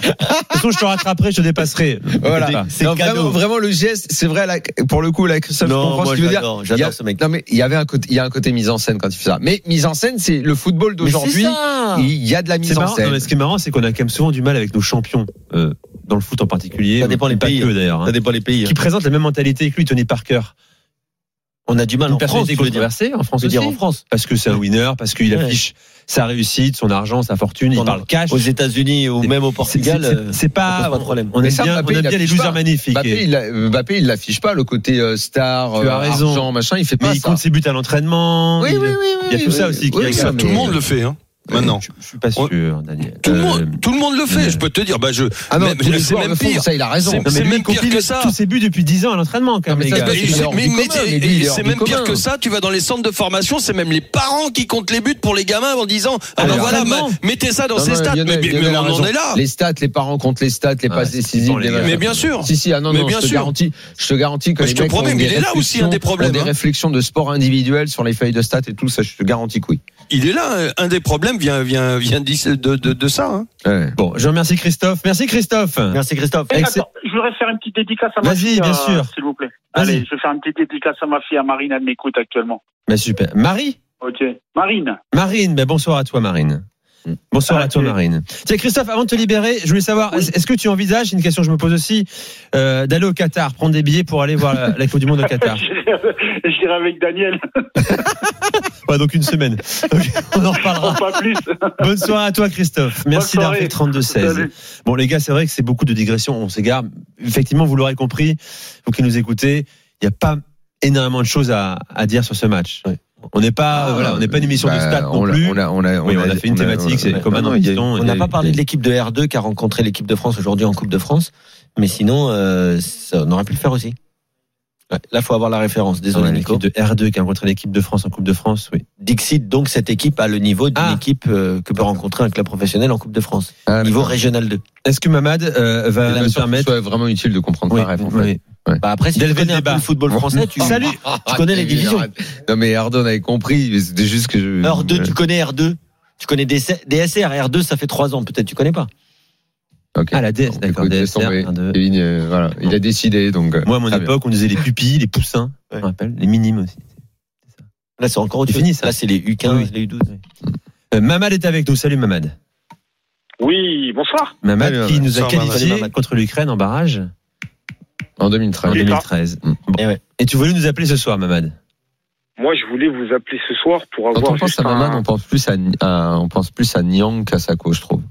G: De toute façon, je te rattraperai, je te dépasserai.
I: Voilà.
G: C'est
I: Non,
G: cadeau.
I: vraiment, vraiment le geste, c'est vrai là, pour le coup là Christophe,
J: Non,
I: je comprends
J: moi,
I: ce que tu veux
J: j'adore,
I: dire.
J: j'adore
I: Il y a-
J: ce mec.
I: Non mais il y avait un côté il y a un côté mise en scène quand il fait ça. Mais mise en scène c'est le football d'aujourd'hui, il y a de la mise
G: C'est
I: en
G: marrant, non,
I: scène.
G: mais ce qui est marrant, c'est qu'on a quand même souvent du mal avec nos champions, euh, dans le foot en particulier.
J: Ça dépend les
G: Pas
J: pays,
G: que,
J: hein.
G: d'ailleurs. hein.
J: Ça dépend les pays.
G: Qui présentent la même mentalité que lui, Tony Parker.
J: On a du mal
G: Une
J: en France.
G: personnalité
J: je veux dire.
G: controversée, en France
J: Je veux dire
G: aussi.
J: en France.
G: Parce que c'est un winner, parce qu'il
J: Ouais.
G: affiche sa réussite, son argent, sa fortune, il
J: Pendant-
G: parle cash.
J: Aux États-Unis ou même au
G: C'est-
J: Portugal.
G: c'est-
J: euh,
G: C'est pas,
J: on pose pas de problème.
G: On
I: Mais
G: aime
I: ça,
G: bien,
I: Mbappé,
G: on aime
I: il
G: bien les
I: l'affiche
G: losers
I: pas.
G: magnifiques.
I: Mbappé, il l'a- Mbappé, il l'affiche pas le côté euh, star,
G: Tu
I: euh,
G: as raison.
I: argent, machin, il fait pas
G: Mais il
I: ça.
G: contribue à l'entraînement.
I: Oui,
G: il-
I: oui, oui,
G: Il y a
I: oui,
G: tout ça
I: oui,
G: aussi. qui
I: oui,
G: est-
I: ça,
H: Tout le
I: mais-
H: monde le fait. Hein. Maintenant,
G: Je suis pas sûr, Daniel.
H: tout, le
G: Euh,
H: monde, tout le monde le fait. Je peux te dire, bah je.
I: Ah non,
H: même-
I: tous les
H: c'est
I: joueurs
H: même
I: le font,
H: pire.
I: ça, il a raison.
H: C'est-
I: Non, mais
H: C'est
I: lui,
H: même
I: il
H: pire
I: continue
H: que
I: de
H: ça.
G: Tous ses buts depuis 10 ans à l'entraînement, quand
I: Non,
G: même,
I: mais ça,
G: les gars.
I: c'est-
H: Mais
I: il est hors
H: mais-
I: du
H: mais
I: commun,
H: t'es-
I: mais lui, il est hors
H: c'est
I: du
H: même pire
I: commun.
H: que ça. Tu vas dans les centres de formation, c'est même les parents qui comptent les buts pour les gamins en disant Ah ben
I: Alors,
H: voilà,
I: vraiment.
H: ma- mettez ça dans
I: Non,
H: ces
I: non,
H: stats.
I: Lionel,
H: Mais mais-
I: Lionel
H: mais
I: a
H: on
I: raison.
H: en est là.
I: Les stats, les parents contre les stats, les passes
G: c'est
I: décisives.
G: flippant, les
I: les
G: gars.
I: machins.
H: Mais bien sûr.
I: Si si, ah non
H: Oh. Mais
I: non,
H: bien
I: je te
H: sûr.
I: garantis, je te garantis que
H: Mais
I: les
H: je te
I: mecs
H: promets,
I: ont
H: mais
I: des
H: il est là aussi, un
I: réflexions-
H: des problèmes,
I: ont des
H: hein.
I: réflexions de sport individuel sur les feuilles de stats et tout ça, je te garantis que oui.
H: Il est là. hein. Un des problèmes vient vient vient d'ici- de de- de ça. hein.
G: Bon, je remercie Christophe. Merci Christophe.
J: Merci Christophe.
Q: Et
G: Excellent.
Q: attends, je voudrais faire une petite dédicace à ma
G: Vas-y,
Q: fille.
G: bien
Q: euh,
G: sûr.
Q: S'il vous plaît.
G: Vas-y.
Q: Allez, je vais faire une petite dédicace à ma fille, à Marine, elle m'écoute actuellement.
G: Bah, super. Marie
Q: Ok. Marine.
G: Marine, bah, bonsoir à toi Marine. Bonsoir à toi Marine. Tiens Christophe, avant de te libérer, je voulais savoir, est- est-ce que tu envisages, une question que je me pose aussi, euh, d'aller au Qatar, prendre des billets pour aller voir la, la Coupe du Monde au Qatar
Q: J'irai avec Daniel.
G: Ouais, donc une semaine. Ok, on en reparlera.
Q: Pas plus.
G: Bonne soirée à toi Christophe. Merci
Q: Bonne
G: d'avoir
Q: soirée.
G: fait le 32-16.
Q: Salut.
G: Bon les gars, c'est vrai que c'est beaucoup de digressions, on s'égare. Effectivement, vous l'aurez compris, vous qui nous écoutez, il n'y a pas énormément de choses à, à dire sur ce match. On n'est pas, euh, voilà, on n'est pas une émission de
I: Bah,
G: stats non
I: on l'a-
G: plus.
I: on a- on a-
G: Oui, on a fait une thématique, c'est
I: ouais.
G: comme un
I: Ah Non, non, il y a-
G: émission,
J: On
G: il y a
J: n'a pas
G: eu-
J: parlé de l'équipe de R2 qui a rencontré l'équipe de France aujourd'hui en Coupe de France, mais sinon, euh, ça, on aurait pu le faire aussi. Ouais, là, faut avoir la référence.
G: On a
J: Désolé, Nico.
G: l'équipe de R2 qui a rencontré l'équipe de France en Coupe de France, oui.
J: Dixit, donc, cette équipe a le niveau d'une
G: Ah.
J: équipe euh, que peut rencontrer un club professionnel en Coupe de France.
I: Ah,
J: niveau
I: d'accord.
J: régional 2.
G: Est-ce que Mamad euh,
I: Il
G: va
I: est
G: nous
I: sûr que ce
G: permettre
I: soit vraiment utile de comprendre
G: Oui,
I: ta rêve, en fait.
G: oui.
I: Ouais.
J: Bah après, si tu
G: D'élever le
J: connais un peu
G: débat.
J: le football français, tu,
G: Salut.
J: tu connais les divisions.
I: Non mais Ardon avait compris, mais c'était juste que je.
J: R2, tu connais R2. Tu connais des DSR. R2, ça fait trois ans. Peut-être tu connais pas.
I: Ok.
G: Ah, la DS,
I: Bon,
G: d'accord,
I: écoute, laisse
G: DSR,
I: tomber.
G: un, deux.
I: Kevin, euh, voilà, il a décidé donc. euh,
G: Moi, à mon
I: très bien.
G: époque, on disait les pupilles, les poussins, je me rappelle, les minimes aussi.
J: Là, c'est encore autre
G: C'est
J: chose.
G: fini, ça.
J: Là, c'est les U15,
G: Oui.
J: les U12.
G: Euh, Mamad est avec nous. Salut Mamad.
Q: Oui, bonsoir.
G: Mamad
I: Salut,
G: qui
I: Mamad.
G: nous a
H: Bonsoir, Mamad.
G: qualifiés
J: Salut, Mamad.
G: contre l'Ukraine en barrage
I: En
G: en
I: 2013.
Q: Oui.
R: Ah.
G: 2013.
I: Mm.
J: Et ouais.
G: Et tu voulais nous appeler ce soir, Mamad.
R: Moi, je voulais vous appeler ce soir pour
I: Quand
R: avoir
I: on pense
R: juste
I: à Maman,
R: un...
I: on pense plus à, à- on pense plus à Niang qu'à Sako, je trouve.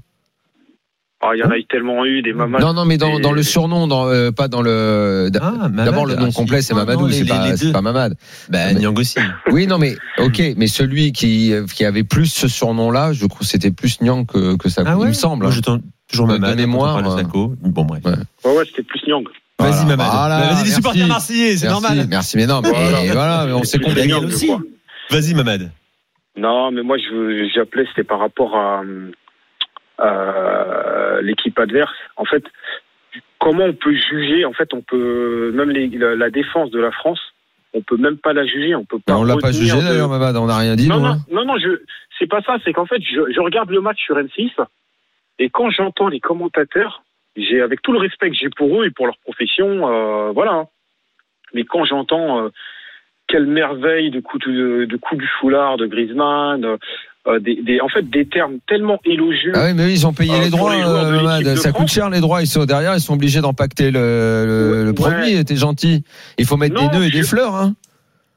R: Oh,
G: Hein
R: Il y en a eu tellement eu des mamans.
I: Non, non, mais dans, dans le surnom, dans, euh, pas dans le. d-
G: Ah,
I: D'abord, le nom complet, c'est Mamadou, c'est pas, c'est pas Mamad.
J: Ben, Nyang aussi.
I: Oui, non, mais ok, mais celui qui, qui avait plus ce surnom-là, je crois que c'était plus Nyang que, que Sako,
G: Ah ouais
I: il me semble. hein. Euh,
G: Moi, je t'en- toujours
I: de,
G: Mamad,
I: de mémoire.
G: quand on parle de Bon, bref.
R: Ouais, ouais, c'était plus Nyang.
G: Vas-y, Mamad. Bah, vas-y, les
I: merci.
G: supporters marseillais, c'est
I: Merci,
G: normal.
I: Merci, mais non, mais
R: Voilà.
I: et voilà, mais on s'est
R: Plus
I: compris.
R: Nyang, je crois.
G: Vas-y, Mamad.
R: Non, mais moi, je- j'appelais, c'était par rapport à, euh, à l'équipe adverse. En fait, comment on peut juger En fait, on peut même les- la, la défense de la France, on peut même pas la juger. On peut pas.
I: Bah, on l'a pas
R: retenir
I: jugé
R: de-
I: d'ailleurs, Mamad, on n'a rien dit.
R: non,
I: nous,
R: non,
I: hein.
R: non, non, je, c'est pas ça. C'est qu'en fait, je, je regarde le match sur M6 et quand j'entends les commentateurs, j'ai, avec tout le respect que j'ai pour eux et pour leur profession, euh, voilà. Mais quand j'entends euh, quelle merveille de coup, de, de coup du foulard de Griezmann, euh, des, des- en fait, des termes tellement élogieux.
I: Ah oui, mais oui, ils ont payé
R: Euh,
I: les
R: pour
I: droits,
R: les joueurs de
I: euh,
R: l'équipe
I: Mamad.
R: de
I: Ça coûte
R: France.
I: cher les droits. Ils sont derrière, ils sont obligés d'empacter le, le, le produit. T'es gentil. Il faut mettre
R: Non,
I: des nœuds et
R: je-
I: des fleurs. Hein.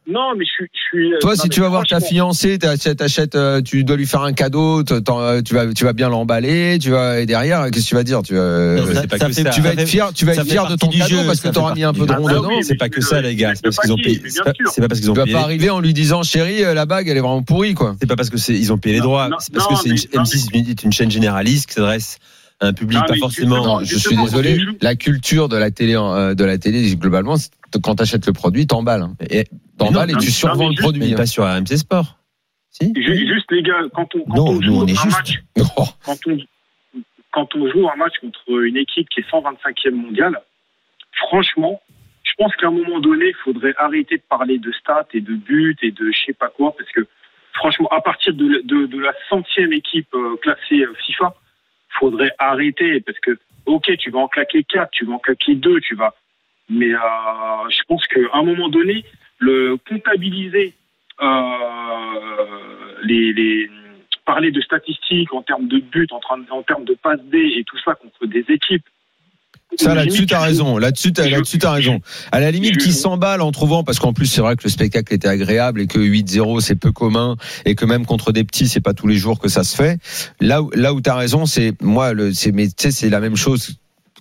R: Non, mais je, suis- je
Q: euh,
R: suis.
I: Toi,
R: non,
I: si
R: mais
I: tu vas voir ta
R: franchement-
I: fiancée, t'achètes, t'achètes, euh, tu dois lui faire un cadeau, t- t'en- euh, tu vas, tu vas bien l'emballer, tu vas et derrière, qu'est-ce que tu vas dire Tu vas, euh,
G: Non, mais c'est pas que ça.
I: tu vas
G: Ça fait-
I: être fier, tu vas
G: ça
I: être
G: fait
I: fier de ton
G: partie du
I: cadeau
G: jeu,
I: parce que
G: ça
I: t'auras
G: fait
I: mis un peu de
R: ah
G: partie
I: rond
G: du jeu. Ah
I: dedans.
G: C'est pas que ça, les gars. C'est parce qu'ils ont payé. C'est pas- c'est pas parce qu'ils
I: Tu
G: ont
I: vas
G: payé.
I: pas arriver en lui disant, chérie, euh, la bague, elle est vraiment pourrie, quoi.
G: C'est pas parce que c'est ils ont payé les droits.
I: non,
G: C'est parce
I: non,
G: que c'est une,
I: mais- non,
G: M6 est une chaîne généraliste qui s'adresse à un public
I: Non,
G: pas
I: mais
G: forcément.
I: justement, je suis désolé. La culture de la télé, euh, de la télé globalement, c'est que quand t'achètes le produit, t'emballes. hein. T'emballes et
G: non,
I: tu
G: non,
I: survends
G: mais
I: le
G: juste-
I: produit. hein.
G: mais pas sur AMC Sport.
Q: Ju- Juste les gars, quand on, quand
I: Non,
Q: on
I: nous,
Q: joue
I: on est
Q: un
I: juste.
Q: match, quand on, quand on joue un match contre une équipe qui est 125e mondiale, franchement, je pense qu'à un moment donné, il faudrait arrêter de parler de stats et de buts et de je sais pas quoi, parce que franchement, à partir de, de, de la centième équipe euh, classée euh, FIFA, faudrait arrêter parce que ok, tu vas en claquer quatre, tu vas en claquer deux, tu vas, mais euh, je pense qu'à un moment donné, le comptabiliser euh, les, les- parler de statistiques en termes de buts, en, train- en termes de passes D et tout ça contre des équipes.
I: Ça, là-dessus,
Q: Limite,
I: t'as
Q: je-
I: raison. Là-dessus, t'as,
Q: je-
I: là-dessus, t'as raison. À la limite, qui s'emballe en trouvant, parce qu'en plus, c'est vrai que le spectacle était agréable et que 8-0, c'est peu commun et que même contre des petits, c'est pas tous les jours que ça se fait. Là où, là où t'as raison, c'est, moi, le, c'est, mais tu sais, c'est la même chose.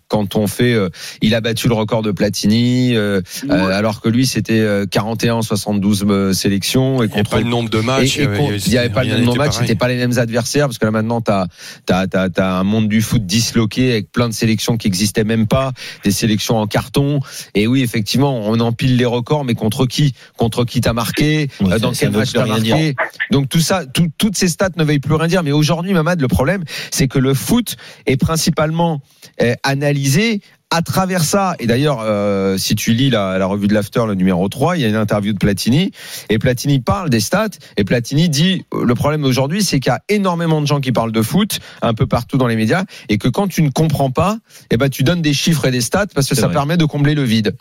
I: Quand on fait, euh, il a battu le record de Platini, euh, euh, alors que lui c'était euh, 41 72 euh, sélections et contre
H: pas le nombre de matchs,
I: et- et
H: euh,
I: contre- il n'y avait pas le
H: rien
I: nombre de
H: n'était
I: matchs,
H: pareil.
I: c'était pas les mêmes adversaires parce que là maintenant t'as t'as t'as t'as un monde du foot disloqué avec plein de sélections qui existaient même pas, des sélections en carton. Et oui, effectivement, on empile les records, mais contre qui Contre qui t'as marqué Euh, Dans
J: ça-
I: quel
J: ça veut
I: match
J: plus
I: t'as
J: rien
I: marqué
J: dire.
I: Donc tout ça, tout- toutes ces stats ne veulent plus rien dire. Mais aujourd'hui, Mamad, le problème, c'est que le foot est principalement euh, analysé à travers ça. Et d'ailleurs, euh, si tu lis la, la revue de l'After, le numéro 3, il y a une interview de Platini. Et Platini parle des stats. Et Platini dit, euh, le problème aujourd'hui, c'est qu'il y a énormément de gens qui parlent de foot, un peu partout dans les médias. Et que quand tu ne comprends pas, eh ben, tu donnes des chiffres et des stats parce que ça permet de combler le vide.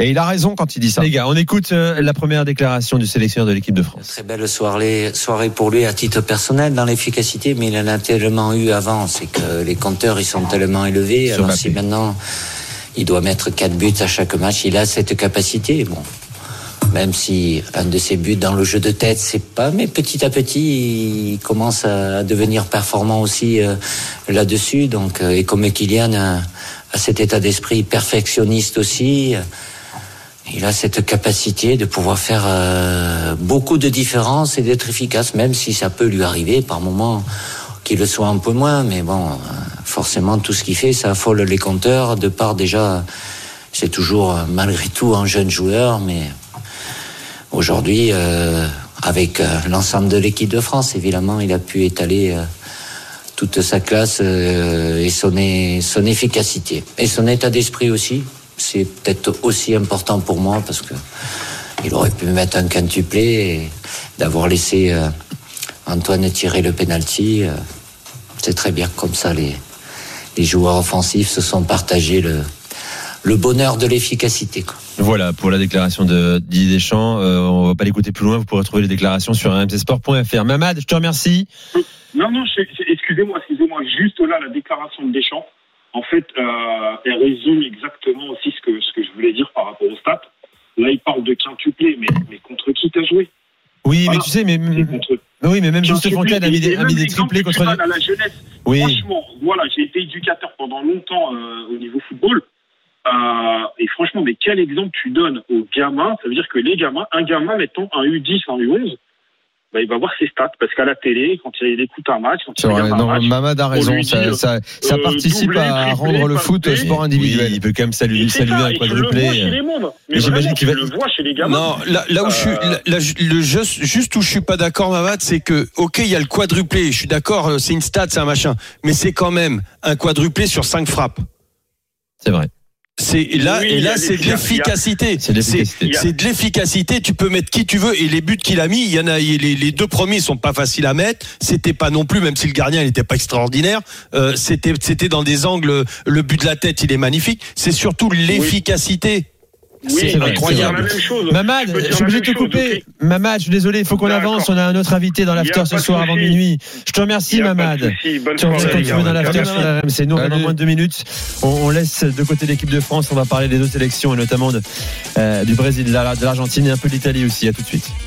I: Et il a raison quand il dit ça.
G: Les gars, on écoute euh, la première déclaration du sélectionneur de l'équipe de France.
S: Très belle soirée, soirée pour lui à titre personnel dans l'efficacité, mais il en a tellement eu avant, c'est que les compteurs ils sont tellement élevés. Alors si maintenant il doit mettre quatre buts à chaque match, il a cette capacité. Bon, même si un de ses buts dans le jeu de tête c'est pas, mais petit à petit il commence à devenir performant aussi euh, là-dessus. Donc euh, et comme Kylian euh, a cet état d'esprit perfectionniste aussi. euh, il a cette capacité de pouvoir faire euh, beaucoup de différences et d'être efficace, même si ça peut lui arriver par moments qu'il le soit un peu moins. Mais bon, euh, forcément, tout ce qu'il fait, ça affole les compteurs. De part déjà, c'est toujours euh, malgré tout un jeune joueur, mais aujourd'hui, euh, avec euh, l'ensemble de l'équipe de France, évidemment, il a pu étaler. euh, toute sa classe euh, et son, e- son efficacité. Et son état d'esprit aussi. C'est peut-être aussi important pour moi parce que il aurait pu mettre un quintuplé et d'avoir laissé euh, Antoine tirer le penalty. euh, c'est très bien comme ça. Les, les joueurs offensifs se sont partagés le, le bonheur de l'efficacité. quoi.
G: Voilà pour la déclaration de Didier Deschamps. Euh, on va pas l'écouter plus loin. Vous pourrez trouver les déclarations sur rmcsport.fr. Mamad, je te remercie.
Q: Non, non, je- je- excusez-moi, excusez-moi. Juste là, la déclaration de Deschamps, en fait, euh, elle résume exactement aussi ce que, ce que je voulais dire par rapport aux stats. Là, il parle de quintuplé, mais, mais contre qui t'as joué
G: Oui, mais tu sais, mais, mais oui, mais même Juste Fontane a mis des, a mis des triplés contre.
Q: À la jeunesse,
G: Oui.
Q: franchement,
R: voilà, j'ai été éducateur pendant longtemps euh, au niveau football. Euh, et franchement, mais quel exemple tu donnes aux gamins Ça veut dire que les gamins, un gamin mettant un U10, un U11, bah, il va voir ses stats parce qu'à la télé, quand il écoute un match, quand il
I: C'est vrai,
R: regarde un
I: non,
R: match,
I: Mamad a
R: on
I: raison,
R: lui
I: ça,
R: dit,
I: ça, ça
R: euh,
I: participe
R: doublé,
I: à
R: triplé,
I: rendre le foot au
R: quintuplé.
I: sport individuel.
G: il peut quand même saluer,
R: C'est
G: saluer
R: ça,
G: un
R: et tu le vois
G: quadruplé. euh,
R: chez les mômes. Mais
G: Et
R: vraiment,
G: j'imagine
R: tu
G: qu'il va.
R: le vois chez les gamins.
H: Non, là, là où je suis,
G: Euh.
H: là- là, je- le juste, juste où je suis pas d'accord, Mavat, c'est que, ok, il y a le quadruplé. Je suis d'accord, euh, c'est une stat, c'est un machin, mais c'est quand même un quadruplé sur cinq frappes.
G: C'est vrai.
H: C'est et là
G: Oui,
H: et
G: il y
H: là
G: a
H: c'est
G: des-
H: de
G: il y a-
H: l'efficacité.
G: C'est de l'efficacité.
H: C'est- c'est de l'efficacité. Tu peux mettre qui tu veux et les buts qu'il a mis, il y en a. il- Les, les deux premiers sont pas faciles à mettre. C'était pas non plus, même si le gardien il n'était pas extraordinaire. euh, c'était c'était dans des angles. Le but de la tête, il est magnifique. C'est surtout l'efficacité. c'est incroyable.
R: hein.
G: Mamad, je suis obligé de te couper. Mamad, je suis désolé, il faut qu'on avance. On a un autre invité dans l'after ce soir avant minuit. Je te remercie, Mamad. Tu reviens quand tu veux dans l'after sur la RMC. Nous, on revient dans moins de deux minutes. On, on laisse de côté l'équipe de France. On va parler des autres sélections et notamment de, euh, du Brésil, de la- de l'Argentine et un peu de l'Italie aussi. À tout de suite.